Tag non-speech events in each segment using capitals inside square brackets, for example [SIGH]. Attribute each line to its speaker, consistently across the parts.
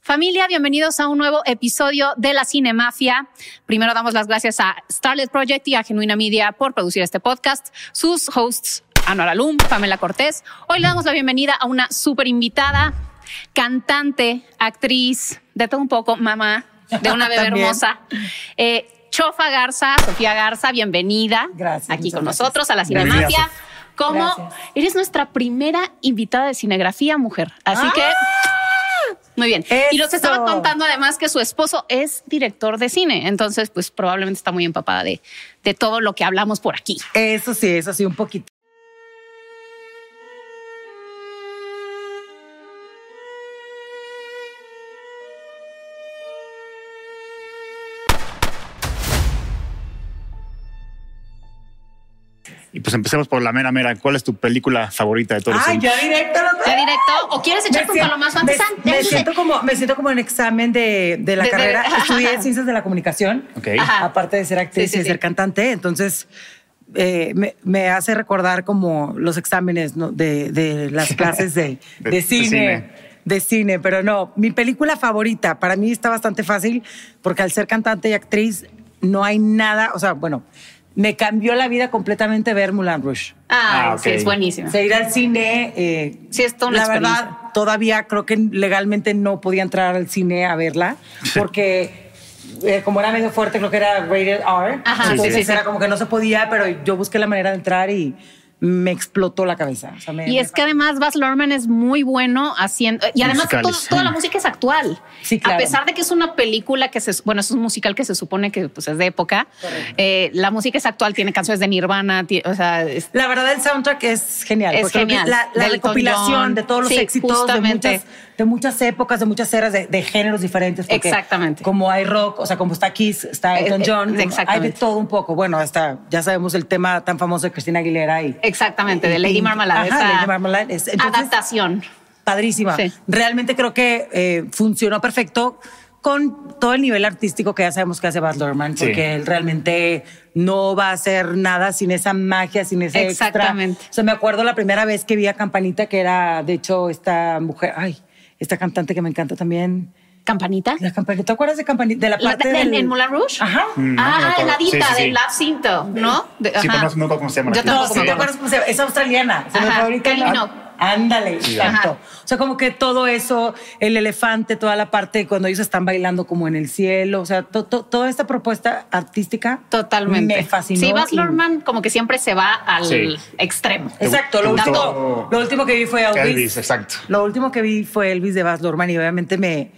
Speaker 1: Familia, bienvenidos a un nuevo episodio de La Cinemafia. Primero damos las gracias a Starlet Project y a Genuina Media por producir este podcast. Sus hosts, Anual Alum, Pamela Cortés. Hoy le damos la bienvenida a una súper invitada, cantante, actriz, de todo un poco, mamá de
Speaker 2: [LAUGHS]
Speaker 1: una bebé
Speaker 2: También.
Speaker 1: hermosa. Eh, Chofa Garza, Sofía Garza, bienvenida.
Speaker 2: Gracias,
Speaker 1: Aquí
Speaker 2: muchas
Speaker 1: con
Speaker 2: gracias.
Speaker 1: nosotros a La
Speaker 3: Bienvenida,
Speaker 1: Cinemafia. Como
Speaker 2: Gracias.
Speaker 1: eres nuestra primera invitada de cinegrafía, mujer. Así que
Speaker 2: ¡Ah!
Speaker 1: muy bien. Y nos
Speaker 2: ¡Eso!
Speaker 1: estaba contando además que su esposo es director de cine, entonces pues probablemente está muy empapada de, de todo lo que hablamos por aquí.
Speaker 2: Eso sí, eso sí, un poquito.
Speaker 3: Y pues empecemos por la mera mera. ¿Cuál es tu película favorita de todos los
Speaker 2: Ay,
Speaker 3: tiempos?
Speaker 2: ya directo. lo
Speaker 1: ¿Ya directo? ¿O quieres
Speaker 2: Me
Speaker 1: echar un
Speaker 2: siento-
Speaker 1: palomazo antes?
Speaker 2: me- Me,
Speaker 1: antes?
Speaker 2: siento como, me siento como en examen de, de la
Speaker 1: De- de- [LAUGHS]
Speaker 2: carrera. Estudié ciencias de la comunicación,
Speaker 3: Ok.
Speaker 1: Ajá.
Speaker 2: aparte de ser actriz
Speaker 1: Sí, sí,
Speaker 2: y de ser
Speaker 1: sí.
Speaker 2: cantante. Entonces, eh, me, me hace recordar como los exámenes ¿no? de, de las clases de, de,
Speaker 3: De- de
Speaker 2: cine.
Speaker 3: cine.
Speaker 2: De cine, pero no. Mi película favorita para mí está bastante fácil porque al ser cantante y actriz no hay nada. O sea, bueno, me cambió la vida completamente ver Moulin Rouge.
Speaker 1: Ah,
Speaker 3: Ah, ok.
Speaker 1: sí, es buenísimo.
Speaker 2: O sea, ir al cine. eh,
Speaker 1: Sí, es toda una
Speaker 2: La verdad,
Speaker 1: experiencia.
Speaker 2: todavía creo que legalmente no podía entrar al cine a verla,
Speaker 1: [LAUGHS]
Speaker 2: porque eh, como era medio fuerte, creo que era rated R.
Speaker 1: Ajá, sí,
Speaker 2: entonces
Speaker 1: sí, sí.
Speaker 2: era como que no se podía, pero yo busqué la manera de entrar y me explotó la cabeza. O sea, me-
Speaker 1: Y
Speaker 2: me-
Speaker 1: es que además Baz Luhrmann es muy bueno haciendo y además todo-
Speaker 3: Musicales.
Speaker 1: toda la música es actual.
Speaker 2: Sí, claro.
Speaker 1: A pesar de que es una película que se bueno es un musical que se supone que pues, es de época, eh, la música es actual. Tiene canciones de Nirvana, ti- o sea, es-
Speaker 2: La verdad, el soundtrack es genial.
Speaker 1: Es
Speaker 2: porque creo que
Speaker 1: genial.
Speaker 2: La, la
Speaker 1: Del
Speaker 2: recopilación
Speaker 1: Elton John.
Speaker 2: de todos los
Speaker 1: Sí,
Speaker 2: éxitos de
Speaker 1: justamente.
Speaker 2: muchas, de muchas épocas, de muchas eras, de, de géneros diferentes. porque
Speaker 1: Exactamente.
Speaker 2: Como hay rock, o sea, como está Kiss, está
Speaker 1: Eh,
Speaker 2: Elton
Speaker 1: eh,
Speaker 2: John. Hay de
Speaker 1: exactamente.
Speaker 2: todo un poco. Bueno, hasta ya sabemos el tema tan famoso de Cristina Aguilera y.
Speaker 1: exactamente de Lady
Speaker 2: y-
Speaker 1: Marmalade.
Speaker 2: Ajá,
Speaker 1: esa
Speaker 2: Lady Marmalade. Es- entonces,
Speaker 1: adaptación.
Speaker 2: Padrísima.
Speaker 1: Sí.
Speaker 2: Realmente creo que eh, funcionó perfecto con todo el nivel artístico que ya sabemos que hace Baz Luhrmann,
Speaker 3: Sí.
Speaker 2: porque él realmente no va a hacer nada sin esa magia, sin ese extra.
Speaker 1: Exactamente.
Speaker 2: O sea, me acuerdo la primera vez que vi a Campanita, que era, de hecho, esta mujer, ay, esta cantante que me encanta también.
Speaker 1: Campanita.
Speaker 2: La Campanita, ¿te acuerdas de Campanita? De la
Speaker 1: La-
Speaker 2: parte
Speaker 1: de-
Speaker 2: del-
Speaker 1: ¿En Moulin Rouge?
Speaker 2: Ajá.
Speaker 3: Mm, no, no me
Speaker 1: ah,
Speaker 3: acuerdo.
Speaker 1: heladita
Speaker 3: Sí, sí, sí.
Speaker 1: del labcinto, ¿no? De-
Speaker 3: Sí, pero
Speaker 1: ajá.
Speaker 3: no- no recuerdo cómo se llama la
Speaker 1: Yo
Speaker 2: No,
Speaker 1: tampoco me
Speaker 2: si te
Speaker 3: actriz.
Speaker 1: acuerdo.
Speaker 2: acuerdas cómo se llama, es australiana. Se me
Speaker 1: Ajá,
Speaker 2: fue ahorita.
Speaker 1: Kylie
Speaker 2: Ah,
Speaker 1: Minogue.
Speaker 2: Ándale,
Speaker 3: Sí,
Speaker 2: exacto.
Speaker 1: ajá.
Speaker 2: O sea, como que todo eso, el elefante, toda la parte cuando ellos están bailando como en el cielo, o sea, to- to- toda esta propuesta artística
Speaker 1: Totalmente.
Speaker 2: me fascinó.
Speaker 1: Sí, Baz
Speaker 2: y-
Speaker 1: Luhrmann como que siempre se va al
Speaker 3: Sí.
Speaker 1: extremo.
Speaker 2: Exacto,
Speaker 3: ¿Te
Speaker 2: lo
Speaker 3: gustó?
Speaker 2: último, lo último que vi fue Elvis.
Speaker 3: Elvis, exacto.
Speaker 2: Lo último que vi fue Elvis de Baz Luhrmann y obviamente me...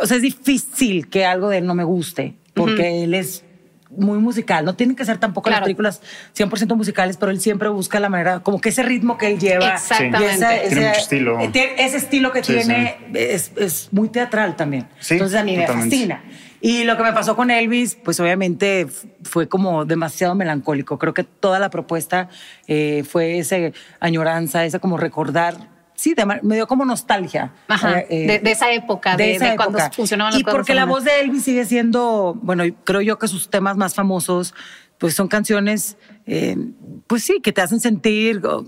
Speaker 2: O sea, es difícil que algo de él no me guste porque él es muy musical. No tienen que ser tampoco
Speaker 1: Claro.
Speaker 2: las películas 100% musicales, pero él siempre busca la manera, como que ese ritmo que él lleva.
Speaker 1: Exactamente.
Speaker 2: Y esa-
Speaker 3: Tiene
Speaker 2: esa-
Speaker 3: mucho estilo.
Speaker 2: eh, tiene- Ese estilo que
Speaker 3: Sí,
Speaker 2: tiene Es, es muy teatral también.
Speaker 3: Sí,
Speaker 2: Entonces a mí
Speaker 3: totalmente.
Speaker 2: me fascina. Y lo que me pasó con Elvis, pues obviamente f- fue como demasiado melancólico. Creo que toda la propuesta eh, fue esa añoranza, esa como recordar. Sí, de ma- me dio como nostalgia. Eh,
Speaker 1: Ajá, de- de esa época, de- de cuando funcionaban las
Speaker 2: Y
Speaker 1: cosas
Speaker 2: porque la
Speaker 1: normales.
Speaker 2: voz de Elvis sigue siendo, bueno, creo yo que sus temas más famosos, pues son canciones, eh, pues sí, que te hacen sentir, o-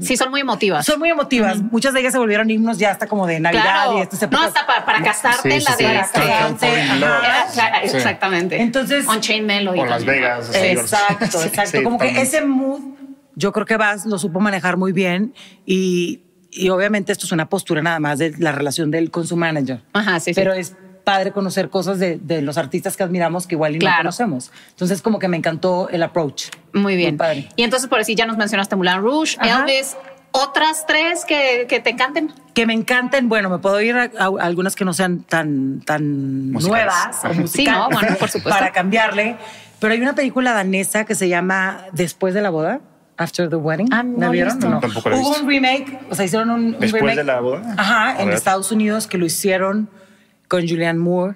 Speaker 1: Sí, son muy emotivas.
Speaker 2: son muy emotivas. Muchas de ellas se volvieron himnos ya hasta como de Navidad
Speaker 1: claro.
Speaker 2: y estas
Speaker 1: no,
Speaker 2: épocas.
Speaker 1: hasta para, para casarte,
Speaker 3: Sí, sí,
Speaker 1: la
Speaker 3: sí.
Speaker 1: de
Speaker 2: Para
Speaker 1: este,
Speaker 2: casarte,
Speaker 1: Ajá.
Speaker 2: ajá.
Speaker 1: Eh, Exactamente.
Speaker 2: Entonces-
Speaker 1: On Chain Melody.
Speaker 3: O Las
Speaker 1: también.
Speaker 3: Vegas. así,
Speaker 2: Exacto,
Speaker 3: sí,
Speaker 2: exacto.
Speaker 3: sí,
Speaker 2: como que
Speaker 3: totalmente.
Speaker 2: ese mood, yo creo que Vaz lo supo manejar muy bien y, y obviamente esto es una postura nada más de la relación de él con su manager.
Speaker 1: Ajá, sí, sí.
Speaker 2: Pero es padre conocer cosas de, de los artistas que admiramos que igual y
Speaker 1: Claro.
Speaker 2: no conocemos. Entonces como que me encantó el approach.
Speaker 1: Muy bien.
Speaker 2: padre.
Speaker 1: Y entonces, por decir, ya nos mencionaste Mulan Rouge,
Speaker 2: Ajá.
Speaker 1: Elvis, otras tres que, que te encanten.
Speaker 2: Que me encanten, bueno, me puedo ir a, a algunas que no sean tan, tan
Speaker 3: Musicales.
Speaker 2: nuevas o
Speaker 3: Sí,
Speaker 2: musicales
Speaker 1: no, bueno, por supuesto.
Speaker 2: [LAUGHS] para cambiarle. Pero hay una película danesa que se llama Después de la boda. After the wedding.
Speaker 1: Ah, no la
Speaker 2: ¿La
Speaker 1: he
Speaker 2: vieron?
Speaker 1: visto.
Speaker 2: No.
Speaker 3: Tampoco la he
Speaker 2: Hubo
Speaker 3: visto.
Speaker 2: un remake, o sea, hicieron un, un
Speaker 3: ¿Después
Speaker 2: remake.
Speaker 3: de la boda?
Speaker 2: Ajá,
Speaker 3: A
Speaker 2: en
Speaker 3: ver.
Speaker 2: Estados Unidos que lo hicieron con Julianne Moore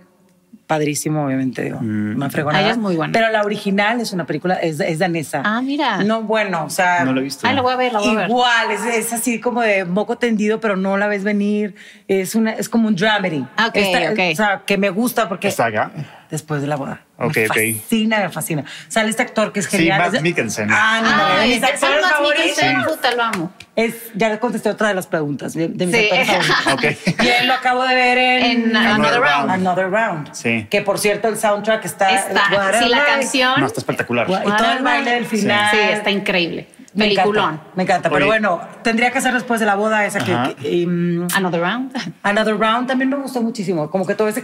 Speaker 2: padrísimo, obviamente, digo,
Speaker 3: Mm.
Speaker 2: una fregonada.
Speaker 1: Ella es muy buena.
Speaker 2: Pero la original es una película, es, es danesa.
Speaker 1: Ah, mira.
Speaker 2: No, bueno, o sea.
Speaker 3: No lo he visto.
Speaker 1: Ay, la ah, voy a ver, la voy a ver.
Speaker 2: Igual, es, es así como de moco tendido, pero no la ves venir. Es, una, es como un dramedy.
Speaker 1: Ah, ok, ok.
Speaker 2: O sea, que me gusta porque
Speaker 3: ¿Está acá?
Speaker 2: después de la boda.
Speaker 3: Ok,
Speaker 2: me
Speaker 3: ok.
Speaker 2: fascina, me fascina. Sale este actor que es
Speaker 3: Sí,
Speaker 2: genial.
Speaker 3: Mads
Speaker 2: Es de-
Speaker 3: Mikkelsen.
Speaker 2: Ah, no, no,
Speaker 1: Ay,
Speaker 2: mis actores
Speaker 1: Mads
Speaker 2: favoritos.
Speaker 1: Mikkelsen, puta, lo amo.
Speaker 2: Es, ya le contesté otra de las preguntas de de mis
Speaker 1: Sí.
Speaker 2: actores favoritos.
Speaker 3: [LAUGHS] Ok.
Speaker 2: Bien, lo acabo de ver en,
Speaker 1: En Another Round.
Speaker 2: Another Round.
Speaker 3: Sí.
Speaker 2: Que por cierto, el soundtrack está. What
Speaker 1: Está,
Speaker 2: a
Speaker 1: sí, la
Speaker 2: life.
Speaker 1: canción.
Speaker 3: No, está espectacular.
Speaker 2: What- Y todo el baile del final.
Speaker 1: Sí, está increíble.
Speaker 2: Me encanta,
Speaker 1: Peliculón.
Speaker 2: Me encanta, pero
Speaker 3: Oye.
Speaker 2: bueno, tendría que hacer después de la boda esa
Speaker 3: Ajá.
Speaker 2: que. que- y, mm,
Speaker 1: Another Round.
Speaker 2: Another Round también me gustó muchísimo. Como que todo ese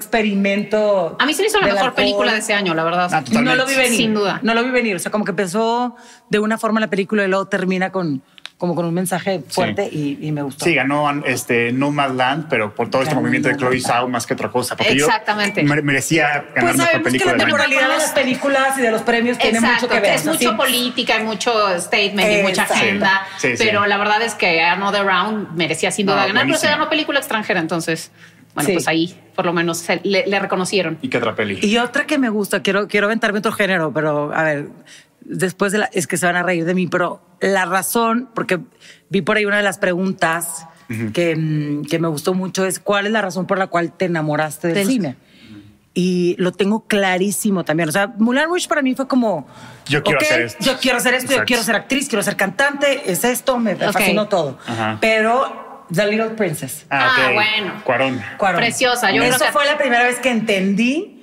Speaker 2: experimento.
Speaker 1: A mí se me hizo la
Speaker 2: del
Speaker 1: mejor
Speaker 2: alcohol.
Speaker 1: película de ese año, la verdad.
Speaker 3: Ah, totalmente.
Speaker 2: No lo vi venir.
Speaker 1: Sin duda.
Speaker 2: No lo vi venir. O sea, como que empezó de una forma la película y luego termina con, como con un mensaje fuerte y, y me gustó.
Speaker 3: Sí, ganó este, Land, pero por todo este
Speaker 2: Ganó
Speaker 3: movimiento de Chloe
Speaker 2: Nomadland.
Speaker 3: Zhao más que otra cosa. Porque
Speaker 1: Exactamente.
Speaker 3: Yo mere- merecía ganar
Speaker 2: Pues
Speaker 3: mejor
Speaker 2: sabemos que la
Speaker 3: película del año.
Speaker 2: temporalidad de las películas y de los premios tiene mucho que ver.
Speaker 1: es
Speaker 2: ¿no?
Speaker 1: mucho
Speaker 2: Sí.
Speaker 1: política y mucho statement y mucha
Speaker 2: Exacto.
Speaker 1: agenda.
Speaker 3: Sí, sí.
Speaker 1: pero la verdad es que Another Round merecía sin
Speaker 3: No,
Speaker 1: duda ganar, pero se
Speaker 3: buenísimo.
Speaker 1: ganó película extranjera, entonces, bueno,
Speaker 2: Sí.
Speaker 1: pues ahí por lo menos se- le, le reconocieron.
Speaker 3: ¿Y qué otra peli?
Speaker 2: Y otra que me gusta, quiero, quiero aventarme otro género, pero a ver, después de la, es que se van a reír de mí, pero la razón, porque vi por ahí una de las preguntas que, mm, que me gustó mucho es, ¿cuál es la razón por la cual te enamoraste del,
Speaker 1: Del-
Speaker 2: cine? Y lo tengo clarísimo también. O sea, Mulan Rouge para mí fue como...
Speaker 3: Yo quiero
Speaker 2: ok,
Speaker 3: hacer esto.
Speaker 2: Yo quiero hacer esto, yo
Speaker 3: Exacto.
Speaker 2: quiero ser actriz, quiero ser cantante, es esto, me
Speaker 1: Ok.
Speaker 2: fascinó todo.
Speaker 3: Ajá.
Speaker 2: Pero The Little Princess.
Speaker 1: Ah,
Speaker 3: ok.
Speaker 1: bueno.
Speaker 3: Cuarón.
Speaker 2: Cuarón.
Speaker 1: Preciosa, yo
Speaker 2: Eso
Speaker 1: creo que-
Speaker 2: fue la primera vez que entendí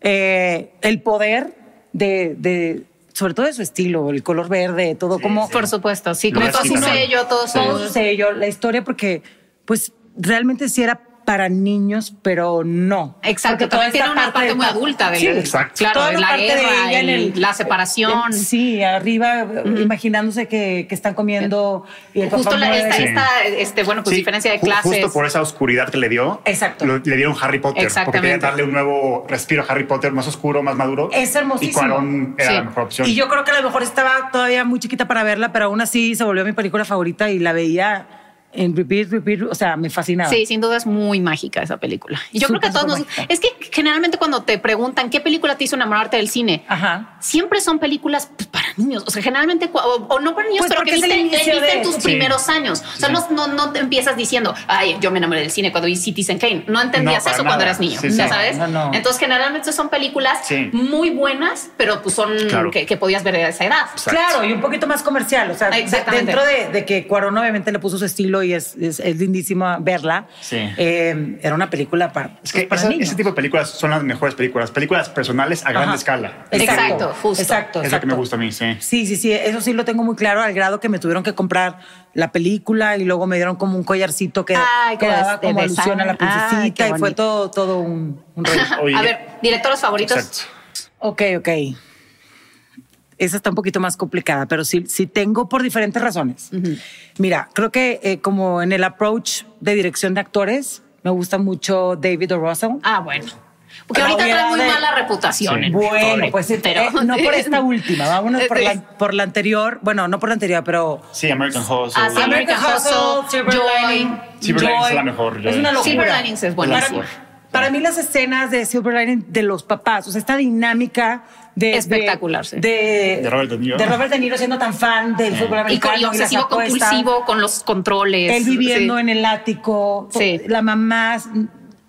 Speaker 2: eh, el poder de, de- sobre todo de su estilo, el color verde, todo como
Speaker 1: Por supuesto, sí, como
Speaker 3: Lo
Speaker 1: todo su
Speaker 3: mexicanos.
Speaker 1: sello, todo su...
Speaker 2: todo su sello, la historia, porque pues realmente sí era para niños, pero no.
Speaker 1: Exacto, también
Speaker 2: Porque toda
Speaker 1: tiene
Speaker 2: esta
Speaker 1: una parte
Speaker 2: del
Speaker 1: muy
Speaker 2: pa-
Speaker 1: adulta de-
Speaker 2: Sí,
Speaker 3: exacto.
Speaker 1: claro,
Speaker 2: Toda
Speaker 1: de la
Speaker 2: parte
Speaker 1: guerra
Speaker 2: ella en
Speaker 1: y la separación.
Speaker 2: en- sí, arriba, imaginándose que, que están comiendo y el
Speaker 1: Eh, Justo
Speaker 2: papá
Speaker 1: la-
Speaker 2: muere.
Speaker 1: esta,
Speaker 3: Sí.
Speaker 1: esta, este, bueno, pues
Speaker 3: Sí,
Speaker 1: diferencia de
Speaker 3: ju-
Speaker 1: clases.
Speaker 3: Justo por esa oscuridad que le dio.
Speaker 2: Exacto.
Speaker 3: lo- le dieron Harry Potter. Porque quería
Speaker 1: Exactamente.
Speaker 3: darle un nuevo respiro a Harry Potter, más oscuro, más maduro.
Speaker 2: Es hermosísimo.
Speaker 3: Y Cuarón era
Speaker 1: Sí.
Speaker 3: la mejor opción.
Speaker 2: Y yo creo que a lo mejor estaba todavía muy chiquita para verla, pero aún así se volvió mi película favorita y la veía en repeat, repeat, o sea, me fascinaba.
Speaker 1: Sí, sin duda es muy mágica esa película. Y yo creo
Speaker 2: Súper,
Speaker 1: que a todos
Speaker 2: súper
Speaker 1: nos...
Speaker 2: mágica.
Speaker 1: Es que generalmente cuando te preguntan qué película te hizo enamorarte del cine,
Speaker 2: Ajá.
Speaker 1: siempre son películas pues, para niños. O sea, generalmente, cua- o, o no para niños,
Speaker 2: Pues
Speaker 1: pero que
Speaker 2: porque es el
Speaker 1: viste,
Speaker 2: inicio
Speaker 1: viste en
Speaker 2: de-
Speaker 1: tus
Speaker 3: Sí.
Speaker 1: primeros años. O sea,
Speaker 3: Sí.
Speaker 1: no, no, no te empiezas diciendo, ay, yo me enamoré del cine cuando vi Citizen Kane. No entendías
Speaker 3: No, para
Speaker 1: eso cuando
Speaker 3: nada.
Speaker 1: eras niño,
Speaker 3: Sí,
Speaker 1: ya
Speaker 3: no,
Speaker 1: sabes.
Speaker 2: no, no.
Speaker 1: Entonces, generalmente son películas
Speaker 3: Sí.
Speaker 1: muy buenas, pero pues son
Speaker 3: Claro.
Speaker 1: que, que podías ver a esa edad.
Speaker 3: Exacto.
Speaker 2: Claro, y un poquito más comercial, o sea, de-
Speaker 1: Exactamente.
Speaker 2: dentro de, de que Cuarón obviamente le puso su estilo y es, es, es lindísima verla,
Speaker 3: Sí.
Speaker 2: eh, era una película para,
Speaker 3: Es que
Speaker 1: Pues
Speaker 2: para
Speaker 3: esa-
Speaker 2: niños.
Speaker 3: ese tipo de películas son las mejores películas. Películas personales a gran
Speaker 2: Ajá.
Speaker 3: escala.
Speaker 1: Exacto, justo.
Speaker 2: Exacto,
Speaker 3: Es lo que me
Speaker 2: exacto.
Speaker 3: gusta a mí, sí.
Speaker 2: Sí, sí, sí, eso sí lo tengo muy claro, al grado que me tuvieron que comprar la película y luego me dieron como un collarcito que,
Speaker 1: Ay,
Speaker 2: que
Speaker 1: como
Speaker 2: daba
Speaker 1: este
Speaker 2: como
Speaker 1: de
Speaker 2: alusión a
Speaker 1: Sam.
Speaker 2: la
Speaker 1: Ay,
Speaker 2: princesita
Speaker 1: qué
Speaker 2: y fue
Speaker 1: bonito.
Speaker 2: todo, todo un,
Speaker 1: [LAUGHS]
Speaker 2: un rollo.
Speaker 3: Oye,
Speaker 1: a ver, directores favoritos.
Speaker 3: Exacto.
Speaker 2: ok, ok. Esa está un poquito más complicada, pero sí, sí tengo por diferentes razones. Mira, creo que eh, como en el approach de dirección de actores, me gusta mucho David O. Russell.
Speaker 1: Ah, bueno. Porque
Speaker 2: La
Speaker 1: ahorita trae
Speaker 2: obviedad
Speaker 1: muy
Speaker 2: de-
Speaker 1: mala reputación.
Speaker 3: Sí.
Speaker 1: en
Speaker 2: Bueno,
Speaker 1: Victoria,
Speaker 2: pues eh, no
Speaker 1: [LAUGHS]
Speaker 2: por esta última, vámonos por
Speaker 1: Sí.
Speaker 2: la, por la anterior, bueno, no por la anterior, pero
Speaker 3: Sí, American Hustle.
Speaker 1: Ah, sí, American Hustle, Joy.
Speaker 3: Silver Linings es la mejor, Joy.
Speaker 2: Es una locura.
Speaker 1: Silver Linings es buenísima.
Speaker 2: Para, para mí las escenas de Silver Linings de los papás, o sea, esta dinámica de...
Speaker 1: Espectacular,
Speaker 2: de,
Speaker 1: sí.
Speaker 2: de,
Speaker 3: De Robert De Niro.
Speaker 2: de Robert De Niro siendo tan fan del fútbol
Speaker 1: Y con
Speaker 2: americano.
Speaker 1: y
Speaker 2: las
Speaker 1: obsesivo
Speaker 2: apuestas,
Speaker 1: compulsivo con los controles.
Speaker 2: Él viviendo
Speaker 1: Sí.
Speaker 2: en el ático,
Speaker 1: Sí.
Speaker 2: la mamá,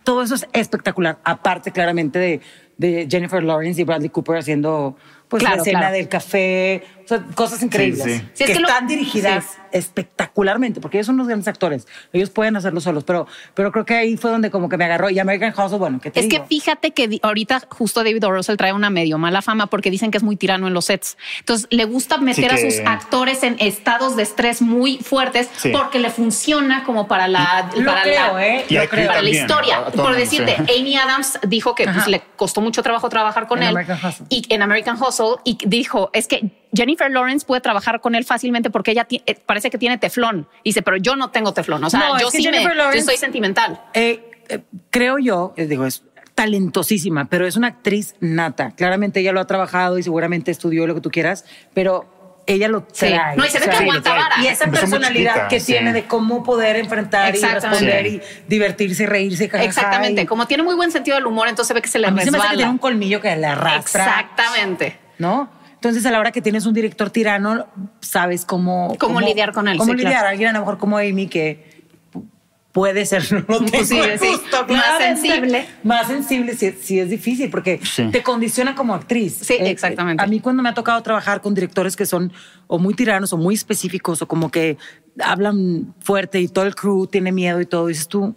Speaker 2: todo eso es espectacular. Aparte, claramente, de, de Jennifer Lawrence y Bradley Cooper haciendo pues,
Speaker 1: Claro,
Speaker 2: la escena
Speaker 1: claro.
Speaker 2: del café, o sea, cosas increíbles.
Speaker 3: Sí, sí.
Speaker 1: Sí, es
Speaker 2: que,
Speaker 1: que lo-
Speaker 2: están dirigidas
Speaker 1: sí.
Speaker 2: espectacularmente, porque ellos son unos grandes actores. Ellos pueden hacerlo solos, pero, pero creo que ahí fue donde como que me agarró. Y American Hustle, bueno, que te
Speaker 1: Es que
Speaker 2: digo?
Speaker 1: fíjate que di- ahorita justo David O. Russell trae una medio mala fama porque dicen que es muy tirano en los sets. Entonces le gusta meter
Speaker 3: que-
Speaker 1: a sus actores en estados de estrés muy fuertes
Speaker 3: Sí.
Speaker 1: porque le funciona como para la,
Speaker 2: Lo
Speaker 1: para la-
Speaker 2: creo, ¿eh?
Speaker 3: Y
Speaker 2: Lo
Speaker 3: aquí
Speaker 2: creo.
Speaker 1: para la
Speaker 3: También,
Speaker 1: historia.
Speaker 3: a- a todo
Speaker 1: Por
Speaker 3: mundo,
Speaker 1: decirte,
Speaker 3: sí.
Speaker 1: Amy Adams dijo que pues,
Speaker 2: Ajá.
Speaker 1: le costó mucho trabajo trabajar con
Speaker 2: En
Speaker 1: él
Speaker 2: American Hustle.
Speaker 1: y en American Hustle y dijo es que Jennifer Lawrence puede trabajar con él fácilmente porque ella ti- eh, parece que tiene teflón. Dice, pero yo no tengo teflón. O sea,
Speaker 2: No, es
Speaker 1: yo
Speaker 2: que
Speaker 1: sí me,
Speaker 2: Jennifer
Speaker 1: yo
Speaker 2: Lawrence-
Speaker 1: soy sentimental.
Speaker 2: Eh, eh, creo yo, eh, digo, es talentosísima, pero es una actriz nata. Claramente ella lo ha trabajado y seguramente estudió lo que tú quieras, pero ella lo
Speaker 1: Sí.
Speaker 2: trae.
Speaker 1: No, y se ve
Speaker 2: o
Speaker 1: que
Speaker 2: sea,
Speaker 1: aguanta
Speaker 3: lo trae.
Speaker 1: vara.
Speaker 2: y esa
Speaker 3: Empezó muy
Speaker 2: personalidad
Speaker 3: chiquita,
Speaker 2: que
Speaker 3: sí.
Speaker 2: tiene de cómo poder enfrentar y responder
Speaker 1: Exactamente.
Speaker 2: y divertirse, reírse, jajaja,
Speaker 1: Exactamente.
Speaker 2: y-
Speaker 1: Como tiene muy buen sentido del humor, entonces se ve que se le
Speaker 2: a mí se me hace que tiene
Speaker 1: resbala.
Speaker 2: un colmillo que la arrastra.
Speaker 1: Exactamente.
Speaker 2: ¿no? Entonces, a la hora que tienes un director tirano, sabes cómo...
Speaker 1: Cómo lidiar con él,
Speaker 2: Cómo
Speaker 1: sí, claro.
Speaker 2: lidiar. Alguien a lo mejor como Amy que pu- puede ser, [LAUGHS] no lo tengo
Speaker 1: sí,
Speaker 2: el
Speaker 1: sí.
Speaker 2: gusto,
Speaker 1: Más
Speaker 2: claramente.
Speaker 1: sensible.
Speaker 2: Más sensible sí, sí es difícil porque
Speaker 3: Sí.
Speaker 2: te condiciona como actriz. Eh,
Speaker 1: Sí, exactamente.
Speaker 2: A mí cuando me ha tocado trabajar con directores que son o muy tiranos o muy específicos o como que hablan fuerte y todo el crew tiene miedo y todo, dices tú,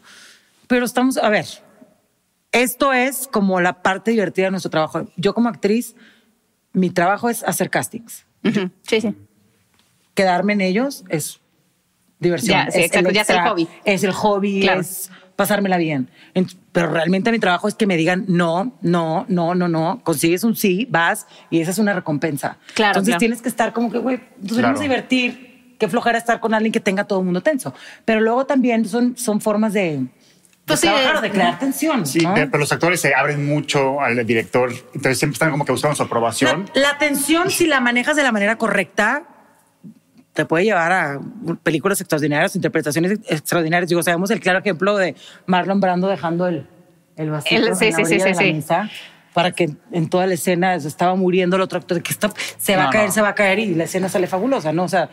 Speaker 2: pero estamos, a ver, esto es como la parte divertida de nuestro trabajo. Yo como actriz, mi trabajo es hacer castings.
Speaker 1: Ujú. Sí, sí.
Speaker 2: Quedarme en ellos es diversión.
Speaker 1: Ya, sí,
Speaker 2: es
Speaker 1: exacto, ya es el
Speaker 2: extra,
Speaker 1: hobby.
Speaker 2: Es el hobby,
Speaker 1: Claro.
Speaker 2: es pasármela bien. En- Pero realmente mi trabajo es que me digan no, no, no, no, no. Consigues un sí, vas y esa es una recompensa.
Speaker 1: Claro,
Speaker 2: Entonces
Speaker 1: claro.
Speaker 2: tienes que estar como que, güey, nos
Speaker 3: Claro.
Speaker 2: vamos a divertir. Qué flojera estar con alguien que tenga todo el mundo tenso. Pero luego también son, son formas de, de
Speaker 1: Pues sí,
Speaker 2: trabajar
Speaker 1: de-
Speaker 2: o de crear tensión.
Speaker 3: Sí,
Speaker 2: ¿no?
Speaker 3: pero, pero los actores se abren mucho al director, entonces siempre están como que buscando su aprobación.
Speaker 2: La, la tensión, si la manejas de la manera correcta, te puede llevar a películas extraordinarias, interpretaciones ex- extraordinarias. Digo, sabemos el claro ejemplo de Marlon Brando dejando el, el vasito
Speaker 1: El- sí,
Speaker 2: en la
Speaker 1: sí, sí,
Speaker 2: orilla de
Speaker 1: sí,
Speaker 2: la
Speaker 1: sí.
Speaker 2: mesa para que en toda la escena se estaba muriendo el otro actor, que está- se va
Speaker 3: No,
Speaker 2: a caer,
Speaker 3: no.
Speaker 2: se va a caer y la escena sale fabulosa, ¿no? O sea,
Speaker 1: Sí,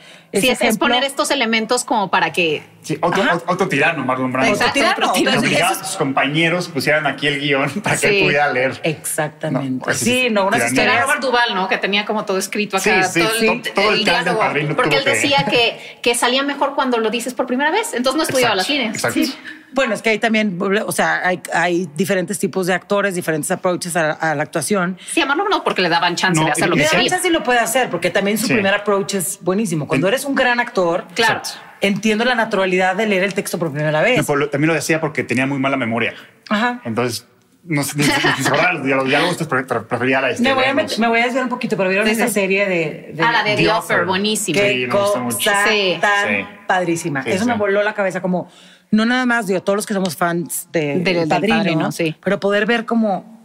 Speaker 1: es,
Speaker 2: ese
Speaker 1: es
Speaker 2: ejemplo-
Speaker 1: poner este estos elementos como para que.
Speaker 3: Sí, otro,
Speaker 2: Ajá.
Speaker 3: ot- otro tirano, Marlon Brando.
Speaker 1: Exacto,
Speaker 2: tirano,
Speaker 1: otro
Speaker 3: Que
Speaker 1: tirano.
Speaker 2: entonces,
Speaker 3: obligaba a
Speaker 2: eso-
Speaker 3: sus compañeros que pusieran aquí el guión para que
Speaker 1: Sí.
Speaker 3: él pudiera leer.
Speaker 2: Exactamente.
Speaker 3: No, ese
Speaker 2: sí,
Speaker 3: es
Speaker 2: no, unas
Speaker 3: tiranía.
Speaker 1: Que era
Speaker 2: historias.
Speaker 1: Robert Duval, ¿no? Que tenía como todo escrito acá.
Speaker 3: Sí, sí,
Speaker 1: todo el,
Speaker 3: to- todo el cast del Padrino
Speaker 1: Porque él
Speaker 3: tuvo que-
Speaker 1: decía
Speaker 3: [LAUGHS]
Speaker 1: que, que salía mejor cuando lo dices por primera vez. Entonces no estudiaba las
Speaker 3: Exacto,
Speaker 1: líneas.
Speaker 3: exacto.
Speaker 1: Sí.
Speaker 2: Bueno, es que hay también, o sea, hay, hay diferentes tipos de actores, diferentes approaches a- a la actuación.
Speaker 1: Sí, a Marlon no, porque le daban chance
Speaker 3: No,
Speaker 1: de hacer
Speaker 3: y-
Speaker 1: lo que
Speaker 3: y
Speaker 2: Le
Speaker 3: de
Speaker 2: dan
Speaker 1: quería.
Speaker 2: chance y lo puede hacer, porque también su
Speaker 3: Sí.
Speaker 2: primer approach es buenísimo. Cuando eres un gran actor,
Speaker 1: Claro.
Speaker 2: entiendo la naturalidad de leer el texto por primera
Speaker 3: No,
Speaker 2: vez.
Speaker 3: pero lo- También lo decía porque tenía muy mala memoria.
Speaker 2: Ajá.
Speaker 3: Entonces, no sé, [LAUGHS] ni- ni se acordaba de los diálogos, diálogos, entonces pre- pre- prefería la este,
Speaker 2: Me voy, a
Speaker 3: leerlos.
Speaker 2: met- me voy a desviar un poquito, pero vieron
Speaker 1: Sí,
Speaker 2: esa
Speaker 1: sí.
Speaker 2: serie de...
Speaker 1: Ah, la de
Speaker 3: The
Speaker 1: The
Speaker 3: Offer.
Speaker 1: Offer, buenísima.
Speaker 3: Sí,
Speaker 2: Qué
Speaker 3: me gusta mucho.
Speaker 2: cosa
Speaker 1: Sí.
Speaker 2: tan
Speaker 3: Sí.
Speaker 2: padrísima.
Speaker 3: Sí,
Speaker 2: Eso
Speaker 3: sí.
Speaker 2: me voló la cabeza como, no nada más, digo, todos los que somos fans de,
Speaker 1: Del- del
Speaker 2: Padrino,
Speaker 1: Padrino, sí.
Speaker 2: pero poder ver como...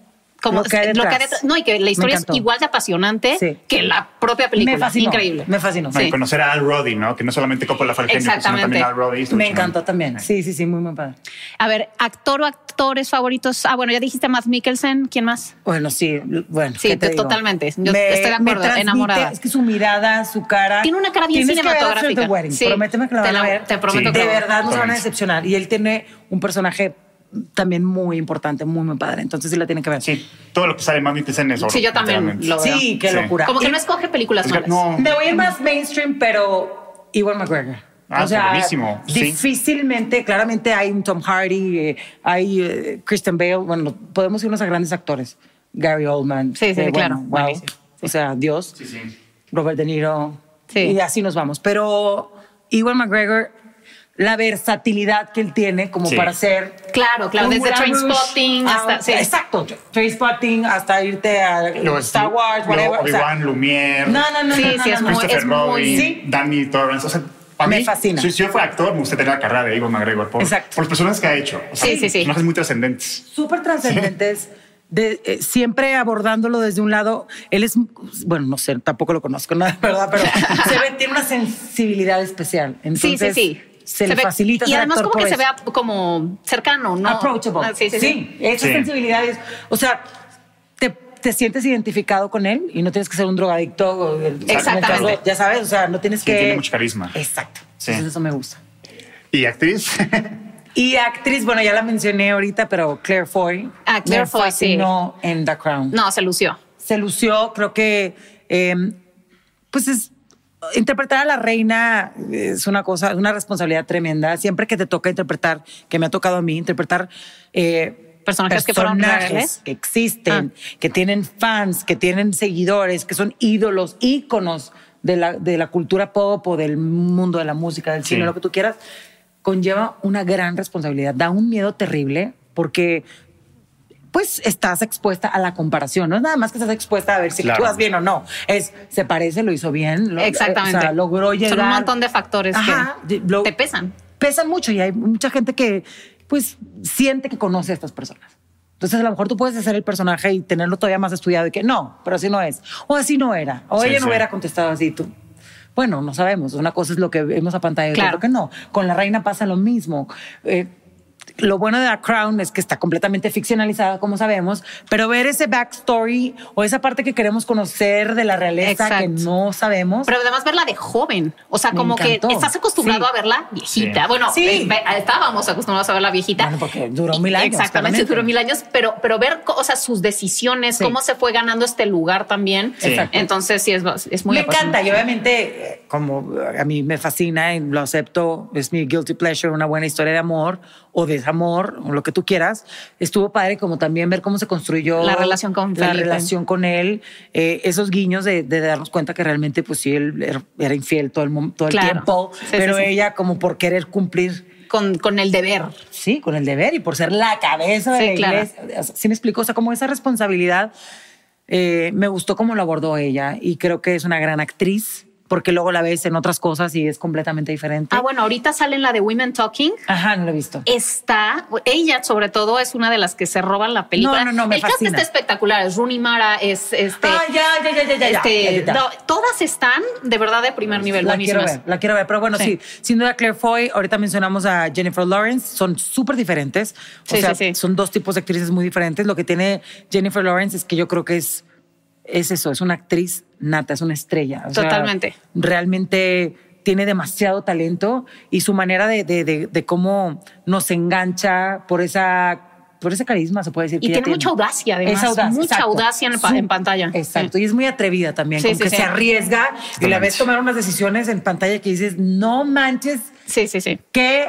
Speaker 1: Como
Speaker 2: lo que hay detrás.
Speaker 1: detrás. No, y que la
Speaker 2: Me
Speaker 1: historia es
Speaker 2: encantó.
Speaker 1: igual de apasionante
Speaker 2: Sí.
Speaker 1: que la propia película.
Speaker 2: Me fascinó.
Speaker 1: Increíble.
Speaker 2: Me fascinó.
Speaker 3: No, y
Speaker 1: Sí.
Speaker 3: conocer a Al Roddy, ¿no? Que no solamente Coppola fue el genio, sino
Speaker 1: Exactamente.
Speaker 3: también Al Roddy. estuvo
Speaker 2: Me
Speaker 3: chingón.
Speaker 2: encantó también. Sí, sí, sí, muy, muy padre.
Speaker 1: A ver, actor o actores favoritos. Ah, bueno, ya dijiste Matt Mikkelsen. ¿Quién más?
Speaker 2: Bueno, sí, bueno.
Speaker 1: Sí,
Speaker 2: ¿qué te
Speaker 1: to-
Speaker 2: digo?
Speaker 1: totalmente. Yo estoy de acuerdo,
Speaker 2: transmite-
Speaker 1: enamorada.
Speaker 2: Es que su mirada, su cara.
Speaker 1: Tiene una cara bien
Speaker 2: Tienes que ver After
Speaker 1: cinematográfica.
Speaker 2: the Wedding,
Speaker 1: Sí.
Speaker 2: Prométeme que la
Speaker 1: Te
Speaker 2: van a
Speaker 1: la-
Speaker 2: ver.
Speaker 1: te prometo
Speaker 3: Sí.
Speaker 2: De
Speaker 3: que la-
Speaker 2: verdad nos van a
Speaker 3: Totalmente.
Speaker 2: decepcionar. Y él tiene un personaje también muy importante, muy, muy padre. Entonces sí la tiene que ver.
Speaker 3: Sí, todo lo que sale más Mikkelsen es oro.
Speaker 1: Sí, yo también
Speaker 3: literalmente.
Speaker 1: lo-
Speaker 2: Sí, qué
Speaker 3: Sí.
Speaker 2: locura.
Speaker 1: Como que
Speaker 2: Y-
Speaker 1: no escoge películas
Speaker 3: Es que-
Speaker 1: malas.
Speaker 3: no.
Speaker 2: Me voy a ir más mainstream, pero Ewan McGregor.
Speaker 3: Ah, buenísimo, sí.
Speaker 2: difícilmente, claramente hay un Tom Hardy, eh, hay eh, Kristen Bale, bueno, podemos irnos a grandes actores. Gary Oldman.
Speaker 1: Sí, sí,
Speaker 2: eh,
Speaker 1: claro,
Speaker 2: wow.
Speaker 1: buenísimo,
Speaker 2: O sea, Dios.
Speaker 3: Sí, sí.
Speaker 2: Robert De Niro.
Speaker 1: Sí.
Speaker 2: Y así nos vamos. Pero Ewan McGregor, la versatilidad que él tiene como
Speaker 3: Sí.
Speaker 2: para hacer.
Speaker 1: Claro, claro,
Speaker 2: un
Speaker 1: desde
Speaker 2: Moulin Rouge
Speaker 1: Trainspotting
Speaker 2: a-
Speaker 1: hasta- sí.
Speaker 2: Exacto. Trainspotting hasta irte a
Speaker 3: Luego
Speaker 2: Star
Speaker 3: estuvo-
Speaker 2: Wars,
Speaker 3: luego
Speaker 2: whatever. o sea,
Speaker 3: Obi-Wan, Lumiere,
Speaker 2: no, no, no,
Speaker 1: Sí,
Speaker 2: no,
Speaker 1: sí,
Speaker 2: no,
Speaker 1: es
Speaker 2: no, no.
Speaker 1: muy-
Speaker 3: Christopher Robin,
Speaker 2: sí.
Speaker 3: Danny Torrance. O sea, para
Speaker 2: Me
Speaker 3: mí,
Speaker 2: fascina.
Speaker 3: Si, si yo fuera actor, me gustaría tener la carrera de Ewan McGregor por,
Speaker 2: Exacto.
Speaker 3: por los personajes que ha hecho. O sea,
Speaker 1: Sí, sí, sí.
Speaker 3: Personajes muy trascendentes.
Speaker 2: súper trascendentes. de- eh, siempre abordándolo desde un lado, él es, bueno, no sé, tampoco lo conozco, nada, [LAUGHS] ¿verdad? Pero se ve, tiene una sensibilidad especial.
Speaker 1: Sí, sí,
Speaker 2: Entonces,
Speaker 1: sí.
Speaker 2: Se, le
Speaker 1: ve-
Speaker 2: facilita.
Speaker 1: Y
Speaker 2: ser
Speaker 1: además
Speaker 2: actor
Speaker 1: como que
Speaker 2: por
Speaker 1: se
Speaker 2: eso.
Speaker 1: vea como cercano, ¿no?
Speaker 2: approachable.
Speaker 1: Ah, sí, sí, sí.
Speaker 2: Esas
Speaker 3: Sí.
Speaker 2: sensibilidades. O sea, te, te sientes identificado con él y no tienes que ser un drogadicto. o el-
Speaker 1: Exactamente.
Speaker 2: el- Ya sabes, o sea, no tienes
Speaker 3: Sí,
Speaker 2: que.
Speaker 3: tiene mucho carisma.
Speaker 2: Exacto.
Speaker 3: Sí.
Speaker 2: Entonces, eso me gusta.
Speaker 3: Y actriz. [LAUGHS]
Speaker 2: Y actriz, bueno, ya la mencioné ahorita, pero Claire Foy.
Speaker 1: Ah, Claire
Speaker 2: me
Speaker 1: Foy, sí.
Speaker 2: fascinó en The Crown.
Speaker 1: No, se lució.
Speaker 2: Se lució, creo que. eh, pues es. Interpretar a la reina es una cosa, es una responsabilidad tremenda. Siempre que te toca interpretar, que me ha tocado a mí, interpretar eh,
Speaker 1: Personajes que fueron
Speaker 2: personajes
Speaker 1: reales. Ah.
Speaker 2: que existen, que tienen fans, que tienen seguidores, que son ídolos, íconos de la, de la cultura pop o del mundo de la música, del cine,
Speaker 3: Sí.
Speaker 2: lo que tú quieras, conlleva una gran responsabilidad. Da un miedo terrible porque pues estás expuesta a la comparación. No es nada más que estás expuesta a ver si
Speaker 3: Claro.
Speaker 2: actúas bien o no. Es, se parece, lo hizo bien. lo- eh,
Speaker 1: Exactamente.
Speaker 2: O sea, logró
Speaker 1: Son un
Speaker 2: llegar.
Speaker 1: montón de factores que
Speaker 2: lo-
Speaker 1: te pesan.
Speaker 2: Pesan mucho y hay mucha gente que, pues, siente que conoce a estas personas. Entonces, a lo mejor tú puedes hacer el personaje y tenerlo todavía más estudiado y que no, pero así no es. O así no era. O
Speaker 3: Sí,
Speaker 2: ella no
Speaker 3: sí.
Speaker 2: hubiera contestado así tú. Bueno, no sabemos. Una cosa es lo que vemos a pantalla, y
Speaker 1: Claro.
Speaker 2: otra que no. Con La Reina pasa lo mismo. Eh, lo bueno de The Crown es que está completamente ficcionalizada, como sabemos, pero ver ese backstory o esa parte que queremos conocer de la realeza que
Speaker 1: Exacto.
Speaker 2: no sabemos.
Speaker 1: Pero además verla de joven, o sea,
Speaker 2: Me
Speaker 1: como que
Speaker 2: encantó.
Speaker 1: estás acostumbrado
Speaker 2: Sí.
Speaker 1: a verla viejita.
Speaker 3: Sí.
Speaker 1: Bueno,
Speaker 2: Sí.
Speaker 1: eh, ve- estábamos acostumbrados a verla viejita.
Speaker 2: Bueno, porque duró mil años,
Speaker 1: Exactamente,
Speaker 2: claramente.
Speaker 1: duró mil años, pero, pero ver, co- o sea, sus decisiones,
Speaker 2: Sí.
Speaker 1: cómo se fue ganando este lugar también.
Speaker 3: Sí. Exacto.
Speaker 1: Entonces, sí, es, es muy
Speaker 2: me
Speaker 1: apasionante.
Speaker 2: encanta y obviamente eh, como eh, a mí me fascina y lo acepto, es mi guilty pleasure, una buena historia de amor o desamor o lo que tú quieras. Estuvo padre como también ver cómo se construyó
Speaker 1: La relación con
Speaker 2: la
Speaker 1: Felipe.
Speaker 2: relación con él, eh, esos guiños de, de darnos cuenta que realmente pues sí él era- era infiel todo el, mom- todo el
Speaker 1: Claro.
Speaker 2: tiempo,
Speaker 1: Sí, sí,
Speaker 2: pero
Speaker 1: sí.
Speaker 2: ella como por querer cumplir
Speaker 1: Con, con el deber.
Speaker 2: Sí, con el deber y por ser la cabeza de
Speaker 1: Sí,
Speaker 2: la
Speaker 1: claro.
Speaker 2: iglesia. O sea, Sí me explico, o sea, como esa responsabilidad eh, me gustó cómo lo abordó ella y creo que es una gran actriz porque luego la ves en otras cosas y es completamente diferente.
Speaker 1: Ah, bueno, ahorita sale en la de Women Talking.
Speaker 2: Ajá, no lo he visto.
Speaker 1: Está, ella sobre todo es una de las que se roban la película.
Speaker 2: No, no, no, me
Speaker 1: El cast
Speaker 2: fascina.
Speaker 1: está espectacular. Es Rooney Mara, es este.
Speaker 2: Ah, ya, ya, ya, ya, ya, ya,
Speaker 1: este,
Speaker 2: ya, ya, ya.
Speaker 1: no, todas están de verdad de primer nivel.
Speaker 2: La quiero
Speaker 1: buenísimas.
Speaker 2: ver, la quiero ver. Pero bueno,
Speaker 1: Sí.
Speaker 2: sí, sin duda Claire Foy, ahorita mencionamos a Jennifer Lawrence, son súper diferentes. O
Speaker 1: Sí,
Speaker 2: sea,
Speaker 1: sí, sí.
Speaker 2: son dos tipos de actrices muy diferentes. Lo que tiene Jennifer Lawrence es que yo creo que es, es eso, es una actriz nata, es una estrella. O sea,
Speaker 1: Totalmente.
Speaker 2: realmente tiene demasiado talento y su manera de, de- de- de cómo nos engancha por esa por ese carisma se puede decir
Speaker 1: Y
Speaker 2: que ella
Speaker 1: tiene mucha audacia, además.
Speaker 2: Es audaz,
Speaker 1: Mucha
Speaker 2: exacto.
Speaker 1: audacia en el pa-
Speaker 2: Su-
Speaker 1: en pantalla.
Speaker 2: exacto
Speaker 1: Sí.
Speaker 2: y es muy atrevida también
Speaker 1: Sí,
Speaker 2: como
Speaker 1: sí,
Speaker 2: que
Speaker 1: sí.
Speaker 2: se arriesga y la ves
Speaker 3: Totalmente.
Speaker 2: tomar unas decisiones en pantalla que dices, no manches,
Speaker 1: Sí, sí, sí.
Speaker 2: que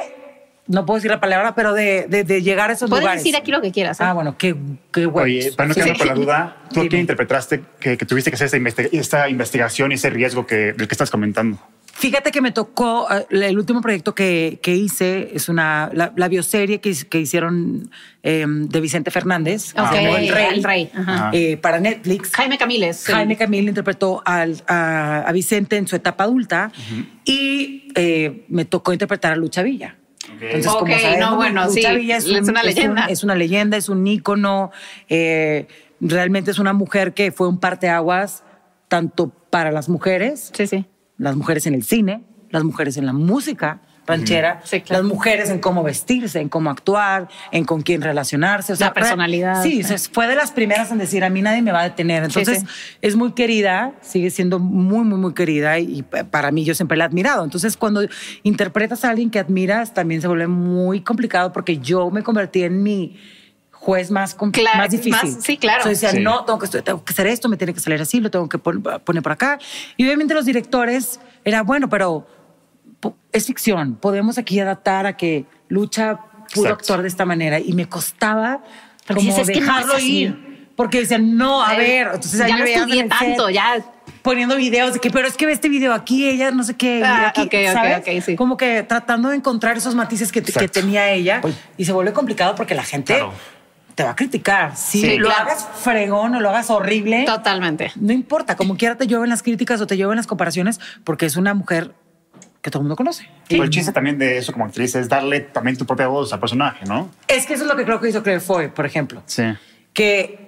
Speaker 2: no puedo decir la palabra, pero de, de- de llegar a esos
Speaker 1: Puedes
Speaker 2: lugares.
Speaker 1: decir aquí lo que quieras. ¿eh?
Speaker 2: Ah, bueno, qué, qué huevos.
Speaker 3: Oye, para no
Speaker 2: Sí.
Speaker 3: quedarme con la duda, ¿tú a
Speaker 2: Dime.
Speaker 3: quién interpretaste que, que tuviste que hacer esta, investi- esta investigación y ese riesgo que, del que estás comentando?
Speaker 2: Fíjate que me tocó, eh, el último proyecto que, que hice es una, la, la bioserie que, que hicieron eh, de Vicente Fernández,
Speaker 1: Ok,
Speaker 2: que se llamó
Speaker 1: El Rey. ajá.
Speaker 3: Ah.
Speaker 2: eh, para Netflix.
Speaker 1: Jaime Camiles. el-
Speaker 2: Jaime Camil interpretó al- a, a Vicente en su etapa adulta y eh, me tocó interpretar a Lucha Villa.
Speaker 3: Ok.
Speaker 1: Ok, no, bueno,
Speaker 2: Lucha
Speaker 1: sí,
Speaker 2: Villa es,
Speaker 1: es
Speaker 2: un-
Speaker 1: una
Speaker 2: es un-
Speaker 1: leyenda.
Speaker 2: es una leyenda, es un ícono. eh, realmente es una mujer que fue un parteaguas tanto para las mujeres,
Speaker 1: Sí, sí.
Speaker 2: las mujeres en el cine, las mujeres en la música ranchera,
Speaker 1: Sí, claro.
Speaker 2: las mujeres en cómo vestirse, en cómo actuar, en con quién relacionarse. O sea,
Speaker 1: La personalidad,
Speaker 2: Sí,
Speaker 1: sí.
Speaker 2: o sea, fue de las primeras en decir, a mí nadie me va a detener.
Speaker 1: Sí,
Speaker 2: Entonces, es muy querida, sigue siendo muy, muy, muy querida y, y pa- para mí yo siempre la he admirado. Entonces, cuando interpretas a alguien que admiras, también se vuelve muy complicado porque yo me convertí en mi juez más, compl-
Speaker 1: Claro,
Speaker 2: más difícil.
Speaker 1: más- sí, claro.
Speaker 2: O sea, decía,
Speaker 3: Sí.
Speaker 2: no, tengo que, estu- tengo que hacer esto, me tiene que salir así, lo tengo que pon- poner por acá. Y obviamente los directores era bueno, pero po- es ficción. Podemos aquí adaptar a que Lucha pudo
Speaker 3: Exacto.
Speaker 2: actuar de esta manera y me costaba
Speaker 1: Porque
Speaker 2: como
Speaker 1: dices, es que no es
Speaker 2: dejarlo
Speaker 1: así.
Speaker 2: ir. Porque decían, no, a
Speaker 1: Eh,
Speaker 2: ver, entonces ahí
Speaker 1: ya
Speaker 2: me
Speaker 1: no
Speaker 2: veías en
Speaker 1: estudié
Speaker 2: el set
Speaker 1: tanto, ya.
Speaker 2: poniendo videos de que, pero es que ve este video aquí, ella no sé qué, y
Speaker 1: Ah,
Speaker 2: aquí,
Speaker 1: ok, ok,
Speaker 2: ¿sabes?
Speaker 1: ok, sí.
Speaker 2: Como que tratando de encontrar esos matices que, que
Speaker 3: Exacto.
Speaker 2: tenía ella
Speaker 3: Oye.
Speaker 2: y se vuelve complicado porque la gente
Speaker 3: Claro.
Speaker 2: te va a criticar. Si
Speaker 1: Sí,
Speaker 2: lo
Speaker 1: claro.
Speaker 2: hagas fregón o lo hagas horrible,
Speaker 1: Totalmente.
Speaker 2: no importa, como quiera te lleven las críticas o te lleven las comparaciones porque es una mujer que todo el mundo conoce.
Speaker 3: Pero el chiste también de eso como actriz es darle también tu propia voz al personaje, ¿no?
Speaker 2: Es que eso es lo que creo que hizo Claire Foy, por ejemplo,
Speaker 3: Sí.
Speaker 2: que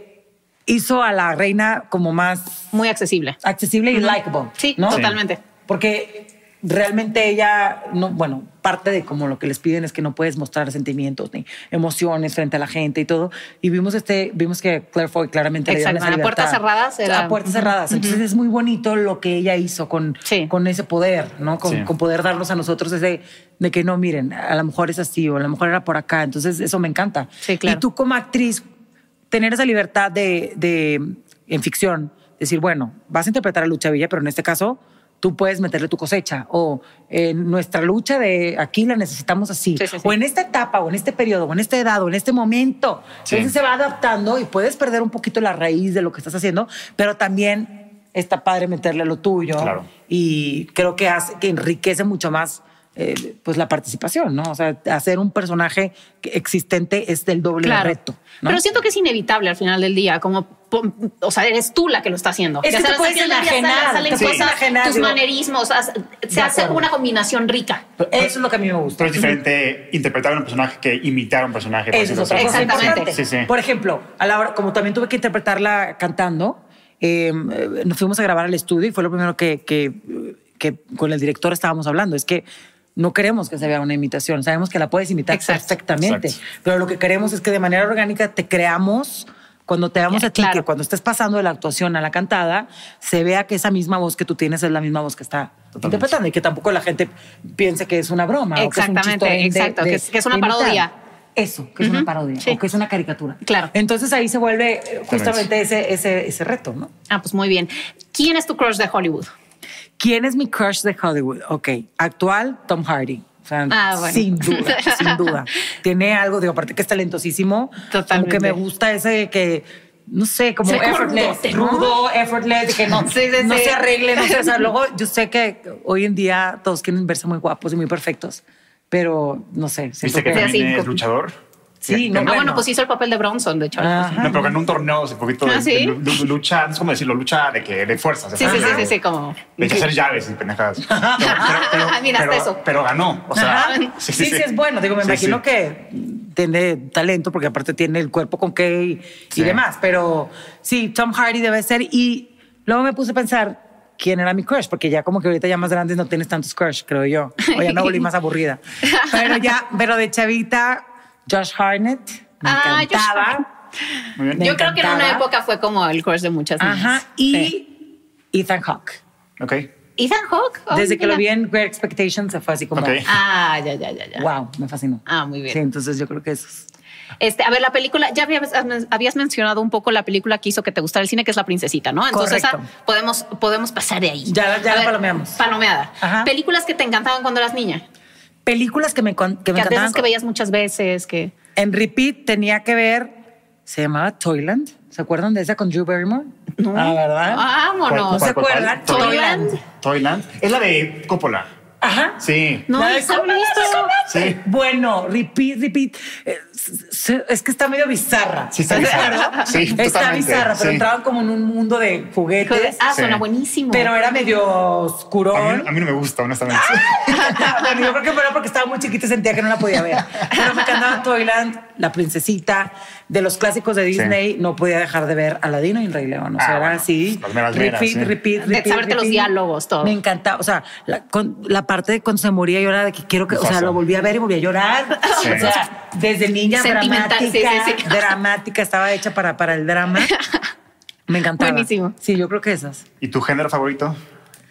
Speaker 2: hizo a la reina como más
Speaker 1: Muy accesible.
Speaker 2: accesible y likable.
Speaker 1: Sí,
Speaker 2: ¿no?
Speaker 1: totalmente.
Speaker 2: Porque realmente ella, no, bueno, parte de como lo que les piden es que no puedes mostrar sentimientos ni emociones frente a la gente y todo. Y vimos este, vimos que Claire Foy claramente le dieron
Speaker 1: Exacto,
Speaker 2: esa
Speaker 1: a puertas
Speaker 2: libertad.
Speaker 1: cerradas era-
Speaker 2: A puertas cerradas. Entonces es muy bonito lo que ella hizo con,
Speaker 1: Sí.
Speaker 2: con ese poder, ¿no? Con,
Speaker 3: Sí.
Speaker 2: con poder darnos a nosotros ese de que no, miren, a lo mejor es así o a lo mejor era por acá. Entonces eso me encanta.
Speaker 1: Sí, claro.
Speaker 2: Y tú como actriz, tener esa libertad de, de- en ficción, decir, bueno, vas a interpretar a Lucha Villa, pero en este caso tú puedes meterle tu cosecha o eh, nuestra lucha de aquí la necesitamos así
Speaker 1: Sí, sí, sí.
Speaker 2: o en esta etapa o en este periodo o en esta edad o en este momento
Speaker 3: Sí.
Speaker 2: entonces se va adaptando y puedes perder un poquito la raíz de lo que estás haciendo pero también está padre meterle lo tuyo
Speaker 3: Claro.
Speaker 2: y creo que hace que enriquece mucho más eh, pues la participación no o sea hacer un personaje que- existente es del doble de reto ¿no?
Speaker 1: Pero siento que es inevitable al final del día, como pon- o sea, eres tú la que lo está haciendo.
Speaker 2: Es que te
Speaker 1: sabes,
Speaker 2: puedes
Speaker 1: al final del día
Speaker 2: enajenar,
Speaker 1: salen- salen
Speaker 2: te puedes
Speaker 1: cosas,
Speaker 2: enajenar,
Speaker 1: tus
Speaker 2: digo.
Speaker 1: manerismos, haz- se
Speaker 2: De
Speaker 1: hace
Speaker 2: acuerdo.
Speaker 1: una combinación rica.
Speaker 2: Eso es lo que a mí me gusta.
Speaker 3: Pero es diferente interpretar a un personaje que imitar a un personaje. por
Speaker 2: Eso es
Speaker 3: decirlo
Speaker 2: otra
Speaker 3: así.
Speaker 2: cosa
Speaker 1: Exactamente.
Speaker 2: importante.
Speaker 3: Sí, sí.
Speaker 2: Por ejemplo, a la hora, como también tuve que interpretarla cantando, eh, eh, nos fuimos a grabar al estudio y fue lo primero que, que, eh, que con el director estábamos hablando, es que no queremos que se vea una imitación, sabemos que la puedes imitar
Speaker 1: Exacto.
Speaker 2: perfectamente,
Speaker 3: Exacto.
Speaker 2: pero lo que queremos es que de manera orgánica te creamos cuando te damos
Speaker 1: Ya,
Speaker 2: a ti,
Speaker 1: claro.
Speaker 2: que cuando estés pasando de la actuación a la cantada, se vea que esa misma voz que tú tienes es la misma voz que está
Speaker 3: Totalmente.
Speaker 2: interpretando y que tampoco la gente piense que es una broma o que es un
Speaker 1: Exactamente,
Speaker 2: chiste de-
Speaker 1: exacto,
Speaker 2: de-
Speaker 1: que es- que es una
Speaker 2: de imitar.
Speaker 1: parodia.
Speaker 2: Eso, que es una
Speaker 1: Ujú,
Speaker 2: parodia
Speaker 1: sí.
Speaker 2: o que es una caricatura.
Speaker 1: Claro.
Speaker 2: Entonces ahí se vuelve eh, justamente ese, ese, ese reto, ¿no?
Speaker 1: Ah, pues muy bien. ¿Quién es tu crush de Hollywood? Ah,
Speaker 2: ¿Quién es mi crush de Hollywood? Ok, actual Tom Hardy. O sea,
Speaker 1: Ah, bueno.
Speaker 2: Sin duda,
Speaker 1: [LAUGHS]
Speaker 2: sin duda. Tiene algo, digo, aparte que es talentosísimo.
Speaker 1: Totalmente.
Speaker 2: Como que me gusta ese que, no sé, como
Speaker 1: Ese
Speaker 2: effortless.
Speaker 1: rudote, ¿no?
Speaker 2: Rudo, effortless, que no,
Speaker 1: [LAUGHS] Sí, sí,
Speaker 2: no
Speaker 1: sí.
Speaker 2: se arregle. No sé,
Speaker 1: [LAUGHS]
Speaker 2: o sea, luego yo sé que hoy en día todos quieren verse muy guapos y muy perfectos, pero no sé. siento
Speaker 3: ¿Viste que
Speaker 1: Sí,
Speaker 3: también
Speaker 1: así,
Speaker 3: es
Speaker 1: como-
Speaker 3: luchador?
Speaker 2: Sí, no,
Speaker 1: Ah, bueno,
Speaker 2: Bueno.
Speaker 1: pues hizo el papel de Bronson, de hecho.
Speaker 2: Ah.
Speaker 3: No, pero ganó un torneo hace poquito de,
Speaker 1: Ah, ¿sí?
Speaker 3: de lu- lu- lucha, no sé cómo decirlo, lucha de que de fuerzas.
Speaker 1: Sí, sí, sí, sí, sí, como.
Speaker 3: De que hacer llaves
Speaker 1: [LAUGHS]
Speaker 3: y pendejadas. Pero, pero-
Speaker 1: Ah, mira, hasta
Speaker 3: pero-
Speaker 1: eso.
Speaker 3: pero ganó. O sea, [LAUGHS]
Speaker 2: Ajá. sí, sí, es bueno. Digo, me
Speaker 3: Sí,
Speaker 2: imagino
Speaker 3: sí.
Speaker 2: que tiene talento porque aparte tiene el cuerpo con que y, y
Speaker 3: Sí.
Speaker 2: demás. Pero sí, Tom Hardy debe ser. Y luego me puse a pensar quién era mi crush, porque ya como que ahorita ya más grandes no tienes tantos crush, creo yo. O ya me volví más aburrida. Pero ya, pero de chavita, Josh Harnett. Me
Speaker 1: Ah, Josh Hartnett.
Speaker 2: encantaba.
Speaker 3: Muy bien.
Speaker 2: Me
Speaker 1: Yo creo que en una
Speaker 2: encantaba.
Speaker 1: época fue como el crush de muchas niñas.
Speaker 2: Ajá. Y
Speaker 1: Sí.
Speaker 2: Ethan Hawke.
Speaker 3: Ok.
Speaker 1: Ethan Hawke. Oh,
Speaker 2: Desde que
Speaker 1: mira.
Speaker 2: lo vi en Great Expectations se fue así como,
Speaker 3: Ok.
Speaker 1: Ah, ya, ya, ya, ya.
Speaker 2: wow, me fascinó.
Speaker 1: Ah, muy bien.
Speaker 2: Sí, entonces yo creo que eso es
Speaker 1: Este, a ver, la película, ya habías, habías mencionado un poco la película que hizo que te gustara el cine, que es La Princesita, ¿no? Entonces esa
Speaker 2: Correcto.
Speaker 1: podemos, podemos pasar de ahí.
Speaker 2: Ya la- ya
Speaker 1: A
Speaker 2: la palomeamos.
Speaker 1: Palomeada.
Speaker 2: Ajá.
Speaker 1: Películas que te encantaban cuando eras niña,
Speaker 2: películas que me, con- que
Speaker 1: que,
Speaker 2: me
Speaker 1: a veces
Speaker 2: encantaban.
Speaker 1: que veías muchas veces, que...
Speaker 2: En repeat tenía que ver, se llamaba Toyland. ¿Se acuerdan de esa con Drew Barrymore? No. Ah, Pues, ¿verdad?
Speaker 1: Vámonos.
Speaker 2: ¿No se acuerdan?
Speaker 3: cuál?
Speaker 1: Toyland.
Speaker 3: Toyland. Es la de Coppola.
Speaker 2: Ajá.
Speaker 3: Sí.
Speaker 1: No,
Speaker 2: La de
Speaker 1: esa
Speaker 2: Coppola,
Speaker 1: no la
Speaker 2: Coppola.
Speaker 3: Sí.
Speaker 2: Bueno, repeat, repeat. Eh, s- s- Es que está medio bizarra.
Speaker 3: Sí, está bizarra. Sí,
Speaker 2: está
Speaker 3: totalmente,
Speaker 2: bizarra, pero
Speaker 3: sí.
Speaker 2: entraban como en un mundo de juguetes.
Speaker 1: Ah,
Speaker 3: Sí.
Speaker 1: suena buenísimo.
Speaker 2: Pero era medio
Speaker 3: A mí, a
Speaker 2: oscurón.
Speaker 3: mí no me gusta, honestamente.
Speaker 1: [LAUGHS]
Speaker 2: [LAUGHS] bueno, yo creo que era porque estaba muy chiquita y sentía que no la podía ver. Pero me encantaba Toyland, La Princesita, de los clásicos de Disney. No podía dejar de ver Aladino y El Rey León. O sea,
Speaker 3: Ah,
Speaker 2: era
Speaker 3: bueno,
Speaker 2: así.
Speaker 3: las meras meras,
Speaker 2: repeat,
Speaker 3: sí.
Speaker 2: repeat,
Speaker 1: De
Speaker 2: repeat,
Speaker 1: saberte los
Speaker 2: repeat.
Speaker 1: diálogos, todo.
Speaker 2: Me encantaba. O sea, la, con- la parte de cuando se moría, yo era de que quiero que. O sea,
Speaker 3: Mufasa.
Speaker 2: lo volví a ver y volví a llorar.
Speaker 3: Sí.
Speaker 2: O sea, desde niña
Speaker 1: Sentimental,
Speaker 2: dramática.
Speaker 1: sí, sí, sí.
Speaker 2: Dramática, estaba hecha para, para
Speaker 1: [LAUGHS]
Speaker 2: el drama. Me encantaba.
Speaker 1: Buenísimo.
Speaker 2: Sí, yo creo que esas.
Speaker 3: ¿Y tu género favorito?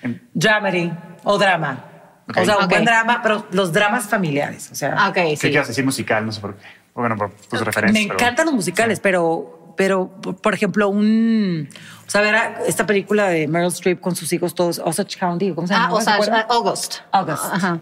Speaker 3: En-
Speaker 2: Dramedy o drama.
Speaker 3: Ok.
Speaker 2: O sea, un
Speaker 1: Ok.
Speaker 2: buen drama, pero los dramas familiares. O sea,
Speaker 1: Ah, ok,
Speaker 3: ¿Qué
Speaker 1: sí.
Speaker 3: quieres decir musical? No sé por qué. Bueno, por tus
Speaker 2: me
Speaker 3: referencias. pero-
Speaker 2: encantan los musicales, pero, pero, por- por ejemplo, un. O sea, ver a- esta película de Meryl Streep con sus hijos todos, Osage County, ¿cómo se llama?
Speaker 1: Ah, o
Speaker 2: ¿Se
Speaker 1: sea,
Speaker 2: acuerdan?
Speaker 1: August.
Speaker 2: August.
Speaker 1: Ajá.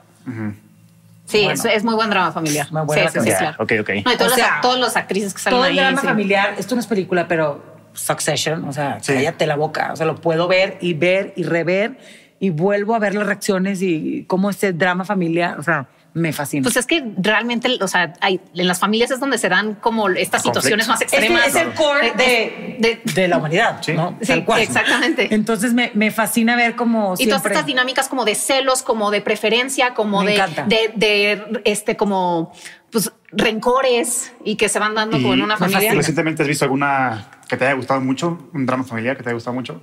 Speaker 1: Sí,
Speaker 2: Bueno.
Speaker 1: es, es muy buen drama familiar.
Speaker 2: Muy buena
Speaker 1: sí,
Speaker 2: la
Speaker 1: sí, sí,
Speaker 3: canción.
Speaker 1: claro.
Speaker 3: Ok, ok.
Speaker 1: No, y todas,
Speaker 2: O
Speaker 1: las-
Speaker 2: sea,
Speaker 1: todas las actrices que salen
Speaker 2: Todo el
Speaker 1: ahí.
Speaker 2: drama
Speaker 1: sí.
Speaker 2: familiar. Esto no es película, pero Succession, o sea,
Speaker 3: Sí.
Speaker 2: cállate la boca. O sea, lo puedo ver y ver y rever y vuelvo a ver las reacciones y cómo este drama familiar, o sea, me fascina.
Speaker 1: Pues es que realmente, o sea, hay, en las familias es donde se dan como estas
Speaker 3: Conflictos.
Speaker 1: situaciones más
Speaker 2: Es que
Speaker 1: extremas.
Speaker 2: es el core de,
Speaker 1: de-
Speaker 2: de la humanidad,
Speaker 3: Sí.
Speaker 2: ¿no?
Speaker 1: Sí,
Speaker 2: Tal cual.
Speaker 1: exactamente.
Speaker 2: Entonces me, me fascina ver cómo
Speaker 1: y todas
Speaker 2: siempre...
Speaker 1: estas dinámicas como de celos, como de preferencia, como
Speaker 2: Me
Speaker 1: de,
Speaker 2: encanta.
Speaker 1: de, de, este, como, pues, rencores y que se van dando como en una
Speaker 3: ¿Y
Speaker 1: familia.
Speaker 3: ¿Recientemente has visto alguna que te haya gustado mucho? ¿Un drama familiar que te haya gustado mucho?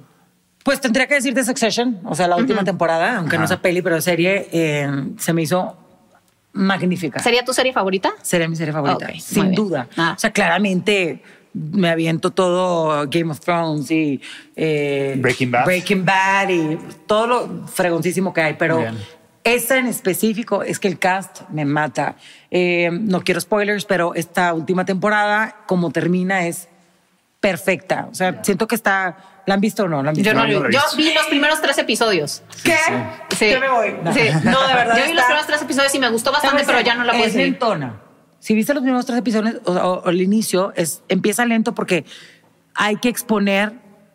Speaker 2: Pues tendría que decirte Succession, o sea, la última temporada, aunque no
Speaker 3: Ajá.
Speaker 2: sea peli, pero serie, eh, se me hizo magnífica.
Speaker 1: ¿Sería tu serie favorita?
Speaker 2: Sería mi serie favorita,
Speaker 1: Ok, muy
Speaker 2: sin
Speaker 1: bien.
Speaker 2: duda.
Speaker 1: Ah.
Speaker 2: O sea, claramente me aviento todo Game of Thrones y eh,
Speaker 3: Breaking Bad.
Speaker 2: Breaking Bad y todo lo fregoncísimo que hay, pero
Speaker 3: Muy bien.
Speaker 2: esa en específico es que el cast me mata. Eh, no quiero spoilers, pero esta última temporada, como termina, es perfecta. O sea, siento que está. ¿La han visto o no? ¿La han visto?
Speaker 1: Yo no,
Speaker 3: No, yo
Speaker 1: lo-
Speaker 3: no
Speaker 1: yo
Speaker 3: la he visto.
Speaker 1: vi los primeros tres episodios.
Speaker 2: ¿Qué?
Speaker 1: Sí.
Speaker 2: Yo me voy. No,
Speaker 1: Sí.
Speaker 2: No, de verdad.
Speaker 1: Yo vi los
Speaker 2: está-
Speaker 1: primeros tres episodios y me gustó bastante, pero
Speaker 2: ¿Sabes?
Speaker 1: ya no la puedo
Speaker 2: Es
Speaker 1: seguir.
Speaker 2: lentona. Si viste los primeros tres episodios o, o- o el inicio, es, empieza lento porque hay que exponer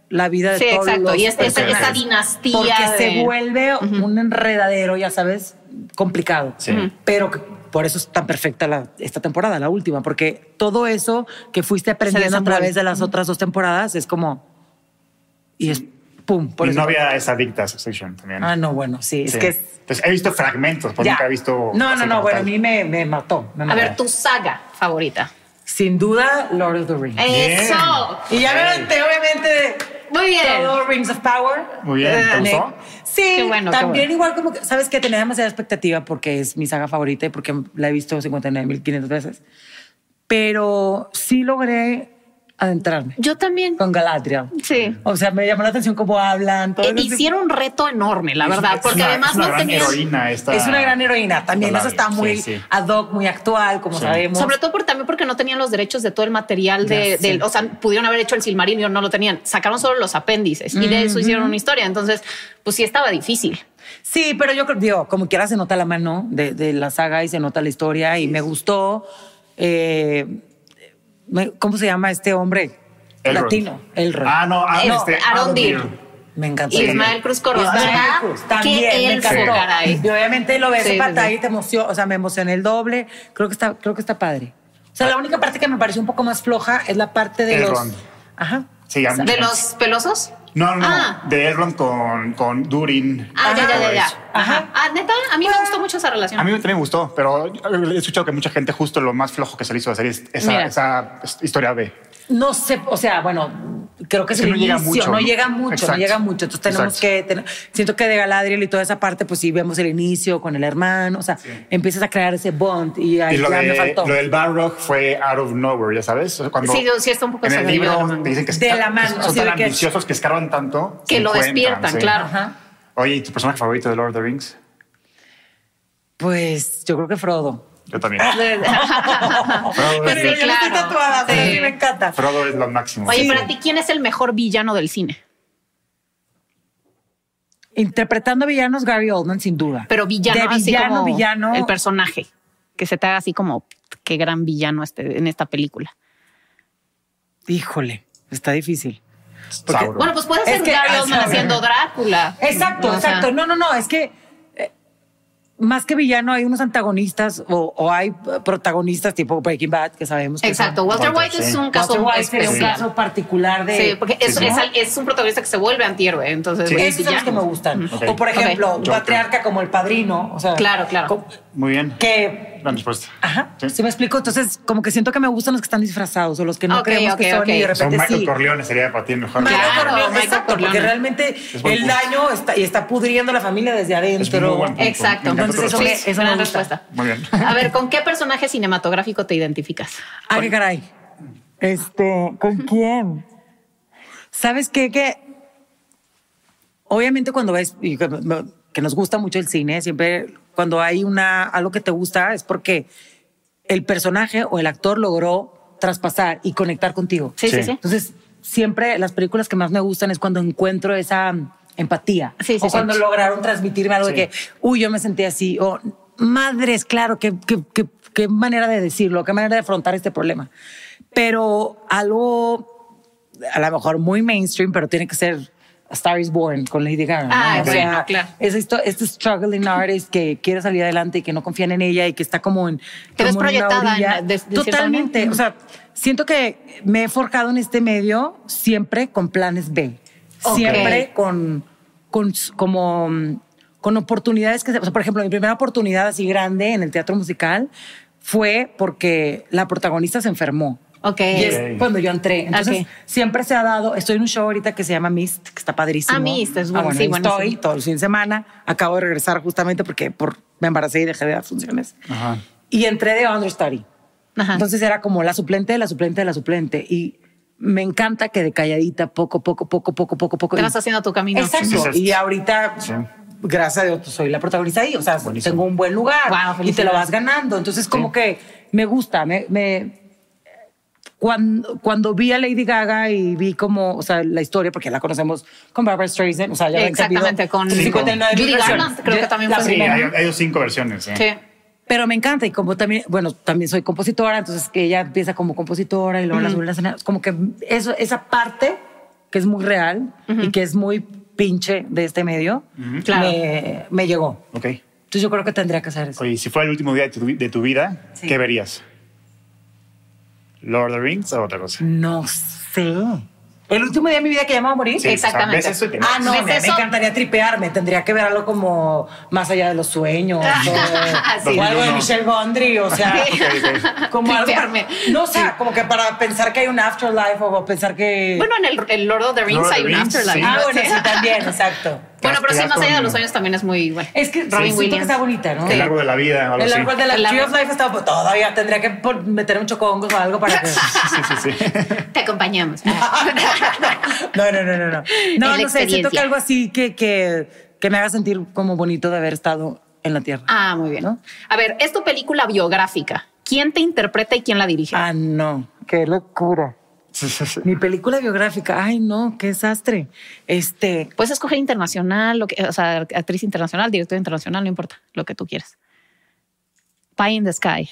Speaker 2: la vida de
Speaker 1: Sí,
Speaker 2: todos
Speaker 1: exacto.
Speaker 2: los
Speaker 1: Y es- es- esa
Speaker 2: personajes.
Speaker 1: dinastía
Speaker 2: Porque
Speaker 1: de-
Speaker 2: se vuelve un enredadero, ya sabes, complicado.
Speaker 3: Sí. Ujú.
Speaker 2: Pero que- por eso es tan perfecta la- esta temporada, la última, porque todo eso que fuiste aprendiendo a
Speaker 1: desenvuelve.
Speaker 2: través de las otras dos temporadas es como... Y es... ¡Pum! Por
Speaker 3: y
Speaker 2: eso.
Speaker 3: no había esa adicta a Succession también.
Speaker 2: Ah, no, bueno, sí. Es
Speaker 3: Sí.
Speaker 2: que es...
Speaker 3: Entonces, he visto fragmentos, pero
Speaker 2: Ya.
Speaker 3: nunca he visto.
Speaker 2: No,
Speaker 3: así
Speaker 2: no, no.
Speaker 3: como
Speaker 2: Bueno, a
Speaker 3: tal.
Speaker 2: mí me, me mató. me
Speaker 1: A
Speaker 2: mató.
Speaker 1: ver, tu saga favorita.
Speaker 2: Sin duda, Lord of the Rings.
Speaker 3: Bien.
Speaker 1: Eso.
Speaker 2: Y ya me aventé, obviamente,
Speaker 1: Muy bien.
Speaker 2: todo Rings of Power.
Speaker 3: Muy bien, ¿te
Speaker 2: Eh,
Speaker 3: gustó?
Speaker 2: Sí, Sí,
Speaker 1: Qué bueno, qué
Speaker 2: también
Speaker 1: bueno.
Speaker 2: igual como que, sabes que tenía demasiada expectativa porque es mi saga favorita y porque la he visto 59.500 veces. Pero sí logré adentrarme
Speaker 1: Yo también.
Speaker 2: con Galadriel.
Speaker 1: Sí.
Speaker 2: O sea, me llamó la atención cómo hablan. todo
Speaker 1: Eh,
Speaker 2: eso.
Speaker 1: hicieron un reto enorme, la verdad,
Speaker 3: Es
Speaker 1: porque
Speaker 3: una-
Speaker 1: además
Speaker 3: es una
Speaker 1: no
Speaker 3: gran
Speaker 1: tenían.
Speaker 3: heroína esta-
Speaker 2: Es una gran heroína. También eso está
Speaker 3: Galadriel,
Speaker 2: muy
Speaker 3: Ah, sí, sí.
Speaker 2: ad hoc, muy actual, como
Speaker 3: Sí.
Speaker 2: sabemos.
Speaker 1: Sobre todo por, también porque no tenían los derechos de todo el material de,
Speaker 2: Ya sé.
Speaker 1: del- o sea, pudieron haber hecho el Silmarillion, no lo tenían, sacaron solo los apéndices y de eso hicieron una historia. Entonces, pues sí estaba difícil.
Speaker 2: Sí, pero yo creo, digo, como quiera se nota la mano de, de la saga y se nota la historia y me gustó. eh, me- ¿Cómo se llama este hombre?
Speaker 3: Elrond.
Speaker 2: Latino. Elrond.
Speaker 3: Ah, no, ah,
Speaker 1: Es
Speaker 3: este,
Speaker 1: Arondir.
Speaker 3: Arondir.
Speaker 2: Me encantó.
Speaker 1: Ismael Cruz Corros,
Speaker 2: Ismael
Speaker 1: ¿verdad?
Speaker 2: Cruz,
Speaker 1: Qué
Speaker 2: También me
Speaker 1: elfo,
Speaker 2: encantó.
Speaker 1: caray.
Speaker 2: Y obviamente lo ves
Speaker 1: Sí,
Speaker 2: en
Speaker 1: sí,
Speaker 2: pantalla
Speaker 1: sí.
Speaker 2: y te emocionó, o sea, me emocioné el doble. Creo que está, creo que está padre. O sea, la única parte que me pareció un poco más floja es la parte de
Speaker 3: Ah. Elrond.
Speaker 2: los. Ajá.
Speaker 3: Se llama.
Speaker 1: ¿De los pelosos?
Speaker 3: No, no, no,
Speaker 1: Ah.
Speaker 3: de Elrond con, con Durin.
Speaker 1: Ah, ya, ya, ya, ya.
Speaker 3: Eso.
Speaker 1: Ajá.
Speaker 2: Ajá.
Speaker 1: Ah, neta, a mí me gustó mucho esa relación.
Speaker 3: A mí también me gustó, pero he escuchado que mucha gente justo lo más flojo que se le hizo a la serie es esa,
Speaker 1: Mira.
Speaker 3: esa historia B.
Speaker 2: No sé, o sea, bueno, creo que es
Speaker 3: Que
Speaker 2: el
Speaker 3: no llega
Speaker 2: inicio,
Speaker 3: mucho,
Speaker 2: no
Speaker 3: ¿no?
Speaker 2: llega mucho,
Speaker 3: Exacto.
Speaker 2: no llega mucho. Entonces tenemos
Speaker 3: Exacto.
Speaker 2: que, tener- siento que de Galadriel y toda esa parte, pues sí vemos el inicio con el hermano, o sea, empiezas a crear ese bond y ahí
Speaker 3: Y lo,
Speaker 2: ya me
Speaker 3: de,
Speaker 2: faltó.
Speaker 3: lo del Barrock fue out of nowhere, ya sabes. Cuando
Speaker 1: Sí, yo- sí está un poco
Speaker 3: En el
Speaker 1: salido de la
Speaker 3: libro
Speaker 1: mano.
Speaker 3: te dicen que
Speaker 2: De
Speaker 3: esca-
Speaker 2: la mano,
Speaker 3: son
Speaker 2: sí, de
Speaker 3: tan
Speaker 2: que-
Speaker 3: ambiciosos que escarban tanto
Speaker 1: Que
Speaker 3: se
Speaker 1: lo
Speaker 3: encuentran,
Speaker 1: despiertan,
Speaker 3: sí.
Speaker 1: claro.
Speaker 2: Ajá.
Speaker 3: Oye, ¿y tu personaje favorito de Lord of the Rings?
Speaker 2: Pues yo creo que Frodo.
Speaker 1: [LAUGHS]
Speaker 3: Yo también.
Speaker 1: Ah. Pues sí,
Speaker 2: Pero yo no estoy
Speaker 1: claro.
Speaker 2: tatuada, pero
Speaker 1: Sí.
Speaker 2: a mí me encanta.
Speaker 3: Frodo es lo máximo.
Speaker 1: Oye,
Speaker 3: Sí,
Speaker 1: para
Speaker 3: sí.
Speaker 1: ti, ¿quién es el mejor villano del cine?
Speaker 2: Interpretando villanos, Gary Oldman, sin duda.
Speaker 1: Pero villano,
Speaker 2: de
Speaker 1: así
Speaker 2: villano,
Speaker 1: como
Speaker 2: villano.
Speaker 1: el personaje. Que se te haga así como qué gran villano este, en esta película.
Speaker 2: Híjole, está difícil.
Speaker 3: Porque-
Speaker 2: Porque-
Speaker 1: Bueno, pues puede
Speaker 2: Es
Speaker 1: ser
Speaker 2: que-
Speaker 1: Gary
Speaker 2: ah,
Speaker 1: Oldman
Speaker 2: sí.
Speaker 1: haciendo Drácula.
Speaker 2: Exacto,
Speaker 1: O sea,
Speaker 2: exacto. No, no, no. Es que eh, más que villano hay unos antagonistas o, o hay eh, protagonistas tipo Breaking Bad que sabemos. Que
Speaker 1: Exacto.
Speaker 2: son-
Speaker 1: Walter
Speaker 3: Walter,
Speaker 1: White es
Speaker 3: sí.
Speaker 1: un caso
Speaker 2: Walter White sería un
Speaker 1: especial.
Speaker 2: caso particular de.
Speaker 1: Sí, porque es,
Speaker 3: Sí,
Speaker 1: es
Speaker 3: ¿no?
Speaker 1: al- es un protagonista que se vuelve antihéroe, entonces
Speaker 3: Sí.
Speaker 1: es
Speaker 2: Esos son los que me
Speaker 1: villano.
Speaker 2: gustan.
Speaker 3: Ok.
Speaker 2: O por
Speaker 1: Ok.
Speaker 2: ejemplo, un
Speaker 3: Joker.
Speaker 2: patriarca como el padrino. O sea,
Speaker 1: Claro, claro.
Speaker 2: como-
Speaker 3: Muy bien.
Speaker 2: Que.
Speaker 3: Gran respuesta.
Speaker 1: Ah,
Speaker 2: Ajá.
Speaker 3: Sí.
Speaker 2: ¿Sí? me explico? Entonces, como que siento que me gustan los que están disfrazados o los que no
Speaker 1: Ok,
Speaker 2: creemos
Speaker 1: ok,
Speaker 2: que son
Speaker 1: ok.
Speaker 2: y de
Speaker 1: Son
Speaker 3: Son
Speaker 2: repente
Speaker 3: Michael
Speaker 2: sí.
Speaker 3: Corleone sería para ti el mejor.
Speaker 1: Claro,
Speaker 2: Michael Corleone,
Speaker 1: Michael
Speaker 2: exacto,
Speaker 1: Corleone.
Speaker 2: porque realmente
Speaker 3: Es buen
Speaker 2: el
Speaker 3: punto.
Speaker 2: daño está, y está pudriendo la familia desde
Speaker 3: Es muy
Speaker 2: adentro.
Speaker 3: buen punto.
Speaker 1: Exacto.
Speaker 3: Me encanta
Speaker 2: Entonces,
Speaker 3: tu
Speaker 2: eso me-
Speaker 3: respuesta.
Speaker 1: Sí,
Speaker 2: eso me
Speaker 1: gran
Speaker 2: gusta.
Speaker 1: respuesta.
Speaker 3: Muy bien.
Speaker 1: A ver, ¿con qué personaje cinematográfico te identificas?
Speaker 2: Ah, qué caray. Este, ¿con quién? ¿Sabes qué? Que obviamente cuando ves, y que, me- que nos gusta mucho el cine, siempre cuando hay una, algo que te gusta es porque el personaje o el actor logró traspasar y conectar contigo.
Speaker 1: Sí, sí,
Speaker 3: Sí.
Speaker 1: sí.
Speaker 2: Entonces, siempre las películas que más me gustan es cuando encuentro esa mm, empatía.
Speaker 1: Sí, sí,
Speaker 2: o
Speaker 1: sí.
Speaker 2: cuando lograron transmitirme algo
Speaker 3: Sí.
Speaker 2: de que, uy, yo me sentí así. O, madres, claro, qué, qué- qué- qué manera de decirlo, qué manera de afrontar este problema. Pero algo, a lo mejor muy mainstream, pero tiene que ser A Star is Born con Lady Gaga. ¿no?
Speaker 1: Ah,
Speaker 2: O
Speaker 1: bueno,
Speaker 2: sea,
Speaker 1: claro.
Speaker 2: es esto, este struggling artist que quiere salir adelante y que no confían en ella y que está como en.
Speaker 1: Te ves
Speaker 2: como en una
Speaker 1: proyectada en
Speaker 2: orilla.
Speaker 1: la- de- de cierta
Speaker 2: Totalmente.
Speaker 1: manera.
Speaker 2: O sea, siento que me he forjado en este medio siempre con planes B.
Speaker 1: Ok.
Speaker 2: Siempre con, con s- como mm, con oportunidades que se- o sea, por ejemplo, mi primera oportunidad así grande en el teatro musical fue porque la protagonista se enfermó.
Speaker 1: Ok.
Speaker 2: Y es
Speaker 3: Ok.
Speaker 2: cuando yo entré. Entonces,
Speaker 1: Ok.
Speaker 2: siempre se ha dado. Estoy en un show ahorita que se llama Mist, que está padrísimo.
Speaker 1: Ah, Mist, es bueno, sí,
Speaker 2: ahí
Speaker 1: buenísimo.
Speaker 2: Estoy todo el fin de semana. Acabo de regresar justamente porque por, me embaracé y dejé de dar funciones.
Speaker 3: Ajá.
Speaker 2: Y entré de understudy.
Speaker 1: Ajá.
Speaker 2: Entonces era como la suplente de la suplente de la suplente. Y me encanta que de calladita, poco, poco, poco, poco, poco, poco.
Speaker 1: Te
Speaker 2: y-
Speaker 1: vas haciendo tu camino.
Speaker 2: Exacto.
Speaker 3: Sí, sí, sí.
Speaker 2: Y ahorita,
Speaker 3: Sí.
Speaker 2: gracias a Dios, pues, soy la protagonista ahí. O sea,
Speaker 3: Buenísimo.
Speaker 2: tengo un buen lugar
Speaker 1: Guau,
Speaker 2: y te
Speaker 1: felicidades.
Speaker 2: lo vas ganando. Entonces, como que me gusta, me. me- cuando, cuando vi a Lady Gaga y vi como, o sea, la historia, porque la conocemos con Barbara Streisand, o sea, ya la han
Speaker 1: Exactamente,
Speaker 2: cambiado
Speaker 1: con
Speaker 2: 359
Speaker 1: Judy
Speaker 2: versiones.
Speaker 1: Garland, creo que también
Speaker 2: La
Speaker 1: fue su-
Speaker 3: Sí,
Speaker 2: primera.
Speaker 3: hay, hay dos cinco versiones. ¿eh?
Speaker 1: Sí.
Speaker 2: Pero me encanta y como también, bueno, también soy compositora, entonces que ella empieza como compositora y luego la sube a la escena. Como que eso, esa parte que es muy real y que es muy pinche de este medio,
Speaker 1: Claro.
Speaker 2: me, me llegó.
Speaker 3: Ok.
Speaker 2: Entonces yo creo que tendría que hacer eso.
Speaker 3: Oye, si fuera el último día de tu, vi- de tu vida,
Speaker 2: Sí.
Speaker 3: ¿qué verías? ¿Lord of the Rings o otra cosa?
Speaker 2: No sé. El último día de mi vida que ya me voy a morir.
Speaker 3: Sí, o sea,
Speaker 1: Exactamente.
Speaker 3: ves eso y te-
Speaker 2: Ah, no,
Speaker 1: ¿Ves
Speaker 2: me, me
Speaker 1: eso?
Speaker 2: encantaría tripearme. Tendría que ver algo como más allá de
Speaker 1: [LAUGHS]
Speaker 2: los sueños. o,
Speaker 1: Sí.
Speaker 2: o algo de
Speaker 3: 2001.
Speaker 2: Michelle Gondry, o sea.
Speaker 1: Sí.
Speaker 3: ok.
Speaker 2: Como algo para-
Speaker 1: Tripearme.
Speaker 2: no, o sea, como que para pensar que hay un afterlife o pensar que. Eh,
Speaker 1: Bueno, en el, el Lord of the Rings
Speaker 3: Lord of
Speaker 1: hay
Speaker 3: the
Speaker 1: un
Speaker 3: Rings,
Speaker 1: afterlife.
Speaker 3: sí.
Speaker 1: ¿no?
Speaker 2: ah, bueno,
Speaker 1: Sí.
Speaker 2: sí, también, exacto.
Speaker 1: Pero [LAUGHS] Bueno, pero
Speaker 3: que
Speaker 1: sí,
Speaker 3: ya
Speaker 1: más allá de
Speaker 3: con-
Speaker 1: los años también es muy bueno.
Speaker 2: Es que
Speaker 1: Robin
Speaker 2: siento que
Speaker 1: Williams.
Speaker 2: está bonita, ¿no?
Speaker 3: El árbol de la vida, algo
Speaker 2: El
Speaker 3: así.
Speaker 2: árbol de la
Speaker 1: El
Speaker 2: Tree of
Speaker 1: árbol.
Speaker 2: Life está pues, todavía tendría que por- meter un chocongos o
Speaker 1: [LAUGHS]
Speaker 2: algo para que. [LAUGHS]
Speaker 3: [LAUGHS] Sí, sí, sí.
Speaker 1: Te acompañamos. Ah.
Speaker 2: No, no, no, no, no. No,
Speaker 1: Es la
Speaker 2: no sé, siento que
Speaker 1: experiencia.
Speaker 2: algo así que, que, que me haga sentir como bonito de haber estado en la Tierra.
Speaker 1: Ah, muy bien.
Speaker 2: ¿No?
Speaker 1: A ver, es tu película biográfica. ¿Quién te interpreta y quién la dirige?
Speaker 2: Ah, no. Qué locura.
Speaker 3: [LAUGHS] Sí, sí, sí.
Speaker 2: Mi película biográfica. Ay, no, qué desastre. Este,
Speaker 1: Puedes escoger Pues internacional, lo que, o sea, actriz internacional, director internacional, no importa, lo que tú quieras. Pie in the Sky.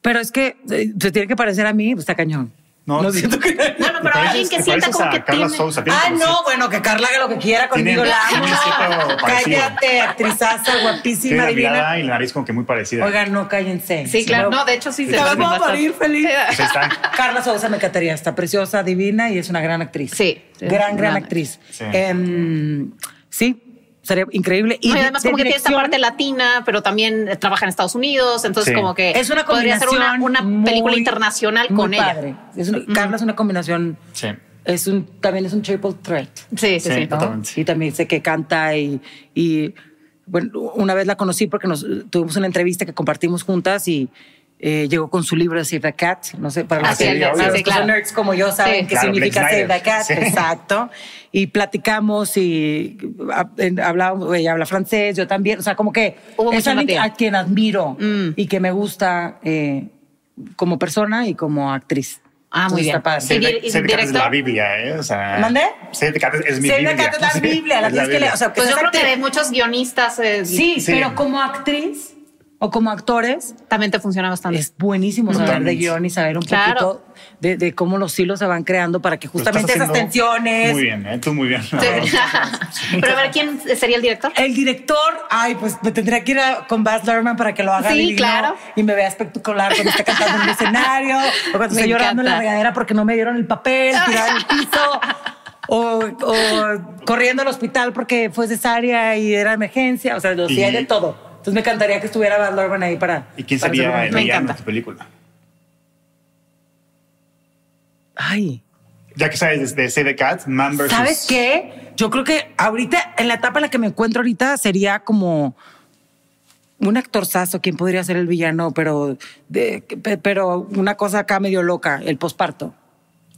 Speaker 2: pero es que eh, se tiene que parecer a mí, pues está cañón. No,
Speaker 3: No.
Speaker 2: siento
Speaker 3: [LAUGHS]
Speaker 2: que.
Speaker 1: Bueno, pero alguien que
Speaker 3: ¿Te
Speaker 1: sienta
Speaker 3: pareces
Speaker 1: como
Speaker 3: a
Speaker 1: que
Speaker 3: Carla
Speaker 1: tiene-
Speaker 3: Sousa? Tiene
Speaker 2: Ah,
Speaker 3: como
Speaker 2: no, bueno, que Carla haga lo que quiera conmigo.
Speaker 3: Tiene-
Speaker 2: La amo.
Speaker 3: tiene
Speaker 2: [LAUGHS]
Speaker 3: cierto parecido.
Speaker 2: Cállate, actrizaza,
Speaker 3: Tiene
Speaker 2: guapísima,
Speaker 3: la
Speaker 2: divina.
Speaker 3: mirada y la nariz como que muy parecida.
Speaker 2: Oigan, no, cállense.
Speaker 1: Sí, claro. No, de hecho sí.
Speaker 2: Te vas a
Speaker 1: bastante.
Speaker 2: morir feliz.
Speaker 3: Pues ahí está.
Speaker 2: Carla Sousa me encantaría, está preciosa, divina y es una gran actriz.
Speaker 1: Sí.
Speaker 2: Gran, gran
Speaker 1: Gran
Speaker 2: actriz.
Speaker 3: Sí.
Speaker 2: Em, sí, sería increíble.
Speaker 1: No, y
Speaker 2: de-
Speaker 1: además
Speaker 2: de
Speaker 1: como que tiene esta
Speaker 2: dirección,
Speaker 1: parte latina, pero también eh, trabaja en Estados Unidos, entonces
Speaker 3: Sí.
Speaker 1: como que
Speaker 2: Es una
Speaker 1: Eh, podría
Speaker 2: combinación.
Speaker 1: ser una, una
Speaker 2: muy-
Speaker 1: película internacional
Speaker 2: muy
Speaker 1: con
Speaker 2: padre.
Speaker 1: ella.
Speaker 2: Es una- Carla es una combinación. [LAUGHS]
Speaker 3: Sí.
Speaker 2: Es un, también es un triple threat.
Speaker 1: Sí, sí,
Speaker 3: Sí.
Speaker 1: sí.
Speaker 2: ¿no?
Speaker 3: Totalmente.
Speaker 2: Y también sé que canta y, y, bueno, una vez la conocí porque nos tuvimos una entrevista que compartimos juntas y eh, llegó con su libro Save the Cat, no sé, para los,
Speaker 1: Ah, sí,
Speaker 2: que-
Speaker 1: sí,
Speaker 2: para
Speaker 1: obvio. Sí,
Speaker 2: los que son
Speaker 1: claro.
Speaker 2: nerds como yo saben
Speaker 1: Sí.
Speaker 2: qué
Speaker 3: Claro,
Speaker 2: significa
Speaker 3: Blake
Speaker 2: Save the
Speaker 3: Snyder.
Speaker 2: Cat,
Speaker 3: Sí.
Speaker 2: exacto. Y platicamos y ah, en- hablábamos, ella habla francés, yo también, o sea, como que
Speaker 1: Hubo
Speaker 2: es
Speaker 1: mucha
Speaker 2: alguien que-
Speaker 1: empatía.
Speaker 2: a quien admiro
Speaker 1: Mm.
Speaker 2: y que me gusta eh, como persona y como actriz.
Speaker 1: Ah, muy
Speaker 2: Entonces,
Speaker 1: bien.
Speaker 2: está padre.
Speaker 1: Sí, dir- y
Speaker 3: Save the Cat es
Speaker 1: director.
Speaker 3: la Biblia, ¿eh? O sea,
Speaker 2: ¿Mandé?
Speaker 3: Save the Cat es, es mi
Speaker 2: Save
Speaker 3: Biblia.
Speaker 2: the Cat es la
Speaker 3: [LAUGHS] Sí,
Speaker 2: Biblia, la
Speaker 3: es
Speaker 2: tienes que leer, o sea,
Speaker 1: Pues yo creo que
Speaker 2: Exacto.
Speaker 1: de muchos guionistas eh,
Speaker 2: Sí,
Speaker 3: Sí.
Speaker 2: pero como actriz o como actores
Speaker 1: también te funciona bastante.
Speaker 2: es buenísimo saber de
Speaker 3: Totalmente.
Speaker 2: guión y saber un
Speaker 1: Claro.
Speaker 2: poquito de, de cómo los hilos se van creando para que
Speaker 3: Lo estás
Speaker 2: justamente esas
Speaker 3: haciendo
Speaker 2: tensiones.
Speaker 3: Muy bien, ¿eh? Tú muy [LAUGHS] bien.
Speaker 2: Ah,
Speaker 3: la
Speaker 1: [LAUGHS] Sí.
Speaker 3: verdad.
Speaker 1: pero a ver, ¿quién sería el director?
Speaker 2: El director, ay, pues me tendría que ir a- con Baz Luhrmann para que lo haga
Speaker 1: Sí,
Speaker 2: digno
Speaker 1: claro.
Speaker 2: y me vea espectacular cuando
Speaker 1: [LAUGHS]
Speaker 2: está cantando en el escenario o cuando
Speaker 1: Me
Speaker 2: estoy llorando en la
Speaker 1: encanta.
Speaker 2: regadera porque no me dieron
Speaker 1: [LAUGHS]
Speaker 2: el papel, tirado en el piso o, o corriendo al hospital porque fue cesárea y era emergencia, o sea, lo sí hay
Speaker 3: Y-
Speaker 2: de todo. Entonces me encantaría que estuviera Baz Luhrmann ahí para
Speaker 3: ¿Y quién
Speaker 2: para hacer
Speaker 3: sería
Speaker 2: una-
Speaker 3: el
Speaker 1: Me
Speaker 3: villano
Speaker 1: encanta.
Speaker 3: de tu película?
Speaker 2: Ay,
Speaker 3: Ya que sabes de, de Save the Cat, Man versus...
Speaker 2: ¿Sabes qué? Yo creo que ahorita, en la etapa en la que me encuentro ahorita, sería como un actorzazo quien podría ser el villano, pero, de- pe- pero una cosa acá medio loca, el posparto.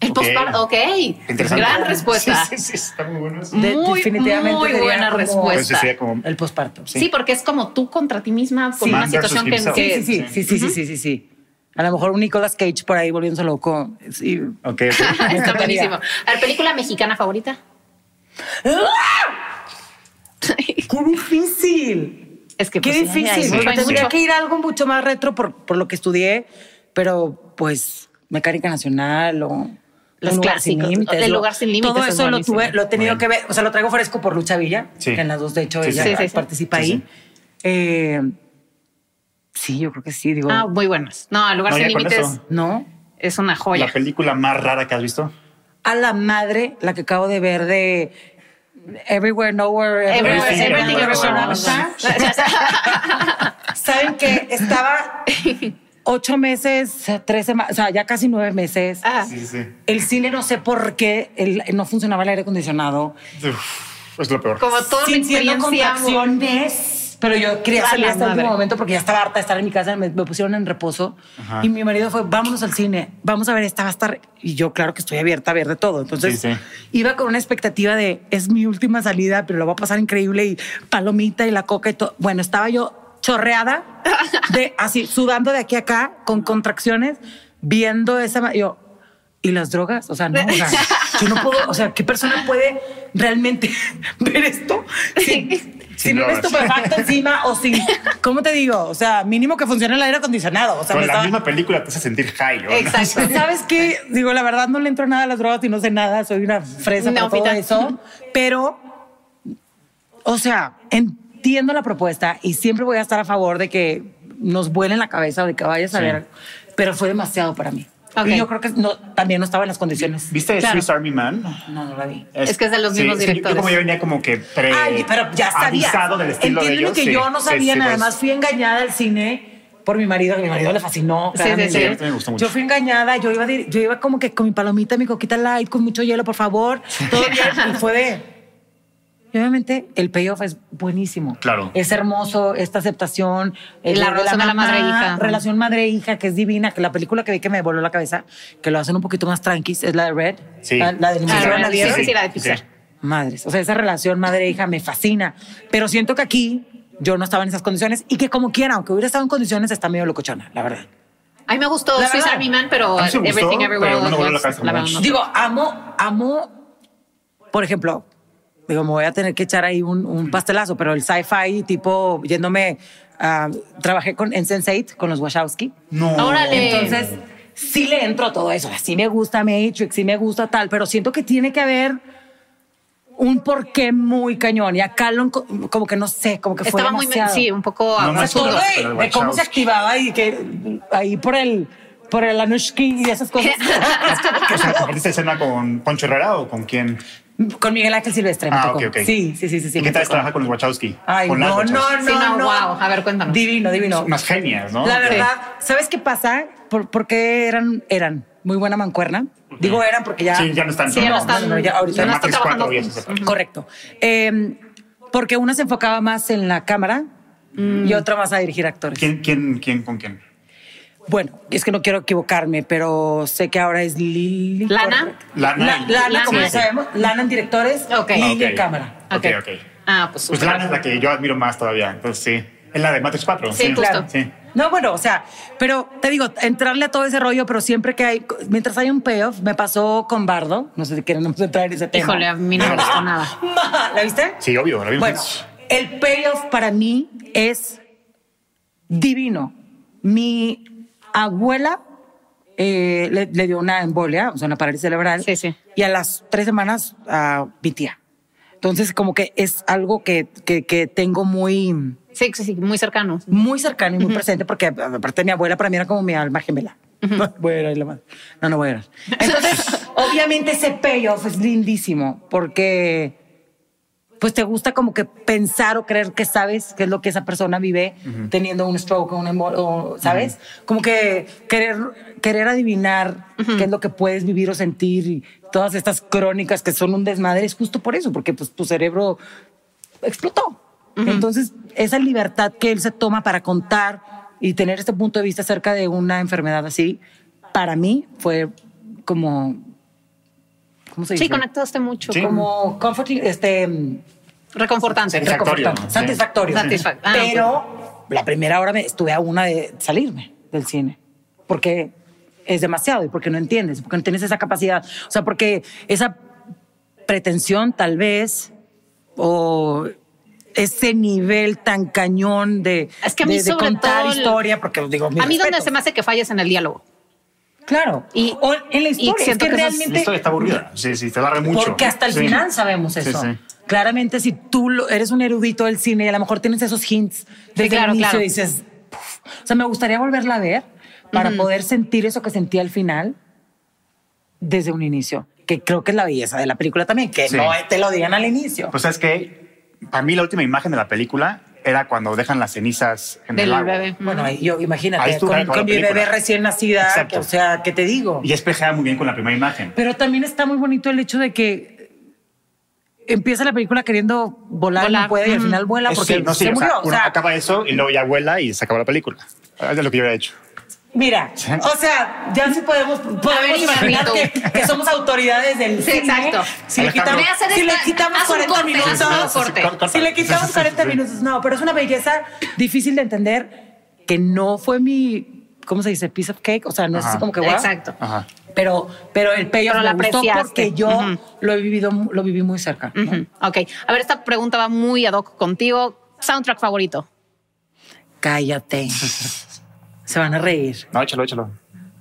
Speaker 1: El
Speaker 3: Ok.
Speaker 1: postparto, ok.
Speaker 3: Interesante.
Speaker 1: Gran respuesta.
Speaker 3: Sí, sí, sí, está muy bueno eso.
Speaker 1: Muy,
Speaker 2: De- definitivamente
Speaker 1: muy
Speaker 2: sería
Speaker 1: buena
Speaker 2: como-
Speaker 1: respuesta.
Speaker 3: Eso Pues sería como...
Speaker 2: El posparto.
Speaker 1: Sí, porque es como tú contra ti misma con
Speaker 3: Sí.
Speaker 1: una
Speaker 3: Man
Speaker 1: situación que,
Speaker 3: versus
Speaker 2: Sí,
Speaker 3: himself.
Speaker 2: sí,
Speaker 1: que-
Speaker 2: sí, sí, sí, sí, sí, sí, sí, sí. A lo mejor un Nicolas Cage por ahí volviéndose loco. Sí.
Speaker 3: Ok,
Speaker 1: [LAUGHS] [LAUGHS]
Speaker 3: ok.
Speaker 1: está
Speaker 2: encantaría.
Speaker 1: buenísimo. A ver, película mexicana favorita.
Speaker 2: ¡Qué difícil!
Speaker 1: Es que
Speaker 2: Qué
Speaker 1: pues, sí, hay
Speaker 2: difícil.
Speaker 1: mucho, hay
Speaker 2: Tendría
Speaker 1: mucho.
Speaker 2: que ir a algo mucho más retro por, por lo que estudié, pero pues mecánica nacional o
Speaker 1: Los
Speaker 2: Un lugar sin
Speaker 1: clásicos,
Speaker 2: límites,
Speaker 1: del
Speaker 2: lo-
Speaker 1: lugar sin límites
Speaker 2: Todo
Speaker 1: es
Speaker 2: eso lo
Speaker 1: buenísimo.
Speaker 2: tuve, lo he tenido
Speaker 3: Bueno.
Speaker 2: que ver, o sea, lo traigo fresco por Lucha Villa,
Speaker 3: Sí.
Speaker 2: que en las dos de hecho
Speaker 3: Sí, sí,
Speaker 2: ella
Speaker 1: sí, sí, sí.
Speaker 2: participa
Speaker 3: Sí,
Speaker 2: ahí.
Speaker 3: sí.
Speaker 2: Eh, sí, yo creo que sí, digo.
Speaker 1: Ah, muy buenas. No, el lugar
Speaker 3: No,
Speaker 1: sin
Speaker 3: ya con
Speaker 1: límites
Speaker 3: eso.
Speaker 2: ¿No?
Speaker 1: es una joya.
Speaker 3: La película más rara que has visto.
Speaker 2: A la madre, la que acabo de ver de Everywhere, Nowhere,
Speaker 1: Everywhere,
Speaker 3: Everything,
Speaker 1: everything,
Speaker 3: Everywhere,
Speaker 1: everywhere,
Speaker 3: All at
Speaker 1: everywhere.
Speaker 2: Everywhere. Saben que estaba ocho meses, tres semanas, o sea, ya casi nueve meses.
Speaker 1: Ah, [LAUGHS]
Speaker 3: Sí, sí.
Speaker 2: El cine no sé por qué el- no funcionaba el aire acondicionado.
Speaker 3: Uf, es lo peor.
Speaker 1: como toda una
Speaker 2: Sintiendo
Speaker 1: experiencia. amor.
Speaker 2: contracciones. Pero yo quería
Speaker 1: A
Speaker 2: salir
Speaker 1: la
Speaker 2: hasta el último
Speaker 1: madre.
Speaker 2: momento porque ya estaba harta de estar en mi casa. Me, me pusieron en reposo.
Speaker 3: Ajá.
Speaker 2: Y mi marido fue, vámonos al cine. Vamos a ver, esta va a estar... Y yo, claro que estoy abierta a ver de todo. Entonces,
Speaker 3: Sí, sí.
Speaker 2: iba con una expectativa de, es mi última salida, pero lo va a pasar increíble. Y palomita y la coca y todo. Bueno, estaba yo chorreada, de, así, sudando de aquí a acá, con contracciones, viendo esa... ma- Yo, ¿y las drogas? O sea, no, o
Speaker 3: [LAUGHS]
Speaker 2: sea, yo no puedo... O sea, ¿qué persona puede realmente [LAUGHS] ver esto sin, sin un
Speaker 3: drogas.
Speaker 2: estupefacto encima o sin. ¿Cómo te digo? O sea, mínimo que funcione el aire acondicionado. O sea,
Speaker 3: Con
Speaker 2: me
Speaker 3: la
Speaker 2: estaba-
Speaker 3: misma película te hace sentir high. ¿o ¿no?
Speaker 1: Exacto.
Speaker 2: [LAUGHS] ¿Sabes qué? Digo, la verdad no le entro nada a las drogas y no sé nada. Soy una fresa
Speaker 1: Una
Speaker 2: por todo
Speaker 1: hojita.
Speaker 2: eso. Pero, o sea, entiendo la propuesta y siempre voy a estar a favor de que nos vuelen la cabeza o de que vayas a
Speaker 3: Sí.
Speaker 2: ver. Pero fue demasiado para mí.
Speaker 1: Ok.
Speaker 2: Y yo creo que no, también no estaba en las condiciones.
Speaker 3: [LAUGHS] ¿Viste
Speaker 1: Claro.
Speaker 3: Swiss Army Man?
Speaker 2: No, no la vi.
Speaker 1: Es que es de los mismos
Speaker 3: que yo-
Speaker 1: directores.
Speaker 3: Yo, como yo venía como que pre
Speaker 2: Ay, pero ya sabía.
Speaker 3: avisado del estilo de
Speaker 2: Entiéndeme
Speaker 3: ellos.
Speaker 2: que
Speaker 3: sí.
Speaker 2: yo no
Speaker 3: Sí,
Speaker 2: sabía,
Speaker 3: sí,
Speaker 2: nada
Speaker 3: pues,
Speaker 2: más fui engañada al cine por mi marido, que mi marido le fascinó.
Speaker 1: Sí, sí,
Speaker 2: claramente.
Speaker 1: sí. Sí, a
Speaker 3: mí también me gustó mucho.
Speaker 2: Yo fui engañada, yo iba, dir- yo iba como
Speaker 3: [LAUGHS]
Speaker 2: que con mi palomita, mi coquita light, con mucho hielo, por favor. Todo bien, y fue de... Y obviamente el payoff es buenísimo.
Speaker 3: Claro.
Speaker 2: Es hermoso esta aceptación. eh,
Speaker 1: La
Speaker 2: de-
Speaker 1: relación de la e
Speaker 2: mamá,
Speaker 1: madre-hija.
Speaker 2: Relación madre-hija, que es divina. Que la película que vi que me voló la cabeza, que lo hacen un poquito más tranquis, es la de Red.
Speaker 3: Sí.
Speaker 2: La, la de
Speaker 1: Ah,
Speaker 2: Limón.
Speaker 1: Red,
Speaker 2: ¿La
Speaker 1: sí,
Speaker 2: vieron?
Speaker 1: sí, sí, la de Pixar.
Speaker 2: Madres. O sea, esa relación madre-hija me fascina. Pero siento que aquí yo no estaba en esas condiciones y que como quiera, aunque hubiera estado en condiciones, está medio locochona, la verdad.
Speaker 1: A mí me gustó
Speaker 2: La
Speaker 1: Swiss
Speaker 2: verdad.
Speaker 1: Army Man, pero
Speaker 3: A mí sí me gustó,
Speaker 1: Everything Everywhere All
Speaker 3: pero no me
Speaker 1: at
Speaker 3: voló la
Speaker 1: Once,
Speaker 3: cabeza
Speaker 1: la verdad,
Speaker 3: mucho.
Speaker 1: no.
Speaker 2: Digo, amo, amo, por ejemplo, digo, me voy a tener que echar ahí un, un pastelazo, pero el sci-fi tipo yéndome, ah, trabajé con, en Sense8 con los Wachowski.
Speaker 3: No.
Speaker 1: Órale.
Speaker 2: Entonces, sí le entro a todo eso. Sí me gusta Matrix, sí me gusta tal, pero siento que tiene que haber un porqué muy cañón. Y acá lo enco- como que no sé, como que fue
Speaker 1: Estaba muy,
Speaker 2: demasiado.
Speaker 1: sí, un poco
Speaker 3: No, no,
Speaker 2: O sea, todo
Speaker 1: absurdo.
Speaker 3: absurdo.
Speaker 2: de, de cómo se activaba y que ahí por el, por el Anushki y
Speaker 1: [LAUGHS]
Speaker 2: esas cosas.
Speaker 3: [LAUGHS] O sea, ¿compartiste escena con Poncho Herrera o con quién?
Speaker 2: Con Miguel Ángel Silvestre. me
Speaker 3: Ah,
Speaker 2: tocó.
Speaker 3: ok, ok.
Speaker 2: Sí, sí, sí, sí. sí
Speaker 3: ¿Y
Speaker 2: me
Speaker 3: qué tal
Speaker 2: tocó.
Speaker 3: trabaja con los Wachowski?
Speaker 2: Ay,
Speaker 3: con
Speaker 2: no, no, no,
Speaker 1: Sí, no,
Speaker 2: no.
Speaker 1: guau. A ver, cuéntanos.
Speaker 2: Divino, divino.
Speaker 3: Unas genias, ¿no?
Speaker 2: La verdad, ¿sabes qué pasa? ¿Por, por qué eran, eran muy buena mancuerna? Digo eran porque ya...
Speaker 3: Sí, ya no están.
Speaker 1: Sí, ya no están.
Speaker 2: no, no, ya ahorita-
Speaker 3: O sea,
Speaker 1: no están
Speaker 3: Matrix 4
Speaker 1: trabajando
Speaker 3: y
Speaker 1: juntos.
Speaker 3: esas-
Speaker 2: Correcto. Eh, porque una se enfocaba más en la cámara y otra más a dirigir actores.
Speaker 3: Mm. ¿Quién, quién, quién con quién?
Speaker 2: Bueno, es que no quiero equivocarme, pero sé que ahora es Lili.
Speaker 1: ¿Lana?
Speaker 2: correcto.
Speaker 3: Lana
Speaker 2: La-
Speaker 3: y-
Speaker 2: Lana, como
Speaker 1: Lana.
Speaker 2: ya sabemos. Lana en directores,
Speaker 1: Ok.
Speaker 2: Lili
Speaker 3: Ok.
Speaker 2: en cámara.
Speaker 3: Ok,
Speaker 1: Ok.
Speaker 3: ok.
Speaker 1: Ah, pues,
Speaker 3: Pues
Speaker 1: súper.
Speaker 3: Lana es la que yo admiro más todavía. Entonces, sí. Es la de Matrix 4.
Speaker 1: Sí, justo.
Speaker 2: Claro.
Speaker 3: Sí.
Speaker 2: No, bueno, o sea, pero te digo, entrarle a todo ese rollo, pero siempre que hay, mientras hay un payoff, me pasó con Bardo, no sé si quieren [LAUGHS] entrar en ese tema.
Speaker 1: Híjole, a mí no
Speaker 2: [LAUGHS]
Speaker 1: me gustó nada.
Speaker 2: Ma, ¿La viste?
Speaker 3: Sí, obvio, la vimos.
Speaker 2: Bueno, el payoff para mí es divino. Mi abuela eh, le, le dio una embolia, o sea, una parálisis cerebral.
Speaker 1: Sí, sí.
Speaker 2: Y a las tres semanas a mi tía. Entonces, como que es algo que, que, que tengo muy
Speaker 1: Sí, sí, sí, muy cercano.
Speaker 2: muy cercano y muy presente, porque aparte mi abuela para mí era como mi alma gemela. [LAUGHS] Voy a llorar, la madre. No, no voy a llorar.
Speaker 1: [LAUGHS]
Speaker 2: Entonces, obviamente ese payoff es lindísimo, porque pues te gusta como que pensar o creer que sabes qué es lo que esa persona vive teniendo un stroke o un embol- o, ¿sabes? Como que querer, querer adivinar qué es lo que puedes vivir o sentir y todas estas crónicas que son un desmadre es justo por eso, porque pues tu cerebro explotó. Entonces, esa libertad que él se toma para contar y tener este punto de vista acerca de una enfermedad así, para mí fue como... ¿Cómo se dice?
Speaker 1: Sí, conectaste mucho.
Speaker 3: Sí.
Speaker 2: Como comforting, este... mm,
Speaker 1: Reconfortante.
Speaker 3: Exacto.
Speaker 2: reconfortante,
Speaker 3: Satisfactorio,
Speaker 2: Satisfactorio.
Speaker 1: sí. Satisfac- ah,
Speaker 2: Pero la primera hora me, estuve a una de salirme del cine, porque es demasiado y porque no entiendes, porque no tienes esa capacidad. O sea, porque esa pretensión tal vez o ese nivel tan cañón de,
Speaker 1: Es que a mí
Speaker 2: de- de
Speaker 1: sobre
Speaker 2: contar
Speaker 1: todo el-
Speaker 2: historia, porque digo, mis
Speaker 1: A mí donde
Speaker 2: respetos.
Speaker 1: se me hace que falles en el diálogo.
Speaker 2: Claro,
Speaker 1: Y-
Speaker 2: o en la
Speaker 1: y
Speaker 2: historia, es
Speaker 1: siento
Speaker 2: que
Speaker 1: que eso es-
Speaker 2: realmente...
Speaker 3: La historia está aburrida. Sí, sí, te barre mucho.
Speaker 2: Porque hasta el
Speaker 3: Sí.
Speaker 2: final sabemos
Speaker 3: Sí,
Speaker 2: eso.
Speaker 3: sí.
Speaker 2: Claramente, si tú lo- eres un erudito del cine y a lo mejor tienes esos hints desde
Speaker 1: claro,
Speaker 2: el inicio,
Speaker 1: claro.
Speaker 2: dices, "Puf". o sea, me gustaría volverla a ver para poder sentir eso que sentí al final desde un inicio, que creo que es la belleza de la película también, que
Speaker 3: Sí.
Speaker 2: no te lo digan al inicio.
Speaker 3: Pues es que para mí la última imagen de la película era cuando dejan las cenizas en
Speaker 1: Del
Speaker 3: el agua.
Speaker 1: bebé.
Speaker 2: bueno, ahí yo
Speaker 3: Ahí
Speaker 2: imagínate,
Speaker 3: estuvo
Speaker 2: con,
Speaker 3: la- con
Speaker 2: con
Speaker 3: la
Speaker 2: mi bebé
Speaker 3: película.
Speaker 2: recién nacida,
Speaker 3: Exacto.
Speaker 2: que, o sea, ¿qué te digo?
Speaker 3: Y espejea muy bien con la primera imagen.
Speaker 2: Pero también está muy bonito el hecho de que empieza la película queriendo volar,
Speaker 1: Volar.
Speaker 2: no puede y al
Speaker 1: Ujú.
Speaker 2: final vuela
Speaker 3: Eso
Speaker 2: porque
Speaker 3: Mm. sí, no, sí,
Speaker 2: se
Speaker 3: o sea,
Speaker 2: murió. o
Speaker 3: uno
Speaker 2: sea,
Speaker 3: acaba eso y luego ya vuela y se acaba la película. Es lo que yo hubiera hecho.
Speaker 2: Mira,
Speaker 3: Sí.
Speaker 2: o sea, ya sí podemos, podemos
Speaker 1: ver,
Speaker 2: imaginar que,
Speaker 1: Ivancito.
Speaker 2: que somos autoridades del
Speaker 1: Sí,
Speaker 2: cine.
Speaker 1: exacto.
Speaker 2: Si le
Speaker 3: Alejandro.
Speaker 2: quitamos,
Speaker 1: Voy a hacer
Speaker 2: si le
Speaker 1: esta-
Speaker 2: quitamos
Speaker 1: haz un
Speaker 2: 40
Speaker 1: corte,
Speaker 2: minutos,
Speaker 1: haz un corte.
Speaker 3: corte.
Speaker 2: si le quitamos 40 minutos, no, pero es una belleza difícil de entender que no fue mi, ¿cómo se dice? Piece of cake, o sea, no es así
Speaker 3: Ajá.
Speaker 2: como que wow.
Speaker 1: Exacto.
Speaker 3: Ajá.
Speaker 2: Pero, pero el payoff
Speaker 1: Pero la
Speaker 2: me gustó
Speaker 1: apreciaste.
Speaker 2: porque yo
Speaker 1: Ujú.
Speaker 2: lo he vivido, lo viví muy cerca. ¿no?
Speaker 1: Ujú, Ok. A ver, esta pregunta va muy ad hoc contigo. Soundtrack favorito.
Speaker 3: [LAUGHS]
Speaker 2: Cállate. se van a reír.
Speaker 3: No, échalo, échalo.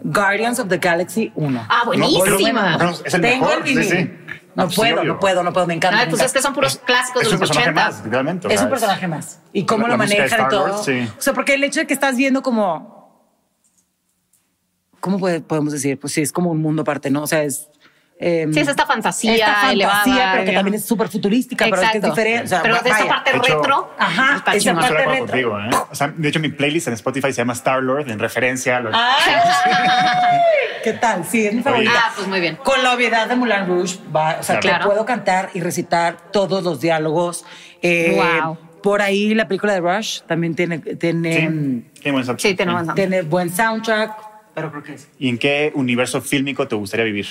Speaker 2: Guardians of the Galaxy 1.
Speaker 1: Ah, buenísima.
Speaker 3: No, no, es el
Speaker 2: Tengo
Speaker 3: mejor.
Speaker 2: el vinil.
Speaker 3: sí, sí.
Speaker 2: No
Speaker 3: Sí,
Speaker 2: puedo,
Speaker 3: obvio.
Speaker 2: no puedo, no puedo, me encanta.
Speaker 1: Ay,
Speaker 2: me
Speaker 1: pues es
Speaker 2: encanta.
Speaker 1: que son puros clásicos
Speaker 3: Es
Speaker 1: de
Speaker 3: un
Speaker 1: los
Speaker 3: personaje
Speaker 1: ochentas.
Speaker 3: más, literalmente. o
Speaker 1: este
Speaker 2: Es
Speaker 3: sea,
Speaker 2: un personaje más. Y cómo lo
Speaker 3: La- la música de
Speaker 2: manejan y todo.
Speaker 3: Star-Lord, sí.
Speaker 2: O sea, porque el hecho de que estás viendo como... ¿Cómo puede- podemos decir? Pues sí, es como un mundo aparte, ¿no? O sea, es, eh,
Speaker 1: Sí, es esta fantasía
Speaker 2: esta fantasía,
Speaker 1: elevada,
Speaker 2: pero que
Speaker 1: digamos.
Speaker 2: también es súper futurística, pero es que es
Speaker 1: Exacto.
Speaker 2: diferente. O sea,
Speaker 1: Pero de esa
Speaker 2: vaya.
Speaker 1: parte
Speaker 3: De hecho,
Speaker 1: retro.
Speaker 2: ajá,
Speaker 1: está
Speaker 2: esa
Speaker 3: No
Speaker 1: chingón.
Speaker 3: estoy de
Speaker 2: parte
Speaker 3: acuerdo
Speaker 2: retro.
Speaker 3: contigo, ¿eh? O sea, de hecho, mi playlist en Spotify se llama Star Lord en referencia a los.
Speaker 2: Ay, ¿Qué tal? Sí, es mi favorita.
Speaker 1: [LAUGHS] Ah, pues muy bien.
Speaker 2: Con la obviedad de Moulin Rouge, va- o sea, que
Speaker 1: Claro.
Speaker 2: puedo cantar y recitar todos los diálogos. Eh,
Speaker 1: Wow.
Speaker 2: Por ahí la película de Rush también tiene, tiene, mm,
Speaker 3: Sí, Qué buen soundtrack.
Speaker 1: Sí, tenemos razón.
Speaker 2: tiene buen soundtrack, pero creo que es
Speaker 3: ¿Y en qué universo fílmico te gustaría vivir?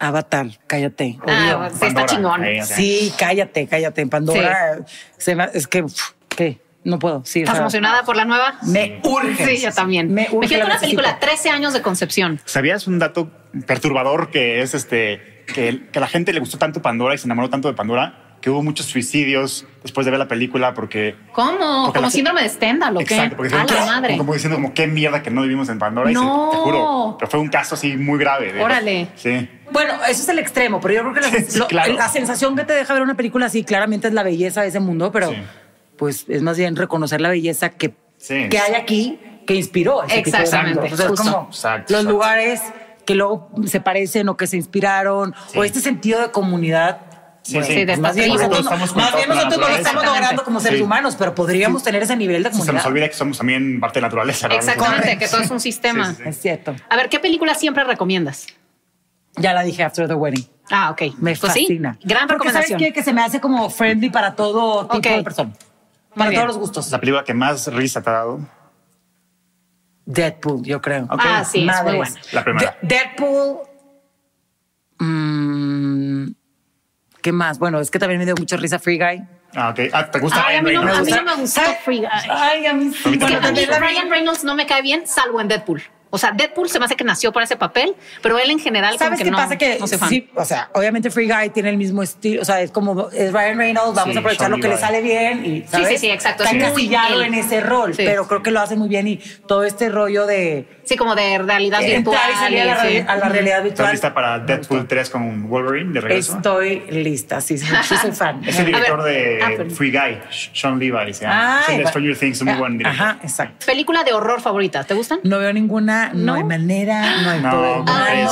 Speaker 2: Avatar, cállate.
Speaker 1: Ah,
Speaker 3: Obvio,
Speaker 1: pues, sí, está
Speaker 3: Pandora,
Speaker 1: chingón.
Speaker 3: ahí, o sea.
Speaker 2: Sí, cállate, cállate. En Pandora, se me- es que, uf, ¿qué? No puedo. Sí, o
Speaker 1: ¿Estás
Speaker 2: sea,
Speaker 1: emocionada por la nueva?
Speaker 2: Me urge.
Speaker 1: Sí, yo también.
Speaker 2: Me urge.
Speaker 1: Imagínate
Speaker 2: la
Speaker 1: una
Speaker 2: necesito.
Speaker 1: película, 13 años de concepción.
Speaker 3: ¿Sabías un dato perturbador que es este que, que a la gente le gustó tanto Pandora y se enamoró tanto de Pandora que hubo muchos suicidios después de ver la película porque
Speaker 1: ¿Cómo?
Speaker 3: Porque
Speaker 1: como
Speaker 3: la-
Speaker 1: síndrome de Stendhal, ¿o qué?
Speaker 3: Exacto, porque
Speaker 1: a la
Speaker 3: como-
Speaker 1: madre.
Speaker 3: como diciendo como qué mierda que no vivimos en Pandora y se-
Speaker 1: No.
Speaker 3: te juro, pero fue un caso así muy grave. de-
Speaker 1: Órale.
Speaker 3: Sí.
Speaker 2: Bueno, eso es el extremo, pero yo creo que la,
Speaker 3: Sí, sí,
Speaker 2: lo-
Speaker 3: claro.
Speaker 2: la sensación que te deja ver una película así claramente es la belleza de ese mundo, pero
Speaker 3: Sí.
Speaker 2: pues es más bien reconocer la belleza que,
Speaker 3: Sí.
Speaker 2: que hay aquí que inspiró. ese tipo de
Speaker 1: Exactamente,
Speaker 2: mundo. Entonces, es
Speaker 1: justo.
Speaker 2: como
Speaker 3: Exacto,
Speaker 2: los
Speaker 3: exacto.
Speaker 2: lugares que luego se parecen o que se inspiraron
Speaker 3: Sí.
Speaker 2: o este sentido de comunidad.
Speaker 3: Sí,
Speaker 2: bueno,
Speaker 3: sí.
Speaker 1: Sí, de
Speaker 2: más bien
Speaker 1: estar
Speaker 2: nosotros,
Speaker 1: vivos.
Speaker 2: no-
Speaker 3: Todos estamos
Speaker 2: más bien
Speaker 3: conectados con
Speaker 2: nosotros no lo
Speaker 3: la
Speaker 1: naturaleza.
Speaker 2: estamos logrando como seres
Speaker 3: Sí.
Speaker 2: humanos, pero podríamos tener ese nivel de
Speaker 3: Sí, se nos
Speaker 2: comunidad.
Speaker 3: olvida que somos también parte de la naturaleza. ¿verdad?
Speaker 1: Exactamente, que todo es un
Speaker 3: Sí,
Speaker 1: sistema.
Speaker 3: sí, sí.
Speaker 2: Es cierto.
Speaker 1: A ver, ¿qué película siempre recomiendas?
Speaker 2: Ya la dije after the wedding.
Speaker 1: Ah, ok.
Speaker 2: Me
Speaker 1: Pues sí,
Speaker 2: fascina.
Speaker 1: gran
Speaker 2: Porque ¿sabes
Speaker 1: recomendación.
Speaker 2: qué? Que se me hace como friendly para todo tipo
Speaker 1: Ok.
Speaker 2: de persona.
Speaker 1: Muy
Speaker 2: Para
Speaker 1: bien.
Speaker 2: todos los gustos.
Speaker 3: Es la película que más risa te ha dado.
Speaker 2: Deadpool, yo creo.
Speaker 3: Ok.
Speaker 1: Ah, sí, es muy
Speaker 2: Madres.
Speaker 1: buena.
Speaker 3: La primera.
Speaker 2: De- Deadpool. mm, ¿Qué más? Bueno, es que también me dio mucha risa Free Guy.
Speaker 3: Ah, ok. Ah, ¿te gusta
Speaker 1: Ay, a
Speaker 3: Ryan
Speaker 1: mí no,
Speaker 3: Reynolds?
Speaker 1: a mí
Speaker 2: gusta.
Speaker 1: no me gustó
Speaker 2: Ay,
Speaker 1: Free Guy.
Speaker 2: Ay, a mí sí.
Speaker 3: A mí
Speaker 1: Es que
Speaker 3: Bueno,
Speaker 1: a mí
Speaker 2: también la vi.
Speaker 1: Ryan Reynolds no me cae bien, salvo en Deadpool. O sea, Deadpool se me hace que nació para ese papel, pero él en general como
Speaker 2: ¿Sabes
Speaker 1: que
Speaker 2: qué
Speaker 1: no,
Speaker 2: pasa? Que
Speaker 1: no soy fan.
Speaker 2: sí, o sea, obviamente Free Guy tiene el mismo estilo, o sea, es como es Ryan Reynolds, vamos
Speaker 3: Sí,
Speaker 2: a aprovechar
Speaker 3: Sean
Speaker 2: lo que le
Speaker 3: Levi.
Speaker 2: sale bien y ¿sabes?
Speaker 1: sí, sí, exacto,
Speaker 2: Está
Speaker 1: es muy
Speaker 2: encasillado
Speaker 1: él.
Speaker 2: en ese rol,
Speaker 1: Sí.
Speaker 2: pero creo que lo hace muy bien y todo este rollo de
Speaker 1: Sí, como de realidad virtual.
Speaker 2: entrar Eh, y salir a la,
Speaker 1: sí.
Speaker 2: re- a la realidad
Speaker 3: ¿Estás
Speaker 2: virtual.
Speaker 3: lista para Deadpool 3 con Wolverine de regreso?
Speaker 2: Estoy lista, sí, sí, sí soy fan.
Speaker 3: [LAUGHS] Es el director
Speaker 1: A ver,
Speaker 3: de
Speaker 1: ah, perdón.
Speaker 3: Free Guy, Sean Levi. Se llama.
Speaker 2: Ay,
Speaker 3: Es el de
Speaker 2: va-
Speaker 3: Stranger Things, muy
Speaker 2: Ah,
Speaker 3: buen director.
Speaker 2: Ajá, exacto.
Speaker 1: Película de horror favorita, ¿te gustan?
Speaker 2: No veo ninguna, no,
Speaker 1: ¿No?
Speaker 2: hay manera, no hay
Speaker 3: No,
Speaker 2: poder.
Speaker 3: ¿cómo
Speaker 2: no hay-
Speaker 3: crees?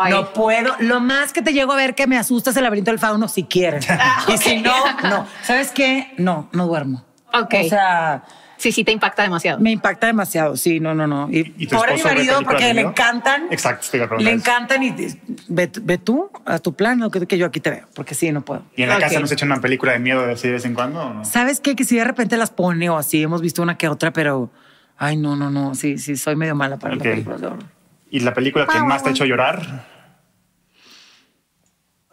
Speaker 1: Ay.
Speaker 2: No puedo. Lo más que te llego a ver que me asusta es el laberinto del fauno,
Speaker 1: [LAUGHS]
Speaker 2: si quieres.
Speaker 1: Ah,
Speaker 2: y si no, no. ¿Sabes qué? No, no duermo.
Speaker 1: Ok.
Speaker 2: O sea,
Speaker 1: Sí, sí, te impacta demasiado.
Speaker 2: me impacta demasiado. Sí, no, no, no. Y,
Speaker 3: ¿Y tu
Speaker 2: pobre mi
Speaker 3: esposo ve
Speaker 2: marido,
Speaker 3: películas
Speaker 2: porque
Speaker 3: de
Speaker 2: le
Speaker 3: miedo?
Speaker 2: encantan.
Speaker 3: Exacto, estoy de acuerdo.
Speaker 2: Le encantan y ve, ve tú a tu plan, lo que, que yo aquí te veo, porque sí, no puedo.
Speaker 3: ¿Y en la
Speaker 1: Ok.
Speaker 3: casa nos echan una película de miedo de así de vez en cuando? o no?
Speaker 2: ¿Sabes qué? Que si de repente las pone o así, hemos visto una que otra, pero. Ay, no, no, no. Sí, sí, soy medio mala para
Speaker 3: Ok.
Speaker 2: las películas de horror.
Speaker 3: ¿Y la película que más te ha hecho llorar?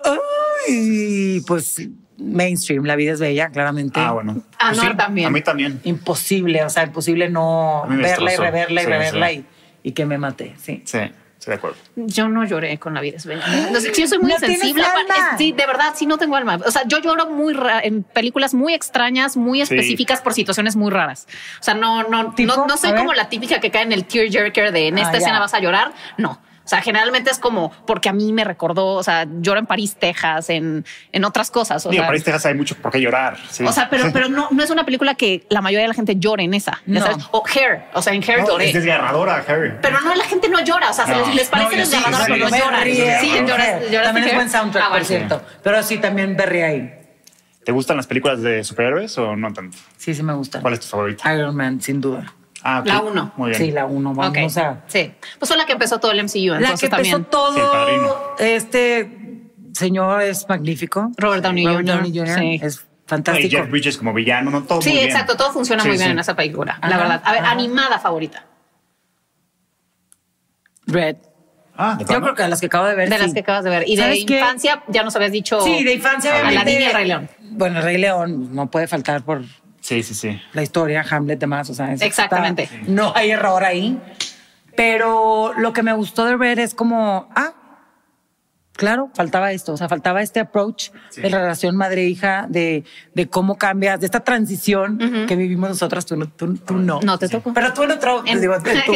Speaker 2: Ay, pues mainstream, la vida es bella, claramente.
Speaker 3: Ah, bueno.
Speaker 1: Ah,
Speaker 3: Pues
Speaker 1: no, también.
Speaker 3: A mí también.
Speaker 2: Imposible, o sea, imposible no
Speaker 3: A mí me
Speaker 2: verla y
Speaker 3: destrozó.
Speaker 2: reverla y
Speaker 3: Sí,
Speaker 2: reverla
Speaker 3: sí.
Speaker 2: Y, y que me maté, sí.
Speaker 3: Sí, estoy de acuerdo.
Speaker 1: Yo no lloré con la vida
Speaker 2: [GASPS]
Speaker 1: es bella. No sé, yo soy muy
Speaker 2: No tienes
Speaker 1: sensible.
Speaker 2: alma.
Speaker 1: Sí, de verdad, sí, no tengo alma. O sea, yo lloro muy ra- en películas muy extrañas, muy
Speaker 3: Sí.
Speaker 1: específicas por situaciones muy raras. O sea, no, no,
Speaker 2: ¿Tipo?
Speaker 1: no, no
Speaker 2: A
Speaker 1: soy
Speaker 2: ver.
Speaker 1: como la típica que cae en el tearjerker de en
Speaker 2: Ah,
Speaker 1: esta
Speaker 2: ya.
Speaker 1: escena vas a llorar. No. O sea, generalmente es como porque a mí me recordó, o sea, lloro en París, Texas, en, en otras cosas. O
Speaker 3: Digo,
Speaker 1: sea,
Speaker 3: para este caso hay mucho por qué llorar. sí.
Speaker 1: o sea, pero, pero no, no es una película que la mayoría de la gente llore en esa. ¿ya
Speaker 2: No.
Speaker 1: sabes? O Hair. O sea, en Hair lloré.
Speaker 3: es desgarradora, Harry.
Speaker 1: Pero no, la gente no llora. O sea, se
Speaker 3: No.
Speaker 1: les, les parece
Speaker 2: yo sí,
Speaker 1: desgarrador,
Speaker 3: sí,
Speaker 1: pero
Speaker 3: sí,
Speaker 1: no
Speaker 2: me
Speaker 1: lloran.
Speaker 2: ríe,
Speaker 1: Sí,
Speaker 2: me
Speaker 1: lloras,
Speaker 2: ríe.
Speaker 1: lloras
Speaker 2: También
Speaker 1: en
Speaker 2: es
Speaker 1: Hair.
Speaker 2: buen soundtrack,
Speaker 1: Ah,
Speaker 2: por
Speaker 1: bueno.
Speaker 2: cierto. Pero sí, también berré ahí.
Speaker 3: ¿Te gustan las películas de superhéroes o no tanto?
Speaker 2: Sí, sí me gusta.
Speaker 3: ¿Cuál es tu favorita?
Speaker 2: Iron Man, sin duda.
Speaker 3: Ah, ok.
Speaker 1: La uno.
Speaker 3: Muy bien.
Speaker 2: Sí, la uno, vamos
Speaker 1: Ok,
Speaker 2: a...
Speaker 1: Sí. Pues fue la que empezó todo el MCU. Entonces
Speaker 2: La que
Speaker 1: también.
Speaker 2: empezó todo
Speaker 3: Sí, el padrino.
Speaker 2: este señor es magnífico.
Speaker 1: Robert Downey
Speaker 2: Robert
Speaker 1: Jr.,
Speaker 2: Downey Jr.
Speaker 1: sí.
Speaker 2: Es
Speaker 3: Y
Speaker 2: fantástico.
Speaker 3: Jeff Bridges como villano, no todo
Speaker 1: sí,
Speaker 3: muy bien.
Speaker 1: exacto. Todo funciona
Speaker 3: Sí,
Speaker 1: muy bien
Speaker 3: sí.
Speaker 1: en esa película,
Speaker 2: Ajá,
Speaker 1: la verdad. A ver,
Speaker 2: ajá.
Speaker 1: animada favorita.
Speaker 2: Red.
Speaker 3: Ah, ¿de
Speaker 2: Yo
Speaker 3: plano?
Speaker 2: creo que a las que acabo de ver.
Speaker 1: De
Speaker 2: sí.
Speaker 1: las que acabas de ver. Y de
Speaker 2: ¿Sabes qué?
Speaker 1: infancia, ya nos habías dicho.
Speaker 2: Sí, de infancia.
Speaker 3: A la
Speaker 2: obviamente.
Speaker 1: niña y Rey León.
Speaker 2: Bueno, Rey León no puede faltar por
Speaker 3: Sí, sí, sí.
Speaker 2: la historia, Hamlet, demás. O sea, eso
Speaker 1: Exactamente.
Speaker 2: está- no hay error ahí. Pero lo que me gustó de Red es como, ah, claro, faltaba esto. O sea, faltaba este approach
Speaker 3: Sí.
Speaker 2: de la relación madre-hija, de, de cómo cambias, de esta transición que vivimos nosotras. Tú no, tú, tú no.
Speaker 1: No te tocó.
Speaker 2: Pero tú en otro,
Speaker 1: En-
Speaker 2: digo, en
Speaker 1: [LAUGHS]
Speaker 2: tu,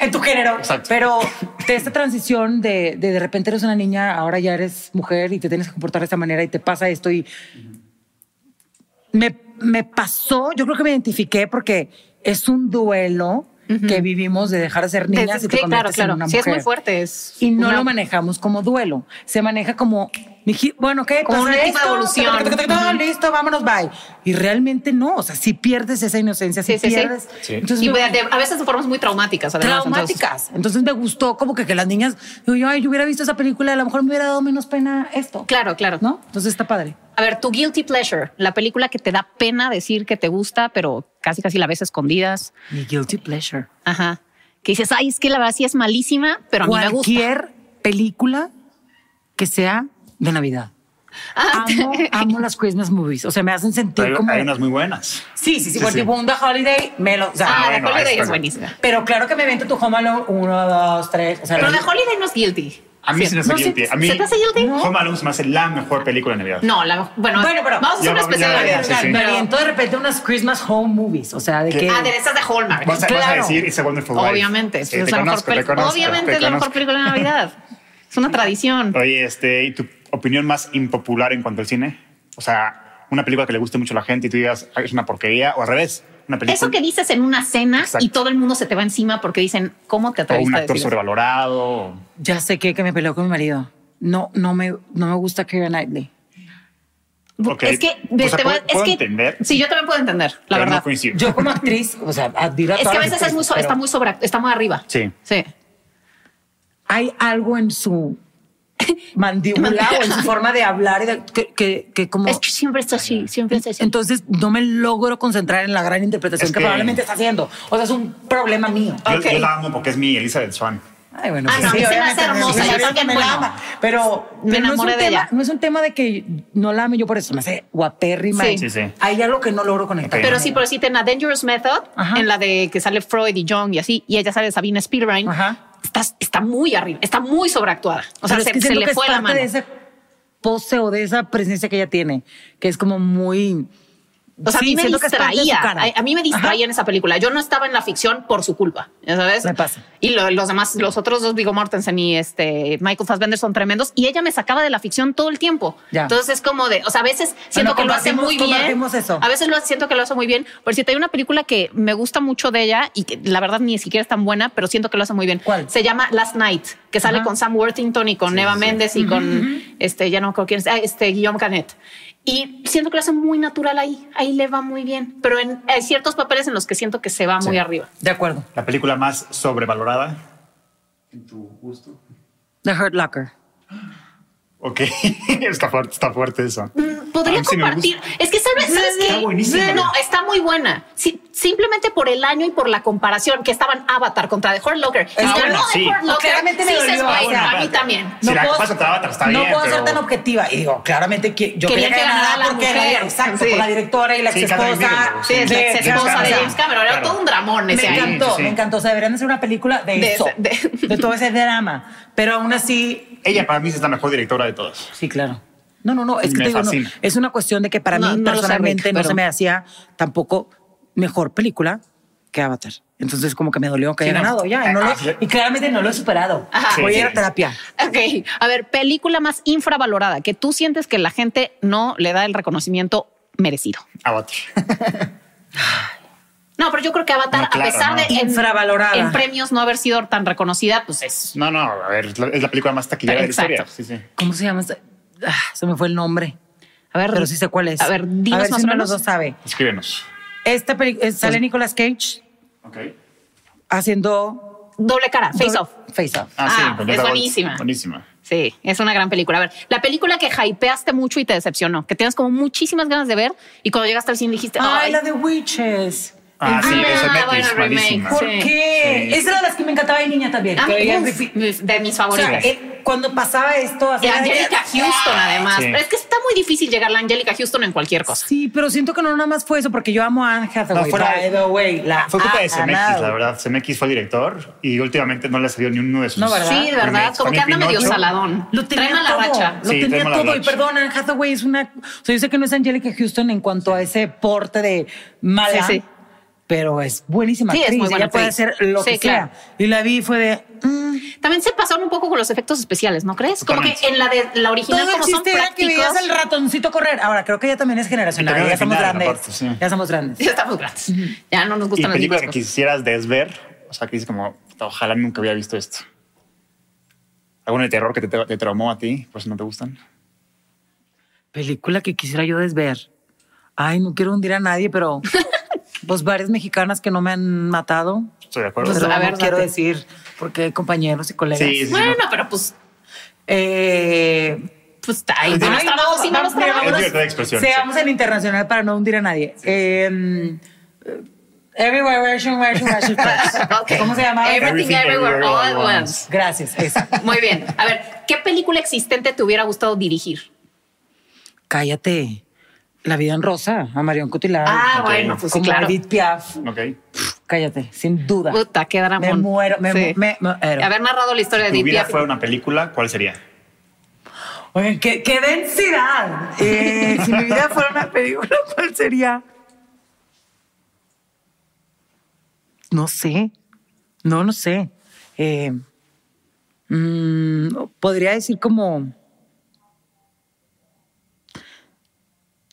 Speaker 2: en tu género.
Speaker 3: Exacto.
Speaker 2: Pero de esta transición de, de de repente eres una niña, ahora ya eres mujer y te tienes que comportar de esta manera y te pasa esto y me, me pasó, yo creo que me identifiqué porque es un duelo
Speaker 1: Ujú.
Speaker 2: que vivimos de dejar de ser niñas
Speaker 1: Sí,
Speaker 2: y te
Speaker 1: claro,
Speaker 2: conviertes en
Speaker 1: claro.
Speaker 2: una
Speaker 1: Sí, es muy
Speaker 2: mujer.
Speaker 1: fuerte. Es
Speaker 2: Y no
Speaker 1: una-
Speaker 2: lo manejamos como duelo. Se maneja como, "Miji- bueno, pues, ¿qué?
Speaker 1: Como
Speaker 2: Pasa
Speaker 1: un tipo de
Speaker 2: esto,
Speaker 1: evolución.
Speaker 2: tac, tac, tac, tac, tac,
Speaker 1: Ujú.
Speaker 2: Listo, vámonos, bye. Y realmente no. O sea, si pierdes esa inocencia,
Speaker 1: Sí,
Speaker 2: si
Speaker 1: sí, sí.
Speaker 2: pierdes.
Speaker 3: Sí.
Speaker 1: y
Speaker 2: me-
Speaker 1: de- de- a veces de formas muy traumáticas. además, entonces.
Speaker 2: traumáticas. Entonces me gustó como que, que las niñas, digo yo, ay, yo hubiera visto esa película, a lo mejor me hubiera dado menos pena esto.
Speaker 1: Claro, claro.
Speaker 2: ¿No? Entonces está padre.
Speaker 1: A ver, tu guilty pleasure, la película que te da pena decir que te gusta, pero casi casi la ves a escondidas.
Speaker 2: Mi guilty pleasure.
Speaker 1: Ajá. Que dices, ay, es que la verdad sí es malísima, pero a mí me gusta.
Speaker 2: Cualquier película que sea de Navidad.
Speaker 1: Ah,
Speaker 2: Amo,
Speaker 1: [LAUGHS]
Speaker 2: amo las Christmas movies. O sea, me hacen sentir
Speaker 3: Pero
Speaker 2: como.
Speaker 3: hay unas muy buenas.
Speaker 2: Sí, sí, sí.
Speaker 3: Sí,
Speaker 2: Bueno,
Speaker 3: sí.
Speaker 2: tipo un The Holiday, me lo. o sea,
Speaker 1: Ah,
Speaker 3: Ah,
Speaker 1: The
Speaker 3: bueno,
Speaker 1: Holiday
Speaker 3: esta
Speaker 1: es
Speaker 3: no.
Speaker 1: buenísima.
Speaker 2: Pero claro que me invento tu Home Alone. Uno, dos, tres. O sea,
Speaker 1: Pero
Speaker 2: la-
Speaker 1: The Holiday no es guilty.
Speaker 3: A mí
Speaker 1: Sí.
Speaker 3: se me hace
Speaker 2: No, sí,
Speaker 3: guilty. A mí,
Speaker 1: ¿se te hace guilty? No.
Speaker 3: Home Alone se me hace la mejor película de Navidad.
Speaker 1: No, la, bueno,
Speaker 2: Bueno, pero-
Speaker 1: vamos a hacer
Speaker 3: Ya
Speaker 1: una
Speaker 3: vamos,
Speaker 1: especial
Speaker 3: ya,
Speaker 1: de
Speaker 3: ya,
Speaker 1: Navidad.
Speaker 3: sí, sí.
Speaker 1: pero-
Speaker 2: Me aviento de repente unas Christmas home movies. O sea, de
Speaker 3: ¿Qué?
Speaker 2: que.
Speaker 1: Ah, de esas de Hallmark.
Speaker 3: Vas a, vas a
Speaker 2: Claro.
Speaker 3: decir It's a Wonderful Life.
Speaker 1: Obviamente,
Speaker 3: Sí,
Speaker 1: es
Speaker 3: te
Speaker 1: la mejor
Speaker 3: conozco, te
Speaker 1: peli-
Speaker 3: conozco,
Speaker 1: Obviamente
Speaker 3: te
Speaker 1: es la mejor
Speaker 3: conozco.
Speaker 1: película de Navidad. es una tradición.
Speaker 3: Oye, este, ¿y tu opinión más impopular en cuanto al cine? O sea, una película que le guste mucho a la gente y tú digas, "Ay, es una porquería, o al revés, una película.
Speaker 1: Eso que dices en una cena
Speaker 3: Exacto.
Speaker 1: y todo el mundo se te va encima porque dicen, ¿cómo te
Speaker 3: o
Speaker 1: atreviste
Speaker 3: un
Speaker 1: a
Speaker 3: actor
Speaker 1: decir eso?
Speaker 3: sobrevalorado. o-
Speaker 2: Ya sé que, que me peleó con mi marido. No, no me, no me gusta Keira Knightley.
Speaker 3: Ok.
Speaker 1: Es que,
Speaker 3: O sea,
Speaker 1: te voy-
Speaker 3: puedo-
Speaker 1: es
Speaker 3: puedo
Speaker 1: que-
Speaker 3: entender,
Speaker 1: Sí, yo también puedo entender, la
Speaker 3: pero
Speaker 1: verdad.
Speaker 3: no coincido.
Speaker 2: Yo como actriz, o sea, admiro a
Speaker 1: es
Speaker 2: todas
Speaker 1: que a
Speaker 2: las
Speaker 1: veces es muy,
Speaker 2: actrices,
Speaker 1: so-
Speaker 2: pero
Speaker 1: está muy sobre, está muy arriba.
Speaker 3: Sí.
Speaker 1: Sí.
Speaker 2: Hay algo en
Speaker 1: [LAUGHS]
Speaker 2: su mandíbula o en su forma de hablar y de- que, que, que como...
Speaker 1: Es que siempre está así, siempre está así.
Speaker 2: Entonces no me logro concentrar en la gran interpretación
Speaker 3: Es
Speaker 2: que,
Speaker 3: que-
Speaker 2: probablemente está haciendo. O sea, es un problema mío.
Speaker 3: Yo,
Speaker 1: Ok.
Speaker 3: yo la amo porque es mi Elizabeth Swan.
Speaker 2: Ay, bueno, pues
Speaker 1: Ah, no, a mí se me
Speaker 2: obviamente,
Speaker 1: hace hermosa,
Speaker 2: mi
Speaker 1: yo
Speaker 2: marido
Speaker 1: también,
Speaker 2: me
Speaker 1: bueno.
Speaker 2: la ama, pero,
Speaker 1: Me
Speaker 2: pero no es
Speaker 1: enamoré
Speaker 2: un
Speaker 1: de
Speaker 2: tema-
Speaker 1: ella.
Speaker 2: No es un tema de que no la ame yo por eso, me hace guapérrima.
Speaker 1: Sí.
Speaker 2: y-
Speaker 3: Sí, sí.
Speaker 2: Hay algo que no logro conectar.
Speaker 3: Ok.
Speaker 1: Pero sí, por decirte, en A Dangerous Method,
Speaker 2: Ajá.
Speaker 1: en la de que sale Freud y Jung y así, y ella sale Sabina Spielberg,
Speaker 2: Ajá.
Speaker 1: está, está muy arriba, está muy sobreactuada. O sea,
Speaker 2: Pero es
Speaker 1: se,
Speaker 2: que
Speaker 1: se
Speaker 2: siento
Speaker 1: le
Speaker 2: que es
Speaker 1: fue la
Speaker 2: parte
Speaker 1: mano.
Speaker 2: de ese pose o de esa presencia que ella tiene, que es como muy.
Speaker 1: O sea,
Speaker 2: Sí,
Speaker 1: a mí me
Speaker 2: siento que es parte de su
Speaker 1: distraía.
Speaker 2: cara.
Speaker 1: A, a mí me distraía
Speaker 2: Ajá.
Speaker 1: en esa película. Yo no estaba en la ficción por su culpa, ¿ya sabes?
Speaker 2: Me pasa.
Speaker 1: Y lo- los demás, los otros dos, Viggo Mortensen y este Michael Fassbender son tremendos. Y ella me sacaba de la ficción todo el tiempo.
Speaker 2: Ya.
Speaker 1: Entonces es como de, o sea, a veces siento que lo hace
Speaker 2: compartimos-
Speaker 1: muy bien.
Speaker 2: compartimos eso.
Speaker 1: A veces lo siento que lo hace muy bien. Por cierto, hay una película que me gusta mucho de ella y que la verdad ni siquiera es tan buena, pero siento que lo hace muy bien.
Speaker 2: ¿Cuál?
Speaker 1: Se llama Last Night, que sale
Speaker 2: Ajá.
Speaker 1: con Sam Worthington y con
Speaker 3: Sí,
Speaker 1: Eva
Speaker 3: sí.
Speaker 1: Méndez y con este, ya no creo quién es, ah, este Guillaume Canet. Y siento que lo hace muy natural ahí, ahí le va muy bien, pero en, hay ciertos papeles en los que siento que se va muy arriba.
Speaker 2: De acuerdo.
Speaker 3: La película más sobrevalorada.
Speaker 2: The Hurt Locker.
Speaker 3: Ok, [LAUGHS] está fuerte, está fuerte eso.
Speaker 1: Mm, Podría
Speaker 3: A mí sí me
Speaker 1: compartir.
Speaker 3: gusta.
Speaker 1: es que sabes, ¿sabes
Speaker 3: Está
Speaker 1: qué?
Speaker 3: buenísima.
Speaker 1: No, está muy buena. Sí, simplemente por el año y por la comparación que estaban Avatar contra The Hurt Locker. Y
Speaker 2: Ah,
Speaker 1: ganó
Speaker 3: bueno,
Speaker 1: The
Speaker 3: sí.
Speaker 1: Hurt Locker.
Speaker 2: Claramente me
Speaker 1: Sí, dices,
Speaker 2: dolió.
Speaker 1: "Güey,
Speaker 2: Ah, bueno,
Speaker 1: a mí
Speaker 3: espérate.
Speaker 1: también.
Speaker 3: Si la copas a Tabata, está
Speaker 2: no
Speaker 3: bien,
Speaker 2: puedo ser
Speaker 3: pero-
Speaker 2: tan objetiva. Y digo, claramente que yo quería que ganara
Speaker 1: la
Speaker 2: porque
Speaker 1: mujer.
Speaker 2: era exacto,
Speaker 1: Sí.
Speaker 2: por la directora y la
Speaker 3: Sí,
Speaker 2: ex esposa.
Speaker 3: Catherine Bigelow.
Speaker 1: Sí, es la
Speaker 3: Sí,
Speaker 1: ex esposa de
Speaker 3: claro.
Speaker 1: James Cameron. Era
Speaker 3: Claro.
Speaker 1: todo un dramón
Speaker 2: Me
Speaker 1: ese año.
Speaker 2: encantó,
Speaker 3: sí.
Speaker 2: me encantó. O sea, deberían hacer una película de,
Speaker 1: De
Speaker 2: eso,
Speaker 1: ese- de-
Speaker 2: de... todo ese drama. Pero aún así,
Speaker 3: Ella para mí es la mejor directora de todas.
Speaker 2: sí, claro. No, no, no, es que
Speaker 3: Me
Speaker 2: te digo, no,
Speaker 3: fascina.
Speaker 2: es una cuestión de que para
Speaker 1: No,
Speaker 2: mí
Speaker 1: no lo sé,
Speaker 2: personalmente
Speaker 1: Rick,
Speaker 2: no
Speaker 1: pero-
Speaker 2: se me hacía tampoco mejor película que Avatar. Entonces como que me dolió que
Speaker 3: Sí,
Speaker 2: haya
Speaker 3: no.
Speaker 2: ganado ya. y no
Speaker 3: Ah,
Speaker 2: lo-
Speaker 3: sí.
Speaker 2: y claramente no lo he superado.
Speaker 1: Ajá.
Speaker 3: Sí,
Speaker 2: Voy
Speaker 3: sí.
Speaker 2: a ir a terapia.
Speaker 1: Ok, a ver, película más infravalorada que tú sientes que la gente no le da el reconocimiento merecido.
Speaker 3: Avatar.
Speaker 1: No, pero yo creo que Avatar,
Speaker 3: No, claro,
Speaker 1: a pesar
Speaker 3: no.
Speaker 1: de en,
Speaker 2: Infravalorada.
Speaker 1: en premios no haber sido tan reconocida, pues es.
Speaker 3: No, no, a ver, es la, es la película más taquillera
Speaker 1: Exacto.
Speaker 3: de la historia. Sí, sí.
Speaker 2: ¿Cómo se llama? esta? Ah, se me fue el nombre.
Speaker 1: A ver,
Speaker 2: Pero sí sé cuál es.
Speaker 1: A ver, dinos
Speaker 2: a ver
Speaker 1: más
Speaker 2: si
Speaker 1: o
Speaker 2: uno de
Speaker 1: menos.
Speaker 2: los dos sabe.
Speaker 3: Escríbenos.
Speaker 2: Esta peli- eh, sale
Speaker 1: Pues-
Speaker 2: Nicolas Cage
Speaker 3: Ok.
Speaker 2: haciendo
Speaker 1: Doble cara, Face Off.
Speaker 2: Face Off.
Speaker 3: Ah, sí,
Speaker 1: Ah,
Speaker 3: completa
Speaker 1: es
Speaker 3: Bolt.
Speaker 1: buenísima.
Speaker 3: Buenísima.
Speaker 1: Sí, es una gran película. A ver, la película que hypeaste mucho y te decepcionó, que tienes como muchísimas ganas de ver y cuando llegaste al cine dijiste,
Speaker 2: Ay,
Speaker 1: ay,
Speaker 2: la de Witches.
Speaker 3: Ah, sí,
Speaker 1: Ah,
Speaker 3: esa
Speaker 1: bueno,
Speaker 3: Netflix,
Speaker 1: remake.
Speaker 3: malísima.
Speaker 1: Por-
Speaker 2: ¿Por
Speaker 1: Sí.
Speaker 2: qué?
Speaker 3: Sí.
Speaker 2: Esa era de las que me encantaba de niña también.
Speaker 1: a
Speaker 2: que
Speaker 1: mí,
Speaker 2: veía
Speaker 1: uf,
Speaker 2: repeat.
Speaker 1: de mis
Speaker 2: o sea,
Speaker 1: favoritas.
Speaker 2: eh, cuando pasaba esto,
Speaker 1: y
Speaker 2: hacía de-
Speaker 1: Angélica Houston, además.
Speaker 3: Sí.
Speaker 1: Pero es que está muy difícil llegar a Angélica Houston en cualquier cosa.
Speaker 2: Sí, pero siento que no nada más fue eso, porque yo amo a Anne Hathaway.
Speaker 3: No, fuera-
Speaker 2: by the way, la
Speaker 3: Fue culpa
Speaker 2: ha
Speaker 3: de CMX,
Speaker 2: amado.
Speaker 3: la verdad. CMX fue el director y últimamente no le salió ni uno de sus.
Speaker 2: No, ¿verdad?
Speaker 1: Sí, de verdad,
Speaker 3: Remakes.
Speaker 1: como
Speaker 3: Con
Speaker 1: que
Speaker 3: el
Speaker 1: anda medio
Speaker 3: Pinocho.
Speaker 1: saladón.
Speaker 2: Lo tenía
Speaker 1: Traen a la
Speaker 2: todo,
Speaker 1: racha.
Speaker 2: Lo
Speaker 3: Sí,
Speaker 2: tenía
Speaker 3: traemos la
Speaker 2: todo. Y
Speaker 3: racha.
Speaker 2: perdón, Anne Hathaway es una. O sea, yo sé que no es Angelica Houston en cuanto a ese porte de mala.
Speaker 1: Sí, sí.
Speaker 2: Pero es buenísima.
Speaker 1: Sí, es
Speaker 2: actriz,
Speaker 1: muy buena
Speaker 2: Ella puede
Speaker 1: actriz.
Speaker 2: hacer lo
Speaker 1: Sí,
Speaker 2: que
Speaker 1: claro.
Speaker 2: sea. Y la vi y fue de. mm,
Speaker 1: También se pasaron un poco con los efectos especiales, ¿no crees? Como que
Speaker 3: Totalmente.
Speaker 1: en la de la original,
Speaker 2: todo el
Speaker 1: como son
Speaker 2: chiste era que
Speaker 1: prácticos.
Speaker 2: veías al ratoncito correr. Ahora, creo que ya también es generacional.
Speaker 3: Y también
Speaker 2: Ya
Speaker 3: al
Speaker 2: estamos
Speaker 3: final,
Speaker 2: grandes.
Speaker 3: aparte, sí.
Speaker 2: Ya estamos grandes.
Speaker 1: Ya estamos grandes. Ya no nos
Speaker 3: Y
Speaker 1: gustan las
Speaker 3: película
Speaker 1: mismas
Speaker 3: que
Speaker 1: cosas.
Speaker 3: quisieras desver, sea, que dices como, ojalá nunca hubiera visto esto. ¿Alguna de terror que te, te traumó a ti? Por eso no te gustan.
Speaker 2: Película que quisiera yo desver. Ay, no quiero hundir a nadie, [LAUGHS] pero pues varias mexicanas que no me han matado.
Speaker 3: Estoy de acuerdo.
Speaker 1: Pues,
Speaker 2: pero
Speaker 1: a
Speaker 2: no
Speaker 1: ver,
Speaker 2: quiero
Speaker 1: date.
Speaker 2: decir, porque hay compañeros y colegas.
Speaker 3: sí, sí, sí.
Speaker 1: Bueno,
Speaker 3: no.
Speaker 1: pero pues,
Speaker 2: Eh,
Speaker 1: pues ahí no
Speaker 2: ay,
Speaker 1: nos trabamos, si no nos
Speaker 2: vamos,
Speaker 1: trabamos.
Speaker 3: Es libertad de expresión,
Speaker 2: Seamos el internacional para no hundir a nadie. Eh, everywhere, Russian, Russian, Russian, Russian.
Speaker 1: [LAUGHS] Ok.
Speaker 2: ¿Cómo se llama?
Speaker 1: Everything,
Speaker 3: Everything,
Speaker 1: Everywhere,
Speaker 3: Everywhere,
Speaker 1: All at
Speaker 3: All at
Speaker 1: Once.
Speaker 2: Gracias. esa.
Speaker 1: Muy bien. A ver, ¿qué película existente te hubiera gustado dirigir?
Speaker 2: Cállate. La vida en rosa, a Marion Cotillard.
Speaker 1: Ah,
Speaker 3: ok.
Speaker 1: bueno, pues sí,
Speaker 2: como
Speaker 1: claro.
Speaker 2: Edith Piaf.
Speaker 3: Ok.
Speaker 2: Pff, Cállate, sin duda.
Speaker 1: Puta, qué
Speaker 2: me
Speaker 1: dramón.
Speaker 2: muero, me,
Speaker 1: Sí.
Speaker 2: mu- me muero.
Speaker 1: Haber narrado la historia de
Speaker 3: Si tu
Speaker 1: Edith
Speaker 3: vida
Speaker 1: Piaf.
Speaker 3: fuera una película, ¿cuál sería?
Speaker 2: Oigan, qué, qué densidad. Eh, si mi vida fuera una película, [LAUGHS] ¿cuál sería? No sé. No, no sé. Eh, mm, podría decir como.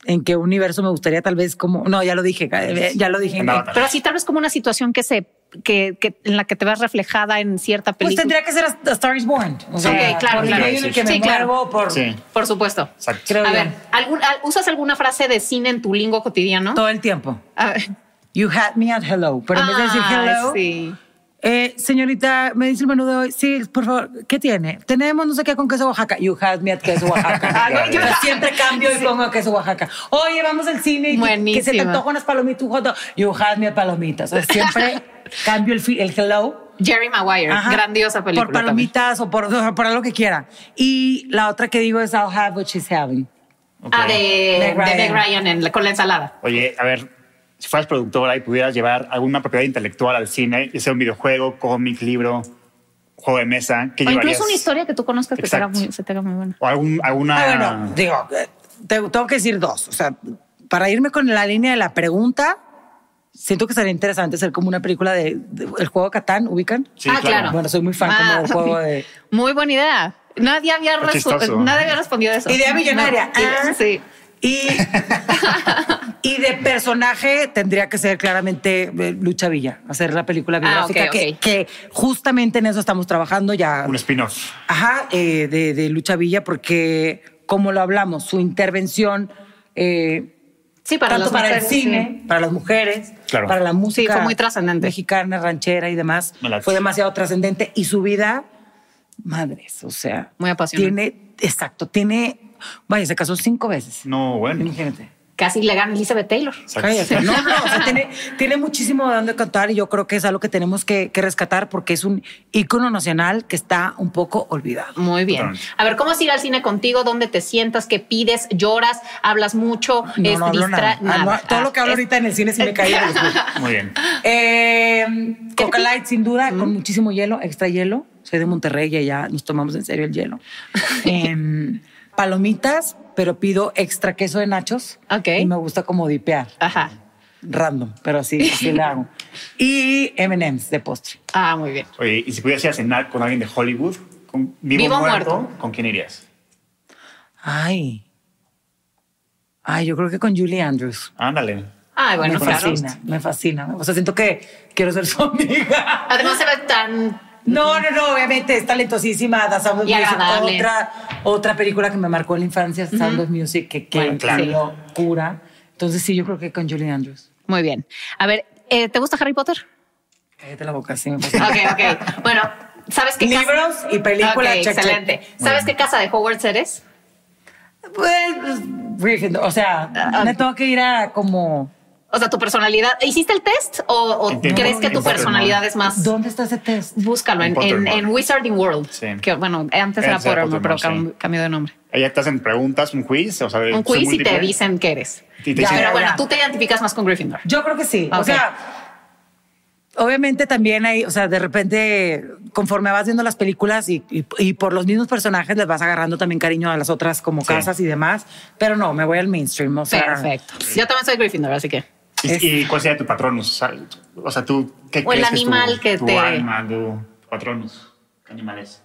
Speaker 2: ¿En qué universo me gustaría tal vez como.? No, ya lo dije, eh, ya lo dije.
Speaker 3: En Avatar.
Speaker 1: Pero así tal vez como una situación que se que, que- en la que te ves reflejada en cierta
Speaker 2: Pues
Speaker 1: película.
Speaker 2: tendría que ser a, a Star is Born. O sea,
Speaker 1: Ok, claro,
Speaker 2: porque
Speaker 1: claro.
Speaker 2: hay uno que me
Speaker 1: Sí, claro.
Speaker 2: muevo por
Speaker 3: Sí,
Speaker 1: Por supuesto.
Speaker 3: exacto.
Speaker 2: Creo-
Speaker 1: A
Speaker 2: yo.
Speaker 1: ver, ¿algún- al- ¿usas alguna frase de cine en tu lingo cotidiano?
Speaker 2: todo el tiempo.
Speaker 1: A ver.
Speaker 2: You had me at hello. Pero en vez de decir
Speaker 1: Ay,
Speaker 2: hello,
Speaker 1: Ah, sí.
Speaker 2: eh, señorita, me dice el menú de hoy. Sí, por favor, ¿qué tiene? Tenemos no sé qué con queso Oaxaca. You had me at queso Oaxaca.
Speaker 1: [LAUGHS] Ay,
Speaker 3: yo-
Speaker 2: Pero siempre cambio y pongo queso Oaxaca. Oye, vamos al cine y que- que se te
Speaker 1: Buenísima.
Speaker 2: antojan unas palomitas. un hot dog. You had me at palomitas. O sea,
Speaker 1: [LAUGHS]
Speaker 2: siempre cambio el, fi- el hello.
Speaker 1: Jerry Maguire,
Speaker 2: Ajá.
Speaker 1: grandiosa película.
Speaker 2: Por
Speaker 1: también.
Speaker 2: palomitas o por, por algo que quiera. Y la otra que digo es I'll have what she's having.
Speaker 3: ok.
Speaker 1: Ah, de,
Speaker 2: Meg
Speaker 1: de
Speaker 2: Ryan.
Speaker 1: Meg Ryan en la- con la ensalada.
Speaker 3: Oye, a ver, si fueras productora y pudieras llevar alguna propiedad intelectual al cine, ya sea un videojuego, cómic, libro, juego de mesa, ¿qué
Speaker 1: O
Speaker 3: llevarías?
Speaker 1: incluso una historia que tú conozcas que te haga
Speaker 3: Exacto.
Speaker 1: muy- se te haga muy buena.
Speaker 3: O algún, alguna...
Speaker 2: Ah, bueno, digo, eh, te- tengo que decir dos. O sea, para irme con la línea de la pregunta, siento que sería interesante hacer como una película de, de- el juego Catán, ¿ubican?
Speaker 3: Sí,
Speaker 1: ah, claro.
Speaker 3: claro.
Speaker 2: Bueno, soy muy fan como del juego de-
Speaker 1: Muy buena idea. Nadie había,
Speaker 3: Qué
Speaker 1: resu-
Speaker 3: chistoso.
Speaker 1: nadie había respondido eso.
Speaker 2: Idea millonaria.
Speaker 1: No, idea-
Speaker 2: Ah.
Speaker 1: Sí.
Speaker 2: Y, [LAUGHS] y de personaje tendría que ser claramente eh, Lucha Villa, hacer la película biográfica
Speaker 1: Ah, ok,
Speaker 2: que-
Speaker 1: ok.
Speaker 2: que, justamente en eso estamos trabajando ya.
Speaker 3: Un spin-off.
Speaker 2: Ajá, eh, de, de Lucha Villa, porque como lo hablamos, su intervención... eh,
Speaker 1: Sí, para
Speaker 2: tanto
Speaker 1: los
Speaker 2: para
Speaker 1: mujeres,
Speaker 2: el cine, para las mujeres,
Speaker 3: Claro.
Speaker 2: para la música.
Speaker 1: fue muy trascendente.
Speaker 2: Mexicana, ranchera y demás.
Speaker 3: Me late.
Speaker 2: Fue demasiado trascendente. Y su vida, madres, o sea.
Speaker 1: Muy apasionante.
Speaker 2: Tiene, exacto, tiene. Vaya, se casó cinco veces.
Speaker 3: No, bueno.
Speaker 2: Imagínate.
Speaker 1: sí. Casi le gana Elizabeth Taylor.
Speaker 3: Exacto.
Speaker 2: Cállate.
Speaker 1: [LAUGHS]
Speaker 2: No, no, o sea, tiene, tiene muchísimo de dónde contar y yo creo que es algo que tenemos que, que rescatar porque es un ícono nacional que está un poco olvidado.
Speaker 1: Muy bien.
Speaker 3: Totalmente.
Speaker 1: A ver, ¿cómo es ir al cine contigo? ¿Dónde te sientas? ¿Qué pides? ¿Lloras? ¿Hablas mucho?
Speaker 2: No,
Speaker 1: ¿Es
Speaker 2: no hablo
Speaker 1: distra-
Speaker 2: nada. Ah, no, todo
Speaker 1: Ah,
Speaker 2: lo que hablo
Speaker 1: es-
Speaker 2: ahorita en el cine se me caía. de los huevos.
Speaker 3: Muy bien.
Speaker 2: Eh,
Speaker 1: ¿Qué
Speaker 2: Coca
Speaker 1: te-
Speaker 2: Light, sin duda, con muchísimo hielo, extra hielo. Soy de Monterrey y allá nos tomamos en serio el
Speaker 1: [LAUGHS]
Speaker 2: hielo. Em, palomitas, pero pido extra queso de nachos.
Speaker 1: Ok.
Speaker 2: Y me gusta como dipear.
Speaker 1: Ajá.
Speaker 2: Random, pero así, así
Speaker 1: [LAUGHS]
Speaker 2: le hago. Y MMs de postre.
Speaker 1: Ah, muy bien.
Speaker 3: Oye, y si pudieras ir a cenar con alguien de Hollywood, con vivo,
Speaker 1: Vivo o
Speaker 3: o muerto,
Speaker 1: muerto.
Speaker 3: ¿con quién irías?
Speaker 2: Ay. Ay, yo creo que con Julie Andrews.
Speaker 3: Ándale.
Speaker 1: Ah, bueno,
Speaker 2: me
Speaker 1: claro.
Speaker 2: fascina, me fascina. O sea, siento que quiero ser su [LAUGHS] amiga.
Speaker 1: Además se ve tan...
Speaker 2: No, no, no, obviamente es talentosísima. The Sound of
Speaker 1: Y
Speaker 2: Music,
Speaker 1: agradable.
Speaker 2: Otra, otra película que me marcó en la infancia, Sound of Music, que qué
Speaker 1: Bueno, claro.
Speaker 2: locura. Entonces sí, yo creo que con Julie Andrews.
Speaker 1: Muy bien. A ver, eh, ¿te gusta Harry Potter?
Speaker 2: Cállate la boca, sí me fascina.
Speaker 1: Ok, ok. Bueno, ¿sabes qué casa-
Speaker 2: Libros y película,
Speaker 1: Ok,
Speaker 2: check, check.
Speaker 1: excelente. ¿Sabes qué casa de Hogwarts eres?
Speaker 2: Pues, Gryffindor, o sea,
Speaker 1: Ah,
Speaker 2: me
Speaker 1: ok.
Speaker 2: tengo que ir a como...
Speaker 1: O sea, tu personalidad. ¿Hiciste el test o, o
Speaker 3: Entiendo.
Speaker 1: crees que tu
Speaker 3: Entiendo.
Speaker 1: personalidad es más?
Speaker 2: ¿Dónde está ese test?
Speaker 1: Búscalo en,
Speaker 3: En
Speaker 1: en,
Speaker 3: Pottermore.
Speaker 1: en Wizarding World.
Speaker 3: Sí.
Speaker 1: Que bueno, antes era
Speaker 3: Antes era
Speaker 1: Pottermore, pero
Speaker 3: Pottermore,
Speaker 1: cam- cambió de nombre.
Speaker 3: Ella te hacen preguntas, un quiz, o sea, de
Speaker 1: Un
Speaker 3: opción
Speaker 1: quiz y te
Speaker 3: múltiple.
Speaker 1: dicen que eres.
Speaker 3: Y
Speaker 2: Ya,
Speaker 3: te dicen,
Speaker 1: Pero
Speaker 2: ya,
Speaker 1: bueno,
Speaker 2: ya.
Speaker 1: tú te identificas más con Gryffindor.
Speaker 2: Yo creo que sí.
Speaker 1: Ok.
Speaker 2: O sea, obviamente también hay, o sea, de repente, conforme vas viendo las películas y, y- y por los mismos personajes, les vas agarrando también cariño a las otras como
Speaker 3: Sí.
Speaker 2: casas y demás. Pero no, me voy al mainstream. O sea,
Speaker 1: Perfecto. Yo también soy Gryffindor, así que.
Speaker 2: Es-
Speaker 3: ¿Y, y cuál sería tu patronus? O sea, O sea, tú, ¿qué
Speaker 1: O el
Speaker 3: crees que es tu-
Speaker 1: animal que
Speaker 3: tu
Speaker 1: te-
Speaker 3: alma, tu patronus? ¿Qué animal es?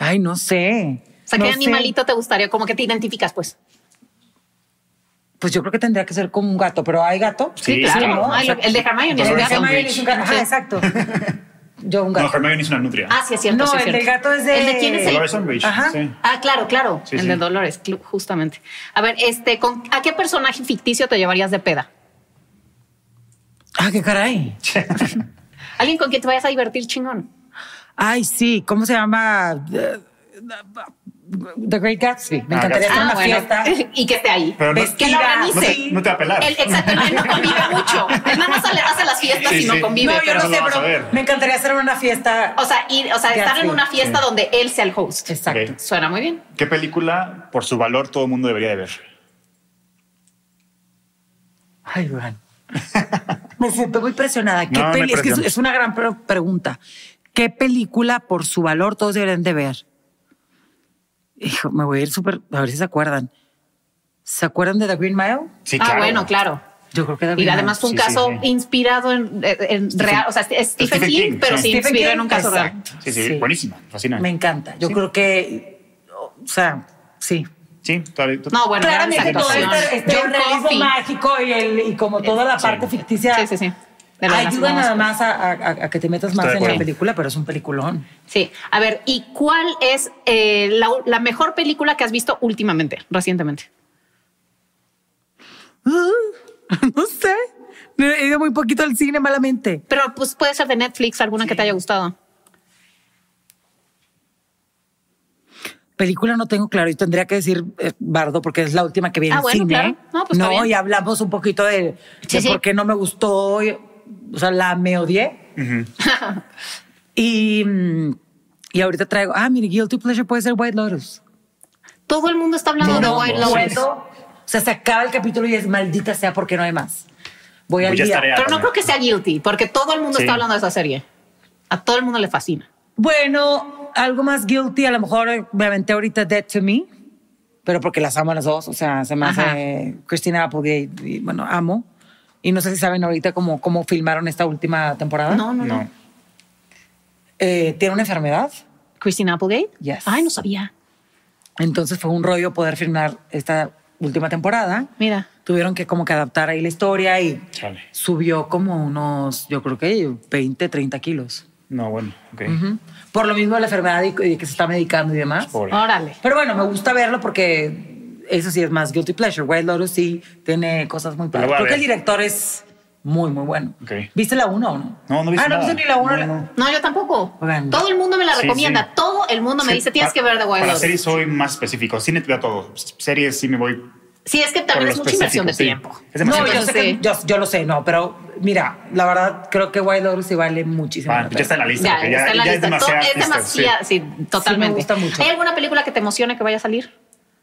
Speaker 2: Ay, no sé.
Speaker 1: O sea,
Speaker 2: No
Speaker 1: ¿qué
Speaker 2: sé.
Speaker 1: animalito te gustaría? Como que te identificas, pues.
Speaker 2: Pues yo creo que tendría que ser como un gato, pero hay gato.
Speaker 1: Sí, claro.
Speaker 2: ¿no?
Speaker 1: Ay, lo- el de Hermione es
Speaker 2: El
Speaker 1: un
Speaker 2: de
Speaker 1: gato.
Speaker 2: Hermione es un gato. Ajá,
Speaker 1: Sí. [LAUGHS]
Speaker 2: exacto. Yo un
Speaker 3: No,
Speaker 2: gato.
Speaker 3: Hermione es una nutria.
Speaker 1: Ah, sí, es cierto.
Speaker 2: No,
Speaker 1: sí, es
Speaker 2: el
Speaker 1: cierto.
Speaker 2: del gato es de-
Speaker 1: ¿El de quién es el?
Speaker 3: Dolores Umbridge,
Speaker 2: Ajá.
Speaker 3: sí.
Speaker 1: Ah, claro, claro.
Speaker 3: Sí,
Speaker 1: el
Speaker 3: sí.
Speaker 1: de Dolores, cl- justamente. A ver, este, ¿con, ¿a qué personaje ficticio te llevarías de peda?
Speaker 2: Ah, qué caray.
Speaker 1: Alguien con quien te vayas a divertir chingón.
Speaker 2: Ay, sí, ¿cómo se llama? Eh, The Great Gatsby. Me
Speaker 3: Ah,
Speaker 2: encantaría hacer
Speaker 3: Gatsby.
Speaker 2: una
Speaker 3: [LAUGHS]
Speaker 2: fiesta.
Speaker 1: [LAUGHS] y que esté ahí.
Speaker 3: Pero no-
Speaker 1: que lo organice.
Speaker 3: [LAUGHS] No te, no te va a pelar.
Speaker 1: Él, exacto, él no convive mucho. Él nada más le hace las fiestas
Speaker 3: Sí,
Speaker 1: y no
Speaker 3: sí.
Speaker 1: convive.
Speaker 2: no, yo
Speaker 1: pero-
Speaker 2: no sé,
Speaker 3: lo vas a
Speaker 2: pero
Speaker 3: ver.
Speaker 2: me encantaría hacer una fiesta.
Speaker 1: O sea, ir, o sea estar en
Speaker 2: Gatsby.
Speaker 1: una fiesta donde él sea el host.
Speaker 2: Exacto.
Speaker 3: Ok.
Speaker 1: Suena muy bien.
Speaker 3: ¿Qué película, por su valor, todo el mundo debería de ver?
Speaker 2: Ay,
Speaker 3: [LAUGHS]
Speaker 2: Iván. Me siento muy presionada. ¿Qué
Speaker 3: No, no hay
Speaker 2: peli- es, que es,
Speaker 3: presión.
Speaker 2: es una gran pre- pregunta. ¿Qué película por su valor todos deberían de ver? Hijo, me voy a ir súper. A ver si se acuerdan. ¿Se acuerdan de The Green Mile?
Speaker 3: Sí,
Speaker 1: ah,
Speaker 3: claro.
Speaker 1: bueno, claro.
Speaker 2: Yo creo que The Green
Speaker 1: Y
Speaker 2: Mile.
Speaker 1: además fue un
Speaker 3: Sí, sí,
Speaker 1: caso
Speaker 3: sí.
Speaker 1: inspirado en, en real, o sea, es Stephen,
Speaker 3: Stephen
Speaker 1: King,
Speaker 3: King,
Speaker 1: pero
Speaker 3: sí.
Speaker 1: sí
Speaker 2: Stephen
Speaker 1: inspirado
Speaker 2: King,
Speaker 1: en un caso real.
Speaker 2: exacto.
Speaker 3: Sí, sí,
Speaker 2: Sí.
Speaker 3: buenísima, fascina.
Speaker 2: Me encanta. Yo creo que. O sea, sí.
Speaker 3: Sí, todavía- tú-
Speaker 1: No, bueno,
Speaker 2: Claramente
Speaker 1: grandes
Speaker 2: todo
Speaker 1: actuaciones.
Speaker 2: este, este
Speaker 1: John
Speaker 2: realismo
Speaker 1: Coffey.
Speaker 2: mágico y, el, y como toda la parte ficticia.
Speaker 1: Sí, sí, sí. De lo de las pues.
Speaker 2: Ayuda
Speaker 1: bromas.
Speaker 2: nada más a, a- a que te metas más
Speaker 3: Estoy de
Speaker 2: en la
Speaker 3: acuerdo.
Speaker 2: película, pero es un peliculón.
Speaker 1: Sí. A ver, ¿y cuál es eh, la, la mejor película que has visto últimamente, recientemente?
Speaker 2: [LAUGHS] No sé. He ido muy poquito al cine malamente.
Speaker 1: Pero pues puede ser de Netflix, alguna que te haya gustado.
Speaker 2: Película no tengo claro y tendría que decir eh, Bardo porque es la última que vi en
Speaker 1: Ah,
Speaker 2: el
Speaker 1: bueno,
Speaker 2: cine.
Speaker 1: claro. No, pues, está bien.
Speaker 2: y hablamos un poquito de,
Speaker 1: Sí,
Speaker 2: de
Speaker 1: sí.
Speaker 2: por qué no me gustó. y- o sea, la me odié. [LAUGHS] y, mm, y ahorita traigo, ah, mire, Guilty Pleasure puede ser White Lotus.
Speaker 1: Todo el mundo está hablando
Speaker 3: Todo
Speaker 1: de
Speaker 3: el
Speaker 1: White
Speaker 3: mundo,
Speaker 1: Lotus.
Speaker 3: sí.
Speaker 2: Vuelto, o sea, se acaba el capítulo y es maldita sea porque no hay más. Voy al
Speaker 3: Pues ya
Speaker 2: día.
Speaker 3: estaré
Speaker 1: Pero no creo que sea guilty, porque todo el mundo
Speaker 3: Sí.
Speaker 1: está hablando de esa serie. A todo el mundo le fascina.
Speaker 2: Bueno, algo más guilty, a lo mejor eh, me aventé ahorita Dead to Me, pero porque las amo a las dos, o sea, se me
Speaker 1: Ajá.
Speaker 2: hace Christina Applegate, y, bueno, amo. Y no sé si saben ahorita cómo, cómo filmaron esta última temporada.
Speaker 1: No, no, no.
Speaker 3: ¿Ah? No.
Speaker 2: Eh, Tiene una enfermedad,
Speaker 1: Christine Applegate.
Speaker 2: Yes.
Speaker 1: Ay, no sabía.
Speaker 2: entonces fue un rollo poder filmar esta última temporada.
Speaker 1: Mira.
Speaker 2: Tuvieron que como que adaptar ahí la historia y
Speaker 3: Chale.
Speaker 2: subió como unos, yo creo que 20, 30 kilos.
Speaker 3: No, bueno, ok.
Speaker 2: Ujú. Por lo mismo de la enfermedad y, y que se está medicando y demás.
Speaker 3: Pobre.
Speaker 1: Órale.
Speaker 2: Pero bueno, me gusta verlo porque eso sí es más guilty pleasure. White Lotus sí tiene cosas muy
Speaker 3: Pero
Speaker 2: padres.
Speaker 3: voy a
Speaker 2: Creo que el
Speaker 3: ver.
Speaker 2: director es muy, muy bueno.
Speaker 3: Ok.
Speaker 2: ¿Viste la 1 o no?
Speaker 3: No, no viste
Speaker 2: Ah, no
Speaker 3: nada.
Speaker 2: viste ni la 1.
Speaker 3: No, no.
Speaker 1: No, yo tampoco.
Speaker 2: Oigan.
Speaker 1: Todo el mundo me la
Speaker 3: Sí,
Speaker 1: recomienda.
Speaker 3: sí.
Speaker 1: Todo el mundo me
Speaker 3: Sí,
Speaker 1: dice, tienes
Speaker 3: pa-
Speaker 1: que ver The Wild
Speaker 3: Para
Speaker 1: Lotus.
Speaker 3: series soy más específico. Cine te veo todo. S- Series sí me voy.
Speaker 1: Sí, es que
Speaker 3: por
Speaker 1: también
Speaker 3: lo
Speaker 1: es mucha inversión de
Speaker 3: específico,
Speaker 1: tiempo.
Speaker 3: sí. Es demasiado.
Speaker 2: No, yo, sé que-
Speaker 1: Sí.
Speaker 2: yo, yo lo sé, no, pero mira, la verdad creo que White Lotus sí vale muchísimo.
Speaker 3: Ah,
Speaker 2: la
Speaker 3: ya está en la lista.
Speaker 1: Ya,
Speaker 3: porque
Speaker 1: está en la
Speaker 3: ya
Speaker 1: lista.
Speaker 3: Es demasiado.
Speaker 1: Todo- es demasiado- sí, totalmente.
Speaker 2: gusta mucho.
Speaker 1: ¿Hay alguna película que te emocione que vaya a salir?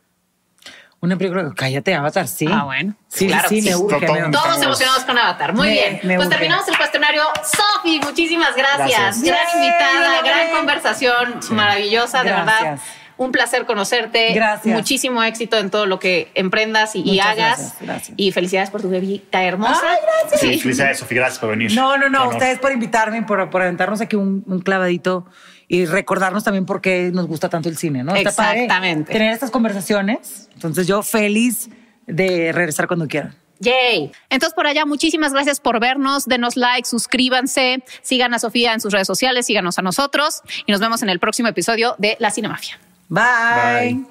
Speaker 2: pena. Una película que cállate, Avatar, sí.
Speaker 1: Ah, bueno.
Speaker 2: Sí,
Speaker 1: Claro
Speaker 2: sí,
Speaker 1: que
Speaker 2: sí, me
Speaker 1: sí.
Speaker 2: urge.
Speaker 3: Total.
Speaker 2: me urge.
Speaker 3: Todo.
Speaker 1: Todos
Speaker 3: Estamos-
Speaker 1: emocionados con Avatar. Muy
Speaker 2: Me-
Speaker 1: bien.
Speaker 2: me
Speaker 1: pues
Speaker 2: urge.
Speaker 1: terminamos el cuestionario. Sofi, muchísimas gracias.
Speaker 3: Gracias.
Speaker 1: Gran
Speaker 2: Yay,
Speaker 1: invitada,
Speaker 2: lo logré.
Speaker 1: gran conversación maravillosa, de
Speaker 2: Gracias.
Speaker 1: verdad. Un placer conocerte.
Speaker 2: Gracias.
Speaker 1: Muchísimo éxito en todo lo que emprendas y, y
Speaker 2: Muchas
Speaker 1: hagas.
Speaker 2: gracias, gracias.
Speaker 1: Y felicidades por tu bebita hermosa.
Speaker 2: Ay, gracias.
Speaker 3: Sí, felicidades, Sofía. Gracias por venir.
Speaker 2: No, no, no.
Speaker 3: Honor.
Speaker 2: Ustedes por invitarme, y por, por aventarnos aquí un, un clavadito y recordarnos también por qué nos gusta tanto el cine, ¿no? Está padre
Speaker 1: Exactamente.
Speaker 2: tener estas conversaciones. Entonces, yo feliz de regresar cuando quieran.
Speaker 1: Yay. Entonces, por allá, muchísimas gracias por vernos. Denos like, suscríbanse, sigan a Sofía en sus redes sociales, síganos a nosotros y nos vemos en el próximo episodio de La Cinemafia.
Speaker 2: Bye.
Speaker 3: Bye.